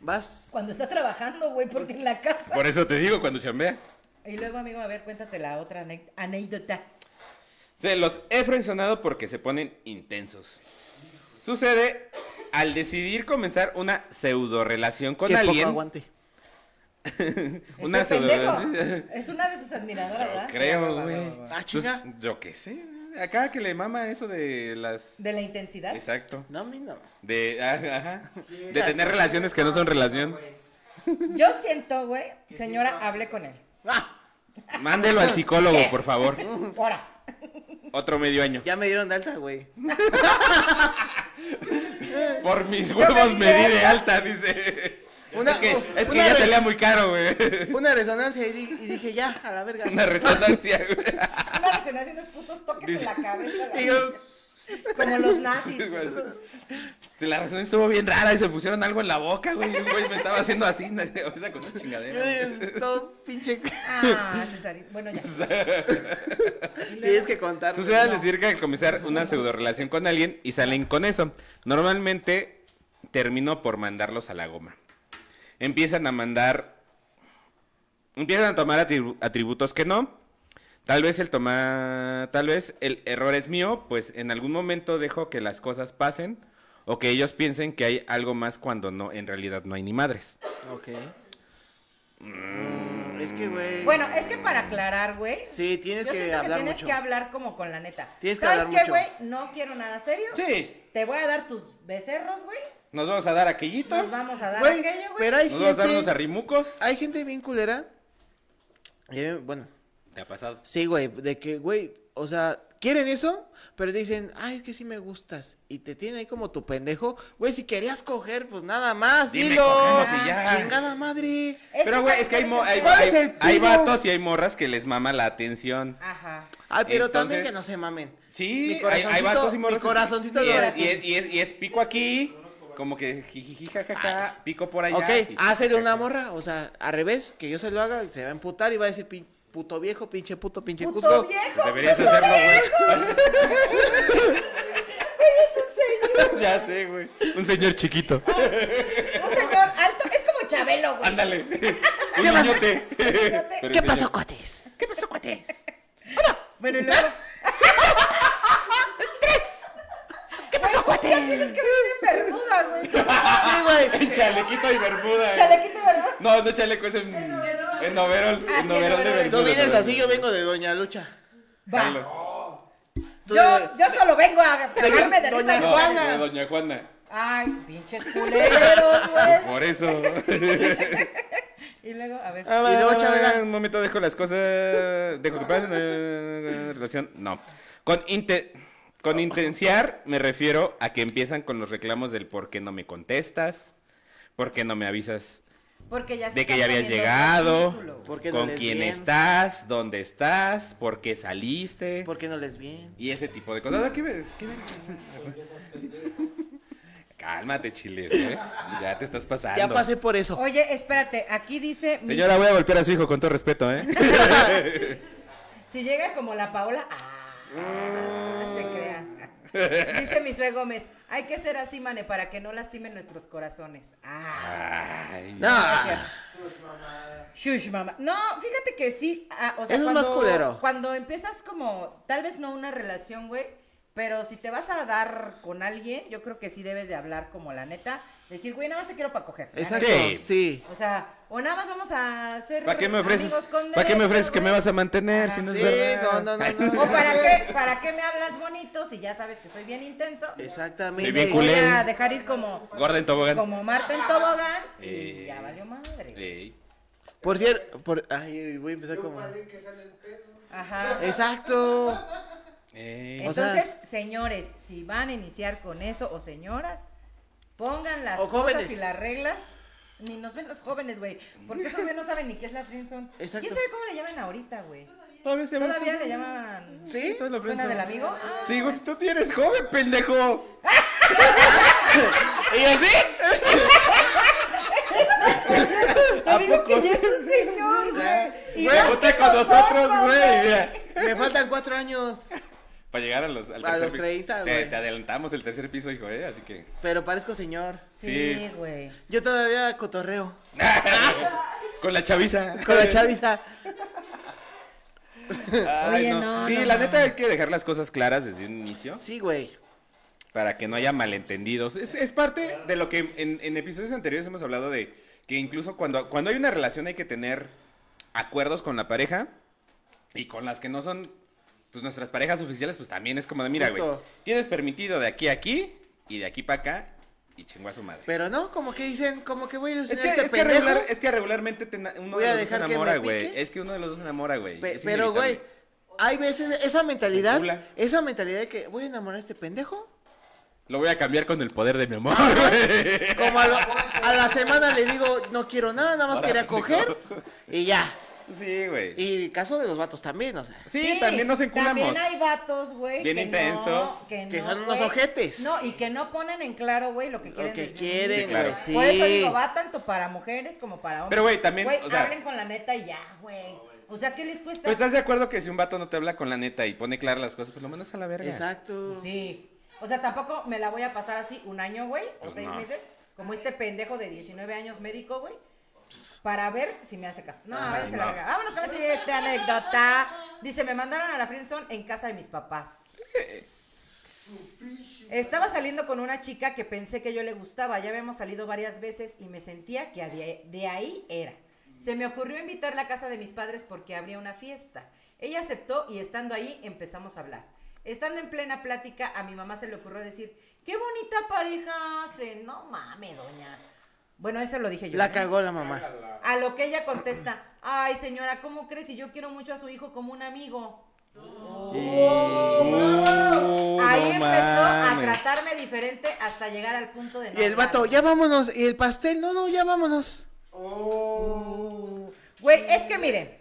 Speaker 3: vas.
Speaker 4: Cuando está trabajando, güey, porque en la casa.
Speaker 2: Por eso te digo cuando chambea.
Speaker 4: Y luego, amigo, a ver, cuéntate la otra anec- anécdota.
Speaker 2: Se los he frencionado porque se ponen intensos. Sucede al decidir comenzar una pseudo relación con
Speaker 3: Qué poco
Speaker 2: alguien.
Speaker 3: aguante.
Speaker 2: Una
Speaker 4: Ese Este pendejo
Speaker 2: pseudo-relación.
Speaker 4: Es una de sus admiradoras,
Speaker 2: Yo
Speaker 4: ¿verdad?
Speaker 2: creo,
Speaker 4: Va, va, va,
Speaker 2: güey.
Speaker 4: va, va.
Speaker 3: Ah, chinga.
Speaker 2: Entonces, Yo qué sé. Acá que le mama eso de las.
Speaker 4: ¿De la intensidad?
Speaker 2: Exacto.
Speaker 3: No, a mí no.
Speaker 2: De, ah, ajá. de tener relaciones que no son relación.
Speaker 4: Yo siento, güey, señora, hablé con él.
Speaker 3: Ah,
Speaker 2: Mándelo al psicólogo, por favor.
Speaker 4: Ahora.
Speaker 2: Otro medio año.
Speaker 3: Ya me dieron de alta, güey.
Speaker 2: Por mis
Speaker 3: Ya
Speaker 2: huevos
Speaker 3: me
Speaker 2: me di de
Speaker 3: dijeron.
Speaker 2: alta, dice.
Speaker 3: Una-
Speaker 2: es que, es que
Speaker 3: una
Speaker 2: ya
Speaker 3: re-
Speaker 2: salía muy caro, güey.
Speaker 3: Una resonancia y, di- y dije, ya, a la verga.
Speaker 2: Una resonancia, güey.
Speaker 4: Una resonancia, unos putos toques en la cabeza. la
Speaker 3: Y yo-
Speaker 4: neta. Como los nazis.
Speaker 2: Sí, güey, Sí, La razón estuvo bien rara y se pusieron algo en la boca, güey. Y un güey me estaba haciendo así, na- o sea, con esa chingadera.
Speaker 3: Todo pinche.
Speaker 4: Ah, Cesarín. Bueno, ya.
Speaker 3: Tienes que contar.
Speaker 2: Sucede al decir que al comenzar una pseudo relación con alguien y salen con eso. Normalmente termino por mandarlos a la goma. Empiezan a mandar. Empiezan a tomar atribu- atributos que no. Tal vez el toma. Tal vez el error es mío, pues en algún momento dejo que las cosas pasen o que ellos piensen que hay algo más cuando no, en realidad no hay ni madres.
Speaker 3: Ok. Mm, es que, güey.
Speaker 4: Bueno, es que para aclarar, güey.
Speaker 3: Sí, tienes
Speaker 4: yo
Speaker 3: que
Speaker 4: siento
Speaker 3: hablar
Speaker 4: tienes
Speaker 3: mucho.
Speaker 4: que hablar como con la neta.
Speaker 3: Tienes que
Speaker 4: ¿Sabes
Speaker 3: hablar
Speaker 4: qué,
Speaker 3: mucho.
Speaker 4: güey? No quiero nada serio.
Speaker 2: Sí.
Speaker 4: Te voy a dar tus becerros, güey.
Speaker 2: Nos vamos a dar aquellito.
Speaker 4: Nos vamos a dar
Speaker 3: Güey,
Speaker 4: aquello, güey.
Speaker 3: pero hay
Speaker 2: Nos vamos a dar unos
Speaker 3: gente.
Speaker 2: arrimucos.
Speaker 3: Hay gente bien culera. Eh, bueno.
Speaker 2: Te ha pasado.
Speaker 3: Sí, güey, de que, güey, o sea, quieren eso, pero dicen, ay, es que sí me gustas. Y te tienen ahí como tu pendejo. Güey, si querías coger, pues nada más,
Speaker 2: Dime,
Speaker 3: dilo.
Speaker 2: cogemos y ya.
Speaker 3: Chingada madre.
Speaker 2: Pero, güey, es que hay, mo- hay,
Speaker 3: ¿Cuál
Speaker 2: hay-
Speaker 3: es el
Speaker 2: hay
Speaker 3: pedo?
Speaker 2: vatos y hay morras que les mama la atención.
Speaker 4: Ajá.
Speaker 3: Ay, pero también
Speaker 2: Entonces-
Speaker 3: que no se mamen.
Speaker 2: Sí,
Speaker 3: Mi
Speaker 2: hay, hay
Speaker 3: corazoncito-
Speaker 2: vatos y morras.
Speaker 3: Mi corazoncito
Speaker 2: y
Speaker 3: lo
Speaker 2: es,
Speaker 3: hace.
Speaker 2: y, es, y es- y es pico aquí, como que jijiji, jajaja, pico por allá.
Speaker 3: Ok,
Speaker 2: jiji.
Speaker 3: hácele una morra, o sea, al revés, que yo se lo haga, se va a emputar y va a decir, "Pin- puto viejo, pinche puto, pinche
Speaker 4: Puto
Speaker 3: cusco.
Speaker 4: viejo.
Speaker 2: Deberías
Speaker 4: puto
Speaker 2: hacerlo,
Speaker 4: viejo. Güey,
Speaker 2: güey. ya sé, güey. Un señor chiquito.
Speaker 4: es un señor. Un señor alto. Es como Chabelo, güey.
Speaker 2: Ándale. Un
Speaker 4: pasó?
Speaker 2: niñote. Pero
Speaker 3: ¿Qué
Speaker 2: un
Speaker 3: pasó,
Speaker 2: señor.
Speaker 3: cuates?
Speaker 4: ¿Qué pasó, cuates? Bueno, y luego. ¡Tres! ¿Qué pasó, cuates? Tienes que venir en bermuda, güey.
Speaker 2: Chalequito y bermuda. eh.
Speaker 4: Chalequito, ¿verdad?
Speaker 2: No, no chaleco, es en, en overol.
Speaker 4: Ah, sí,
Speaker 2: En overol de
Speaker 4: overol.
Speaker 2: bermuda.
Speaker 3: Tú vienes así, yo vengo de Doña Lucha.
Speaker 4: Va.
Speaker 3: Tú de-
Speaker 4: Yo, yo solo vengo a pegarme de
Speaker 3: Doña
Speaker 4: risa.
Speaker 2: No,
Speaker 3: Juana.
Speaker 2: de Doña Juana.
Speaker 4: Ay, pinches culeros, güey.
Speaker 2: Por eso.
Speaker 4: Y luego, a ver.
Speaker 2: Ah,
Speaker 3: Y luego,
Speaker 2: ah,
Speaker 3: Chabela.
Speaker 2: Un momento, dejo las cosas. Dejo que pasen. eh, relación. No. Con, inte- con intenciar me refiero a que empiezan con los reclamos del por qué no me contestas, por qué no me avisas
Speaker 4: Porque ya se
Speaker 2: de que
Speaker 4: está
Speaker 2: ya habías
Speaker 4: poniendo
Speaker 2: llegado,
Speaker 4: capítulo, güey.
Speaker 3: ¿Por qué no
Speaker 2: con
Speaker 3: lees
Speaker 2: quién
Speaker 3: bien?
Speaker 2: estás, dónde estás, por qué saliste.
Speaker 3: ¿Por qué no les bien?
Speaker 2: Y ese tipo de cosas. Ah, ¿Qué ves? ¿Qué ves? Cálmate, chiles. ¿eh? Ya te estás pasando.
Speaker 3: Ya pasé por eso.
Speaker 4: Oye, espérate, aquí dice. mi-
Speaker 2: Señora, voy a golpear a su hijo con todo respeto, ¿eh?
Speaker 4: Si llega como la Paola, ah,
Speaker 2: Mm.
Speaker 4: se crea. Dice mi sue Gómez, hay que ser así, mane, para que no lastimen nuestros corazones. Ah,
Speaker 2: Ay,
Speaker 3: No, ah,
Speaker 4: gracias. Shush, mamá. No, fíjate que sí, ah, o sea,
Speaker 3: Eso es
Speaker 4: cuando,
Speaker 3: más culero.
Speaker 4: cuando empiezas como, tal vez no una relación, güey, pero si te vas a dar con alguien, yo creo que sí debes de hablar como la neta, decir, güey, nada más te quiero para coger. la
Speaker 3: Exacto,
Speaker 2: Sí.
Speaker 3: sí.
Speaker 4: O sea, o nada más vamos a hacer
Speaker 2: ¿Para qué me ofreces?
Speaker 4: amigos con
Speaker 2: ¿Para qué me
Speaker 4: derecho,
Speaker 2: ofreces que me
Speaker 4: güey?
Speaker 2: vas a mantener si no es
Speaker 3: Sí,
Speaker 2: verdad?
Speaker 3: no, no, no, no.
Speaker 4: ¿O para qué, para qué me hablas bonito si ya sabes que soy bien intenso?
Speaker 3: Exactamente.
Speaker 2: Soy bien
Speaker 4: Voy
Speaker 2: culero.
Speaker 4: a dejar ir como,
Speaker 2: Gorda en tobogán.
Speaker 4: como Marta en tobogán y
Speaker 2: Eh.
Speaker 4: ya valió madre.
Speaker 2: Ey.
Speaker 3: Por cierto, por... ay, voy a empezar como...
Speaker 4: Ajá.
Speaker 3: Exacto.
Speaker 2: Ey.
Speaker 3: o sea-
Speaker 4: Entonces, señores, si van a iniciar con eso o señoras, pongan las
Speaker 3: O
Speaker 4: cosas
Speaker 3: jóvenes.
Speaker 4: y las reglas. Ni nos ven los jóvenes, güey, porque esos güey no saben ni qué es la friendzone.
Speaker 3: Exacto.
Speaker 4: ¿Quién sabe cómo le llaman ahorita, güey?
Speaker 2: Todavía se
Speaker 4: Todavía le llaman
Speaker 3: ¿Sí?
Speaker 2: Todavía
Speaker 4: zona
Speaker 2: lo pienso.
Speaker 4: del amigo. Ah,
Speaker 2: Sí, güey, tú tienes joven, pendejo. ¿Y así?
Speaker 4: te digo que ya es un Ah, señor, güey. Y
Speaker 2: Güey,
Speaker 4: más
Speaker 2: ponte
Speaker 4: que
Speaker 2: con nosotros, güey. mira.
Speaker 3: Me faltan cuatro años,
Speaker 2: Para llegar a los, al
Speaker 3: A
Speaker 2: tercer
Speaker 3: los
Speaker 2: piso.
Speaker 3: 30,
Speaker 2: Te-
Speaker 3: güey.
Speaker 2: Te adelantamos el tercer piso, hijo, ¿eh? Así que.
Speaker 3: pero parezco señor.
Speaker 4: Sí,
Speaker 2: Sí.
Speaker 4: güey.
Speaker 3: Yo todavía cotorreo
Speaker 2: Con la chaviza.
Speaker 3: con la chaviza.
Speaker 2: Ay,
Speaker 4: Oye,
Speaker 2: no.
Speaker 4: no,
Speaker 2: Sí,
Speaker 4: no,
Speaker 2: la
Speaker 4: no.
Speaker 2: neta hay que dejar las cosas claras desde un inicio.
Speaker 3: Sí, güey.
Speaker 2: para que no haya malentendidos. Es, es parte de lo que en, en episodios anteriores hemos hablado de que incluso cuando, cuando hay una relación hay que tener acuerdos con la pareja y con las que no son pues nuestras parejas oficiales, pues también es como de, mira, güey,
Speaker 3: Justo.
Speaker 2: tienes permitido de aquí a aquí y de aquí para acá y chingó a su madre.
Speaker 3: Pero no, como que dicen, como que voy a
Speaker 2: Es
Speaker 3: ilusionar
Speaker 2: que,
Speaker 3: a este
Speaker 2: es que
Speaker 3: pendejo.
Speaker 2: regular- es que regularmente te na- uno
Speaker 3: Voy
Speaker 2: de
Speaker 3: a
Speaker 2: los dos se
Speaker 3: dejar que me
Speaker 2: enamora, güey.
Speaker 3: pique.
Speaker 2: Es que uno de los dos se enamora, güey.
Speaker 3: Pe-
Speaker 2: Es
Speaker 3: pero, güey,
Speaker 2: inevitable.
Speaker 3: hay veces esa mentalidad, esa mentalidad de que voy a enamorar a este pendejo.
Speaker 2: Lo voy a cambiar con el poder de mi amor.
Speaker 3: Como a, lo- a la semana le digo, no quiero nada, nada más
Speaker 2: Ahora,
Speaker 3: quería coger y ya.
Speaker 2: Sí, güey.
Speaker 3: Y caso de los vatos también, o sea.
Speaker 4: También hay vatos, güey.
Speaker 3: Bien
Speaker 4: que
Speaker 3: intensos,
Speaker 4: No, que,
Speaker 3: que
Speaker 4: no,
Speaker 3: son unos
Speaker 4: güey.
Speaker 3: ojetes.
Speaker 4: No, y que no ponen en claro, güey, lo que quieren.
Speaker 3: que
Speaker 4: decir.
Speaker 3: quieren, Sí, claro. güey, sí.
Speaker 4: Por eso digo, va tanto para mujeres como para hombres.
Speaker 2: Pero, güey, también,
Speaker 4: Güey,
Speaker 2: o sea-
Speaker 4: hablen con la neta y ya, güey. O sea, ¿qué les cuesta?
Speaker 2: Pero estás de acuerdo que si un vato no te habla con la neta y pone claras las cosas, pues lo mandas a la verga.
Speaker 3: Exacto.
Speaker 4: Sí. O sea, tampoco me la voy a pasar así un año, güey, o
Speaker 2: Pues
Speaker 4: seis
Speaker 2: no.
Speaker 4: meses, como este pendejo de 19 años médico, güey, para ver si me hace caso. No,
Speaker 2: Ay,
Speaker 4: a ver, se la
Speaker 2: no.
Speaker 4: verga. Vámonos con la siguiente anécdota. Dice, me mandaron a la friendzone en casa de mis papás. Estaba saliendo con una chica que pensé que yo le gustaba. Ya habíamos salido varias veces y me sentía que a de- de ahí era. Se me ocurrió invitarla a casa de mis padres porque habría una fiesta. Ella aceptó y estando ahí empezamos a hablar. Estando en plena plática, a mi mamá se le ocurrió decir, qué bonita pareja hacen. No mames, doña. Bueno, eso lo dije yo.
Speaker 3: La
Speaker 4: ¿eh?
Speaker 3: cagó la mamá.
Speaker 4: A lo que ella contesta, ay señora, ¿cómo crees? Si yo quiero mucho a su hijo como un amigo.
Speaker 2: Oh,
Speaker 4: Ahí
Speaker 2: Uh, no
Speaker 4: empezó a
Speaker 2: mames.
Speaker 4: tratarme diferente hasta llegar al punto de no
Speaker 3: Y el
Speaker 4: hablar.
Speaker 3: vato, ya vámonos. Y el pastel, no, no, ya vámonos.
Speaker 4: Güey, es que miren,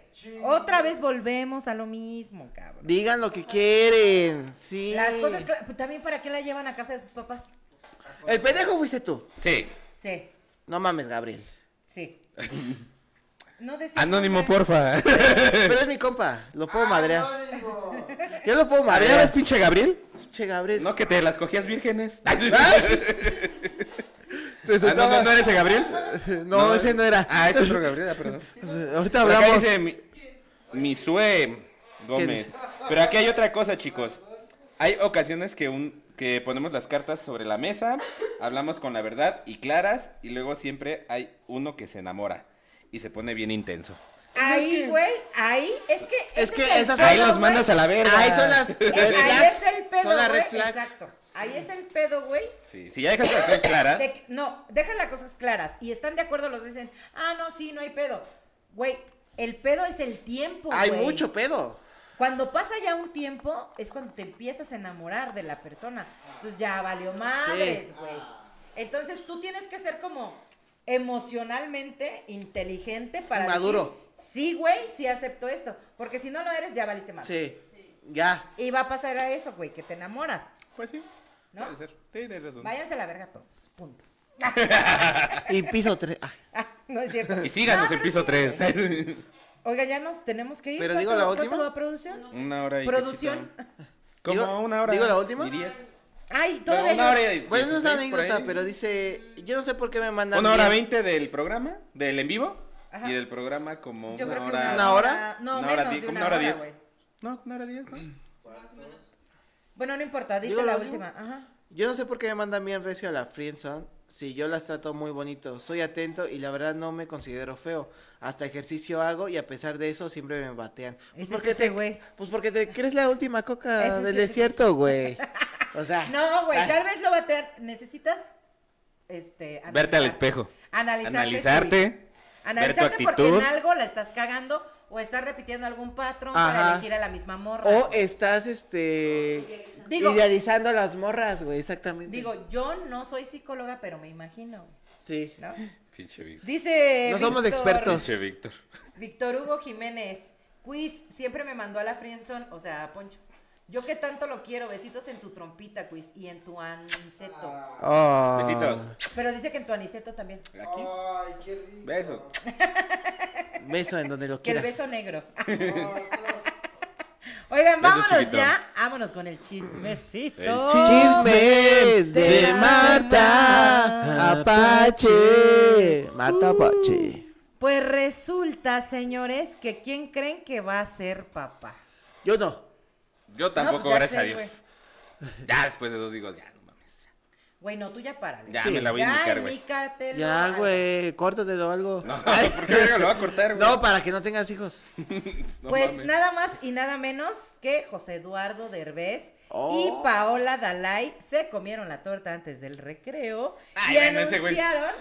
Speaker 4: otra vez volvemos a lo mismo, cabrón.
Speaker 3: Digan lo que quieren. Sí.
Speaker 4: Las cosas, cla- pues, también para qué la llevan a casa de sus papás.
Speaker 3: El pendejo fuiste tú.
Speaker 2: Sí.
Speaker 4: Sí,
Speaker 3: No mames, Gabriel.
Speaker 2: Eh.
Speaker 4: sí. No decía
Speaker 2: Anónimo,
Speaker 3: pues,
Speaker 2: porfa.
Speaker 3: Pero es mi compa. Lo
Speaker 4: Ah,
Speaker 3: puedo madrear. Yo lo puedo madrear.
Speaker 2: ¿Madreabas, pinche Gabriel?
Speaker 3: Pinche Gabriel.
Speaker 2: No, que te las cogías vírgenes.
Speaker 3: Ah, Resultaba-
Speaker 2: Ah, no, no, no eres el Gabriel.
Speaker 3: No, ese no era.
Speaker 2: Ah, es otro Gabriel, ah, perdón.
Speaker 3: Ahorita
Speaker 2: Por acá
Speaker 3: hablamos.
Speaker 2: dice mi, Misue Gómez.
Speaker 3: dice?
Speaker 2: Pero aquí hay otra cosa, chicos. Hay ocasiones que un que ponemos las cartas sobre la mesa, hablamos con la verdad y claras, y luego siempre hay uno que se enamora y se pone bien intenso.
Speaker 4: Ahí, güey, ahí, es que...
Speaker 3: Es
Speaker 4: ese
Speaker 3: que
Speaker 4: el
Speaker 3: esas
Speaker 4: pedo,
Speaker 2: Ahí los
Speaker 4: güey.
Speaker 2: mandas a la verga.
Speaker 3: Ahí son las
Speaker 4: Es-
Speaker 3: red
Speaker 4: ahí es
Speaker 3: flags.
Speaker 4: el pedo,
Speaker 3: Son las
Speaker 4: güey,
Speaker 3: red flags.
Speaker 4: Exacto. Ahí es el pedo, güey.
Speaker 2: Sí, si ya dejas las cosas claras.
Speaker 4: de que- no, dejan las cosas claras. Y están de acuerdo los dos dicen, ah, no, sí, no hay pedo. Güey, el pedo es el tiempo,
Speaker 3: Hay
Speaker 4: güey.
Speaker 3: mucho pedo.
Speaker 4: Cuando pasa ya un tiempo, es cuando te empiezas a enamorar de la persona. Pues ya valió madres, güey. Entonces tú tienes que ser como emocionalmente inteligente para.
Speaker 3: Maduro.
Speaker 4: decir, sí, güey, sí acepto esto. Porque si no lo eres, ya valiste madres.
Speaker 3: Sí. Ya.
Speaker 4: Y va a pasar a eso, güey, que te enamoras.
Speaker 2: Pues sí.
Speaker 4: ¿No?
Speaker 2: Puede ser. Tienes razón.
Speaker 4: Váyanse a la verga todos. Punto. Ah,
Speaker 3: Y piso Ah. 3.
Speaker 4: No es cierto.
Speaker 2: Y síganos
Speaker 4: No,
Speaker 2: en piso 3.
Speaker 4: Oiga, ya nos tenemos que ir.
Speaker 3: Pero
Speaker 4: ¿Cuánto-
Speaker 3: digo la
Speaker 4: cuánto
Speaker 3: última.
Speaker 4: va producción?
Speaker 2: Una hora y
Speaker 4: Producción.
Speaker 2: Como una hora.
Speaker 3: ¿Digo la última?
Speaker 2: dirías.
Speaker 4: Ay,
Speaker 2: todavía Una hora y
Speaker 3: Pues no es una
Speaker 2: 16 por
Speaker 3: anécdota,
Speaker 2: ahí.
Speaker 3: pero dice. Yo no sé por qué me mandan.
Speaker 2: Una hora
Speaker 3: bien.
Speaker 2: veinte del programa, del en vivo.
Speaker 3: Ajá.
Speaker 2: Y del programa como
Speaker 3: Yo
Speaker 2: una
Speaker 3: creo que
Speaker 2: hora.
Speaker 3: una hora.
Speaker 4: No,
Speaker 2: Una hora
Speaker 4: menos
Speaker 2: diez,
Speaker 4: de
Speaker 2: como
Speaker 4: una,
Speaker 2: una hora
Speaker 4: hora,
Speaker 2: diez.
Speaker 4: güey.
Speaker 2: No, una hora diez, ¿no?
Speaker 4: Bueno, no importa, dije
Speaker 3: Digo
Speaker 4: la
Speaker 3: la
Speaker 4: última. Ajá.
Speaker 3: Yo no sé por qué me mandan bien recio a la friendzone si yo las trato muy bonito. Soy atento y la verdad no me considero feo. Hasta ejercicio hago y a pesar de eso siempre me batean. Pues
Speaker 4: Ese
Speaker 3: porque
Speaker 4: es ese,
Speaker 3: te-
Speaker 4: güey.
Speaker 3: Pues porque te crees la última coca
Speaker 4: Ese es
Speaker 3: del
Speaker 4: ese.
Speaker 3: desierto, güey. O sea.
Speaker 4: No, güey,
Speaker 3: ah,
Speaker 4: tal vez lo va a tener. Necesitas. Este, analizar-
Speaker 2: Verte al espejo.
Speaker 4: Analizarte.
Speaker 2: Analizarte,
Speaker 4: sí. Analizarte
Speaker 2: ver tu
Speaker 4: porque
Speaker 2: actitud.
Speaker 4: en algo la estás cagando o estás repitiendo algún patrón para
Speaker 3: Ajá.
Speaker 4: elegir a la misma morra.
Speaker 3: O estás, este.
Speaker 4: Digo-
Speaker 3: idealizando a las morras, güey, exactamente.
Speaker 4: Digo, yo no soy psicóloga, pero me imagino.
Speaker 3: Sí.
Speaker 4: ¿no?
Speaker 2: Pinche Víctor.
Speaker 4: Dice.
Speaker 3: No somos
Speaker 4: Víctor-
Speaker 3: expertos.
Speaker 2: Pinche Víctor.
Speaker 4: Víctor Hugo Jiménez, Quiz, siempre me mandó a la friendzone, o sea, a Poncho. Yo que tanto lo quiero, besitos en tu trompita, Quiz, y en tu aniceto.
Speaker 3: Oh.
Speaker 2: Besitos.
Speaker 4: Pero dice que en tu aniceto también.
Speaker 2: Aquí.
Speaker 4: Oh.
Speaker 6: Ay, qué rico.
Speaker 2: Besos.
Speaker 3: Beso en donde lo
Speaker 4: Que el
Speaker 3: quieras.
Speaker 4: beso negro. Oigan,
Speaker 3: Beso
Speaker 4: vámonos
Speaker 3: chiquito.
Speaker 4: ya. Vámonos con el chismecito.
Speaker 3: El chisme de Marta Apache. Uh. Marta Apache.
Speaker 4: Pues resulta, señores, que ¿quién creen que va a ser papá?
Speaker 3: Yo no.
Speaker 2: Yo tampoco,
Speaker 4: pues ya
Speaker 2: gracias a
Speaker 4: sé,
Speaker 2: Dios. Ya después de dos digo, ya.
Speaker 4: Güey, no, tú ya párale.
Speaker 2: Ya, Sí. me la voy a indicar, güey.
Speaker 4: indícatelo.
Speaker 3: Ya, güey, córtatelo o algo. No,
Speaker 2: ¿por qué verga lo va a cortar, güey?
Speaker 3: No, para que no tengas hijos.
Speaker 4: pues nada más y nada menos que José Eduardo Derbez
Speaker 3: Oh.
Speaker 4: y Paola Dalai se comieron la torta antes del recreo
Speaker 2: Ay,
Speaker 4: y
Speaker 2: bueno, ese güey.
Speaker 4: anunciaron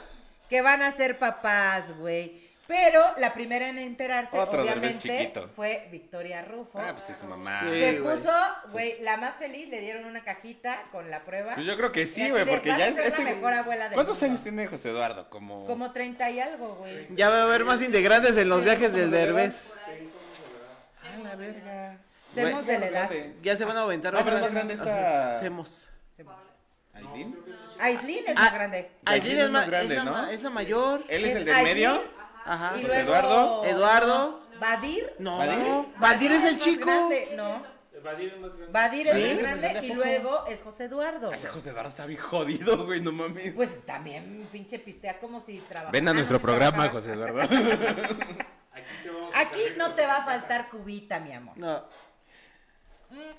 Speaker 4: que van a ser papás, güey. Pero la primera en enterarse,
Speaker 2: Otro Derbez
Speaker 4: obviamente,
Speaker 2: chiquito.
Speaker 4: fue Victoria Rufo.
Speaker 2: Ah, pues es su mamá.
Speaker 4: se puso, güey, la más feliz, le dieron una cajita con la prueba.
Speaker 2: Pues yo creo que sí,
Speaker 4: Y así
Speaker 2: güey,
Speaker 4: de,
Speaker 2: porque
Speaker 4: "Vas
Speaker 2: ya
Speaker 4: a
Speaker 2: es.
Speaker 4: ser la
Speaker 2: ese-
Speaker 4: mejor abuela del
Speaker 2: ¿Cuántos
Speaker 4: mundo".
Speaker 2: años tiene José Eduardo? Como.
Speaker 4: Como 30 y algo, güey.
Speaker 3: Ya va a haber más integrantes en los viajes del Derbez.
Speaker 2: Ah, la verga.
Speaker 4: Semos de la edad.
Speaker 3: Ya se van a aumentar.
Speaker 2: No, pero
Speaker 3: otras.
Speaker 2: es más grande esta-
Speaker 3: Semos.
Speaker 2: ¿Aislin?
Speaker 4: Aislin es más
Speaker 3: Ah,
Speaker 4: grande.
Speaker 3: Aislin es, más
Speaker 2: grande,
Speaker 3: es la,
Speaker 2: ¿no?
Speaker 3: ma- es la mayor.
Speaker 2: Él es el del medio.
Speaker 3: Ajá.
Speaker 4: Y
Speaker 2: José
Speaker 4: luego-
Speaker 2: Eduardo.
Speaker 3: Ah, Eduardo.
Speaker 4: Badir.
Speaker 3: No.
Speaker 2: ¿Vadir?
Speaker 3: Valdir es el
Speaker 4: más
Speaker 3: chico.
Speaker 4: Ah, grande, No.
Speaker 5: Vadir es más grande.
Speaker 4: Badir
Speaker 2: ¿Sí?
Speaker 4: es más grande
Speaker 2: ¿A
Speaker 4: y
Speaker 2: poco?
Speaker 4: luego es José Eduardo.
Speaker 2: Ese José Eduardo está bien jodido, güey, no mames.
Speaker 4: Pues también pinche pistea como si trabajara.
Speaker 2: Ven a
Speaker 4: Ah,
Speaker 2: nuestro
Speaker 4: no,
Speaker 2: programa, José Eduardo.
Speaker 4: Aquí no te va a faltar cubita, mi amor.
Speaker 3: No.
Speaker 4: Y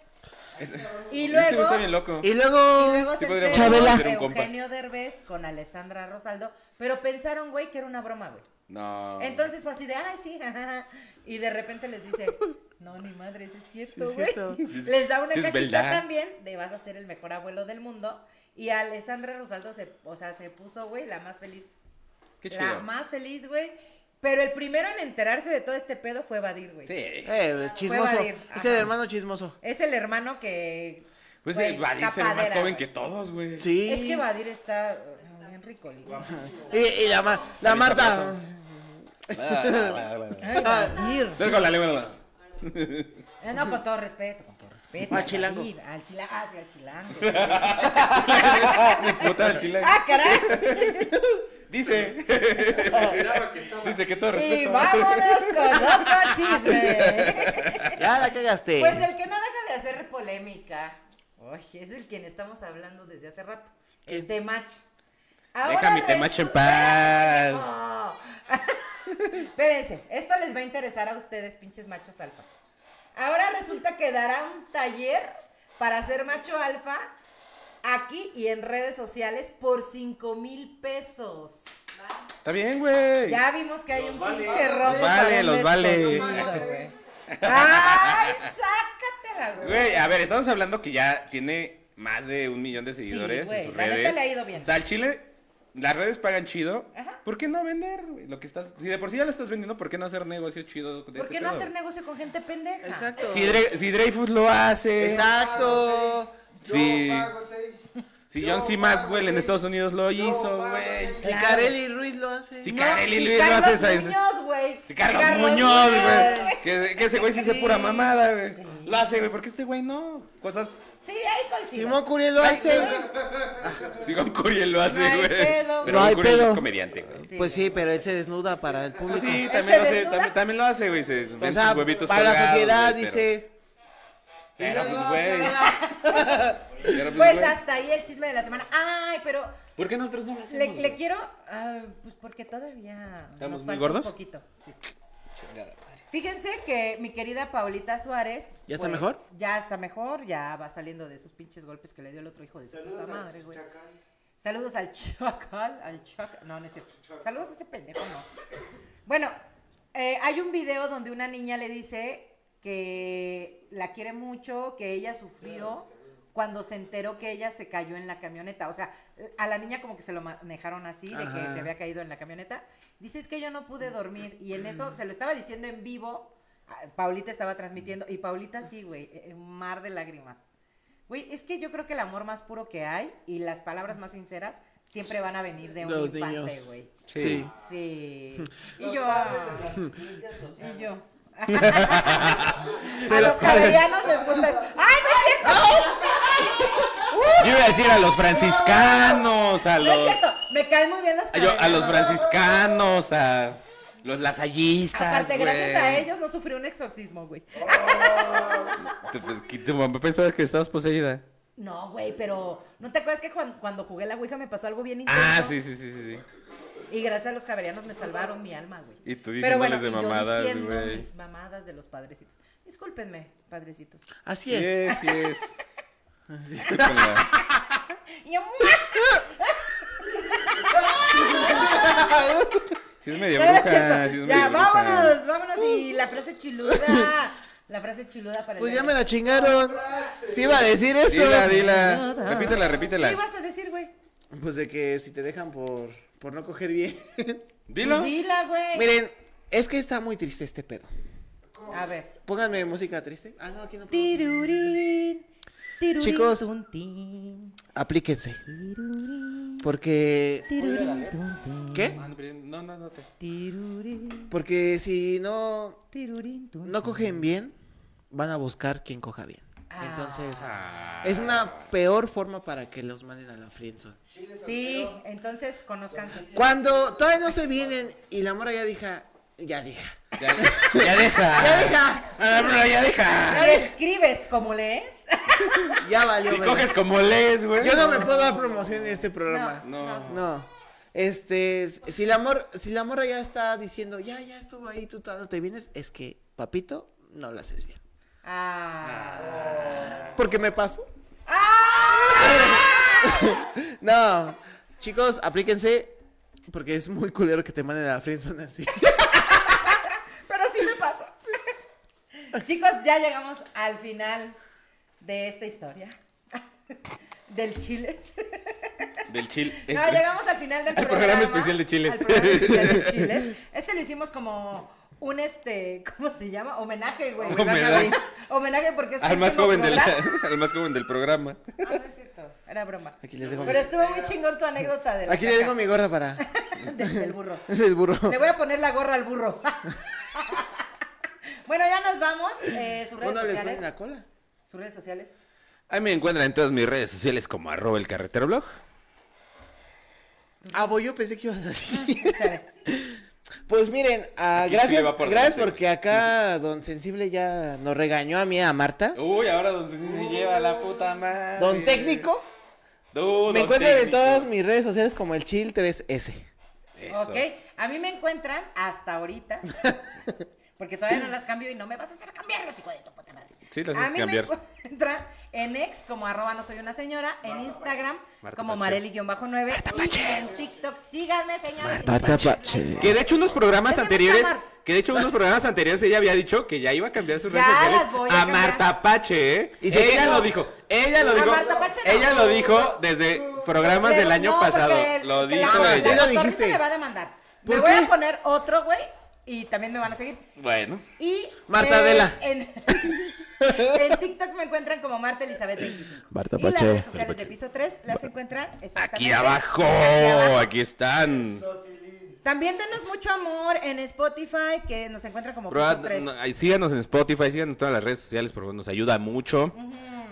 Speaker 2: Este
Speaker 4: luego.
Speaker 2: güey está bien loco.
Speaker 3: Y luego.
Speaker 4: y luego
Speaker 2: Sí
Speaker 4: se
Speaker 2: podríamos
Speaker 4: enteró
Speaker 2: hacer
Speaker 4: de
Speaker 2: un compa.
Speaker 4: Eugenio Derbez con Alessandra Rosaldo, pero pensaron, güey, que era una broma, güey.
Speaker 2: No.
Speaker 4: Entonces fue así de, ay, sí, jajaja. Y de repente les dice, no, ni madre, sí es cierto,
Speaker 3: Sí
Speaker 4: güey.
Speaker 3: es cierto.
Speaker 4: Les da una
Speaker 2: Sí es
Speaker 4: cajita
Speaker 2: verdad.
Speaker 4: también de vas a ser el mejor abuelo del mundo. Y Alessandra Rosaldo se, o sea, se puso, güey, la más feliz.
Speaker 2: Qué
Speaker 4: La
Speaker 2: chido.
Speaker 4: más feliz, güey. Pero el primero en enterarse de todo este pedo fue Vadir, güey.
Speaker 2: Sí.
Speaker 3: Eh, chismoso.
Speaker 4: Vadir,
Speaker 3: Es el
Speaker 4: ajá.
Speaker 3: hermano chismoso.
Speaker 4: Es el hermano que.
Speaker 2: Pues
Speaker 4: güey,
Speaker 2: eh, Vadir se ve más
Speaker 4: tapadera,
Speaker 2: joven
Speaker 4: güey.
Speaker 2: que todos, güey.
Speaker 3: Sí.
Speaker 4: Es que Vadir está eh, bien rico,
Speaker 3: Y, y la, ma- la Marta.
Speaker 4: Ay, Vadir.
Speaker 2: Entonces con la lengua. no.
Speaker 4: Eh, No, con todo respeto, con todo respeto.
Speaker 3: Al
Speaker 4: a
Speaker 3: chilango.
Speaker 4: David, Al chilango. Ah, sí, al chilango.
Speaker 2: Mi puta del chile.
Speaker 4: ah, caray.
Speaker 2: Dice. Dice que todo
Speaker 4: Y
Speaker 2: respeto.
Speaker 4: vámonos con otro chisme.
Speaker 3: Ya la cagaste.
Speaker 4: Pues el que no deja de hacer polémica. Oye, es el quien estamos hablando desde hace rato. El Temach.
Speaker 2: Deja mi temacho en paz.
Speaker 4: No. Espérense, esto les va a interesar a ustedes, pinches machos alfa. Ahora resulta que dará un taller para ser macho alfa aquí y en redes sociales por 5 mil pesos.
Speaker 2: Está bien, güey.
Speaker 4: Ya vimos que hay un pinche robo.
Speaker 2: Los vale, los vale.
Speaker 4: ¡Ay, sácatela, güey!
Speaker 2: Güey, a ver, estamos hablando que ya tiene más de un millón de seguidores
Speaker 4: güey,
Speaker 2: en sus
Speaker 4: la neta
Speaker 2: redes.
Speaker 4: le ha ido bien.
Speaker 2: O sea, al Chile, las redes pagan chido. ¿Por qué no vender, güey? Lo que estás, si de por sí ya lo estás vendiendo, ¿por qué no hacer negocio chido? de
Speaker 4: ¿Por
Speaker 2: ese
Speaker 4: qué no
Speaker 2: pedo?
Speaker 4: hacer negocio con gente pendeja?
Speaker 3: Exacto.
Speaker 2: Si, Dre- si Dreyfus lo hace.
Speaker 3: Exacto.
Speaker 2: Sí.
Speaker 6: seis.
Speaker 2: Si John C. Maxwell en Estados Unidos lo hizo, güey.
Speaker 3: Si Carelli Ruiz lo hace.
Speaker 2: Si
Speaker 3: No,
Speaker 2: Carelli
Speaker 4: Y
Speaker 2: Luis lo
Speaker 4: Carlos
Speaker 2: hace. esa-
Speaker 4: Muñoz, güey.
Speaker 2: Si Carlos,
Speaker 4: Carlos
Speaker 2: Muñoz,
Speaker 4: Muñoz,
Speaker 2: güey. Que, que ese güey sí hace
Speaker 3: Sí.
Speaker 2: pura mamada, güey. Lo hace, güey. ¿Por qué este güey no? Cosas.
Speaker 4: Sí, ahí coincido.
Speaker 3: Simón Curiel lo
Speaker 2: Ay,
Speaker 3: hace.
Speaker 2: Si Gon Curiel lo hace,
Speaker 4: No hay
Speaker 2: güey.
Speaker 4: pedo,
Speaker 2: Pero
Speaker 3: No
Speaker 2: Gon
Speaker 3: hay
Speaker 2: Curiel
Speaker 3: pedo.
Speaker 2: es comediante, güey.
Speaker 3: Pues sí, pero él se desnuda para el
Speaker 2: Pues
Speaker 3: público.
Speaker 2: sí,
Speaker 4: ¿Ese
Speaker 2: también lo, hace,
Speaker 4: desnuda?
Speaker 2: también, también lo hace, güey. Se ven
Speaker 3: O
Speaker 2: sus
Speaker 3: sea,
Speaker 2: huevitos
Speaker 3: para la
Speaker 2: colgados,
Speaker 3: sociedad
Speaker 2: güey,
Speaker 3: dice.
Speaker 2: Pero, pero pues, güey. Pero, pues,
Speaker 4: Pues
Speaker 2: güey.
Speaker 4: hasta ahí el chisme de la semana. Ay, pero
Speaker 2: ¿Por qué nosotros no lo
Speaker 4: le,
Speaker 2: hacemos?
Speaker 4: le quiero. ah, pues porque todavía.
Speaker 2: ¿Estamos
Speaker 4: nos
Speaker 2: muy
Speaker 4: falta
Speaker 2: gordos?
Speaker 4: Un poquito. sí. Fíjense que mi querida Paulita Suárez. pues,
Speaker 3: ¿Ya está mejor?
Speaker 4: Ya está mejor, ya va saliendo de esos pinches golpes que le dio el otro hijo de su puta madre, güey. Saludos al chacal, al chacal. No, no es cierto. Saludos a ese pendejo, no. Bueno, eh, hay un video donde una niña le dice que la quiere mucho, que ella sufrió cuando se enteró que ella se cayó en la camioneta. O sea, a la niña como que se lo manejaron así, de que
Speaker 3: Ajá.
Speaker 4: se había caído en la camioneta. Dice, es que yo no pude dormir. Y en eso se lo estaba diciendo en vivo. ah, Paulita estaba
Speaker 19: Mm.
Speaker 4: transmitiendo. Y Paulita sí, güey, eh, eh, mar de lágrimas. Güey, es que yo creo que el amor más puro que hay y las palabras más sinceras siempre van a venir de un
Speaker 3: Los
Speaker 4: infante,
Speaker 3: niños.
Speaker 4: güey.
Speaker 3: Sí.
Speaker 4: Sí. Y
Speaker 19: Los
Speaker 4: yo. ah,
Speaker 19: padres de
Speaker 4: Y yo. a los caberianos les gusta. eso. ¡Ay, no es cierto!
Speaker 2: Yo iba a decir a los franciscanos, a
Speaker 4: No es
Speaker 2: los.
Speaker 4: cierto. Me caen muy bien los
Speaker 2: a yo-
Speaker 4: caberianos.
Speaker 2: a los franciscanos, a los lasallistas.
Speaker 4: Aparte, gracias
Speaker 2: güey.
Speaker 4: a ellos no sufrí un exorcismo, güey.
Speaker 2: Tu- tu- Tu mamá pensaba que estabas poseída.
Speaker 4: No, güey, pero ¿no te acuerdas que cuan- cuando jugué la Ouija me pasó algo bien intenso?
Speaker 2: Ah, sí, sí, sí, sí. sí.
Speaker 4: Y gracias a los caberianos me salvaron mi alma, güey.
Speaker 2: Y tú
Speaker 4: Pero bueno,
Speaker 2: diciéndoles
Speaker 4: y
Speaker 2: de
Speaker 4: yo
Speaker 2: mamadas,
Speaker 4: diciendo
Speaker 2: güey.
Speaker 4: mis mamadas de los padrecitos. Discúlpenme, padrecitos.
Speaker 3: Así
Speaker 2: Sí
Speaker 3: es.
Speaker 2: es, sí es. Con la-
Speaker 4: Y yo, ¡mua!
Speaker 2: Sí es medio
Speaker 4: No, no es
Speaker 2: bruja,
Speaker 4: cierto.
Speaker 2: sí es medio
Speaker 4: ya,
Speaker 2: bruja.
Speaker 4: vámonos, vámonos. Y la frase chiluda. La frase chiluda para el
Speaker 3: Pues
Speaker 4: día de
Speaker 3: ya me la chingaron. Sí iba a decir eso.
Speaker 2: Dila, dila. Repítela, repítela.
Speaker 4: ¿Qué ibas a decir, güey?
Speaker 3: Pues de que si te dejan por, por no coger bien.
Speaker 2: Dilo.
Speaker 4: Pues Dila, güey.
Speaker 3: Miren, es que está muy triste este pedo.
Speaker 4: A ver.
Speaker 3: Pónganme música triste. Ah, no, aquí no.
Speaker 4: Tirurín. Tirurín.
Speaker 3: Chicos.
Speaker 4: tun, tin.
Speaker 3: Aplíquense. Porque.
Speaker 4: Tirurín, tun,
Speaker 3: ¿Qué?
Speaker 2: Ah, No, no, no. Te...
Speaker 4: Tirurín.
Speaker 3: Porque si no.
Speaker 4: Tirurín, tun,
Speaker 3: No
Speaker 4: tin.
Speaker 3: cogen bien, van a buscar quien coja bien. Entonces,
Speaker 2: Ah.
Speaker 3: es una peor forma para que los manden a la friendzone.
Speaker 4: Sí, entonces conozcanse.
Speaker 3: Cuando todavía no se vienen y la mora ya deja, ya deja.
Speaker 2: Ya, ya deja.
Speaker 3: Ya deja.
Speaker 2: Ah, bro, ya deja.
Speaker 4: ¿Le escribes como lees?
Speaker 3: Ya valió.
Speaker 2: Si
Speaker 3: verga.
Speaker 2: coges como lees, güey.
Speaker 3: Yo no me puedo dar promoción en este programa.
Speaker 2: No,
Speaker 3: No. Este, s- si la, mor- si la morra ya está diciendo, ya, ya estuvo ahí, tú todavía no te vienes, es que, papito, no lo haces bien.
Speaker 4: Ah.
Speaker 3: Porque me pasó. no, chicos, aplíquense. Porque es muy culero que te manden a la friendzone así.
Speaker 4: Pero sí me pasó. Chicos, ya llegamos al final de esta historia. Del chiles.
Speaker 2: Del este, chill.
Speaker 3: Ah,
Speaker 4: No, llegamos al final del
Speaker 2: Al
Speaker 4: programa.
Speaker 2: programa especial de chiles.
Speaker 4: Al programa especial de chiles. Este lo hicimos como un este, ¿cómo se llama? Homenaje, güey.
Speaker 2: Homenaje, güey.
Speaker 4: Homenaje porque es
Speaker 2: Al
Speaker 4: el
Speaker 2: más
Speaker 4: último
Speaker 2: joven del,
Speaker 4: programa.
Speaker 2: al más joven del programa.
Speaker 4: Ah, no es cierto. Era broma.
Speaker 3: Aquí les dejo mi,
Speaker 4: Pero estuvo muy chingón tu anécdota de la
Speaker 3: aquí les dejo mi gorra para
Speaker 4: caca de- del burro.
Speaker 3: el burro.
Speaker 4: Le voy a poner la gorra al burro. bueno, ya nos vamos. Eh, sus redes
Speaker 2: pues,
Speaker 3: ¿Cuándo le
Speaker 4: sociales.
Speaker 3: ponen la cola?
Speaker 4: Sus redes sociales.
Speaker 2: Ahí me encuentran en todas mis redes sociales como arroba el carretero blog.
Speaker 3: Ah, voy, yo pensé que ibas así.
Speaker 4: Chale.
Speaker 3: Pues miren, ah,
Speaker 2: Aquí sí
Speaker 3: gracias,
Speaker 2: le va por
Speaker 3: gracias
Speaker 2: delante, güey.
Speaker 3: porque acá Don Sensible ya nos regañó a mí, a Marta.
Speaker 2: Uy, ahora donde se lleva la puta madre.
Speaker 3: Don Técnico,
Speaker 2: Tú,
Speaker 3: me
Speaker 2: don
Speaker 3: encuentran en
Speaker 2: técnico.
Speaker 3: todas mis redes sociales como el Chill 3S.
Speaker 2: Eso.
Speaker 4: Ok. A mí me encuentran hasta ahorita. Porque todavía no las cambio y no me vas a hacer cambiarlas, hijo de tu puta madre.
Speaker 2: Sí, las
Speaker 4: a
Speaker 2: haces
Speaker 4: mí
Speaker 2: cambiar.
Speaker 4: me encuentran en ex como arroba no soy una señora, en Instagram
Speaker 2: Marta
Speaker 4: como
Speaker 2: Pache.
Speaker 4: mareli-9 y en TikTok síganme, señores.
Speaker 2: Que de hecho unos programas
Speaker 4: Ya me voy a
Speaker 2: anteriores,
Speaker 4: llamar.
Speaker 2: que de hecho unos programas anteriores ella había dicho que ya iba a cambiar sus
Speaker 4: Ya
Speaker 2: redes
Speaker 4: las
Speaker 2: sociales
Speaker 4: voy a
Speaker 2: a,
Speaker 4: cambiar.
Speaker 2: Marta Pache, ¿eh?
Speaker 3: Y se
Speaker 2: ella
Speaker 3: quejó.
Speaker 2: lo dijo, ella lo
Speaker 4: A
Speaker 2: dijo,
Speaker 4: Marta Pache no.
Speaker 2: ella lo dijo desde programas
Speaker 4: Pero
Speaker 2: del año
Speaker 4: no,
Speaker 2: pasado,
Speaker 4: porque el-
Speaker 2: lo
Speaker 4: la-
Speaker 2: dijo
Speaker 4: la-
Speaker 3: sí
Speaker 2: ella.
Speaker 3: lo
Speaker 4: la cotorriza
Speaker 3: dijiste.
Speaker 4: me va a demandar.
Speaker 3: ¿Por
Speaker 4: me voy
Speaker 3: qué?
Speaker 4: a poner otro, güey, y también me van a seguir.
Speaker 2: Bueno,
Speaker 4: Y
Speaker 3: Marta Adela.
Speaker 4: En, en TikTok me encuentran como Marta Elizabeth 25.
Speaker 3: Marta
Speaker 4: Y las
Speaker 3: Pache.
Speaker 4: redes sociales
Speaker 3: Marta Pache.
Speaker 4: de piso 3 las encuentran exactamente
Speaker 2: aquí abajo,
Speaker 4: aquí abajo.
Speaker 2: aquí están.
Speaker 4: También denos mucho amor en Spotify, que nos encuentran como
Speaker 2: Bro,
Speaker 4: piso 3.
Speaker 2: no, ay, síganos en Spotify, síganos en todas las redes sociales, porque nos ayuda mucho.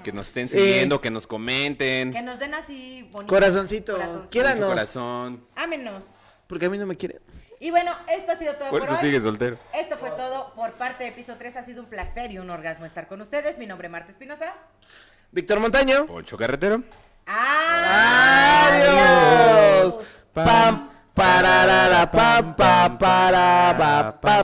Speaker 2: Que nos estén siguiendo, que nos comenten.
Speaker 4: Que nos den así bonito.
Speaker 3: Corazoncito,
Speaker 4: Corazoncito.
Speaker 2: Mucho
Speaker 3: quiéranos,
Speaker 2: corazón.
Speaker 4: Ámenos.
Speaker 3: porque a mí no me quieren.
Speaker 4: Y bueno, esto ha sido todo
Speaker 2: Por
Speaker 4: por,
Speaker 2: eso
Speaker 4: hoy.
Speaker 2: sigues soltero.
Speaker 4: Esto fue todo por parte de Piso 3. Ha sido un placer y un orgasmo estar con ustedes. Mi nombre es Marta Espinosa.
Speaker 3: Víctor Montaño.
Speaker 2: Poncho Carretero.
Speaker 3: Adiós. Pam, pararara, pam, pa, para, pa, pa.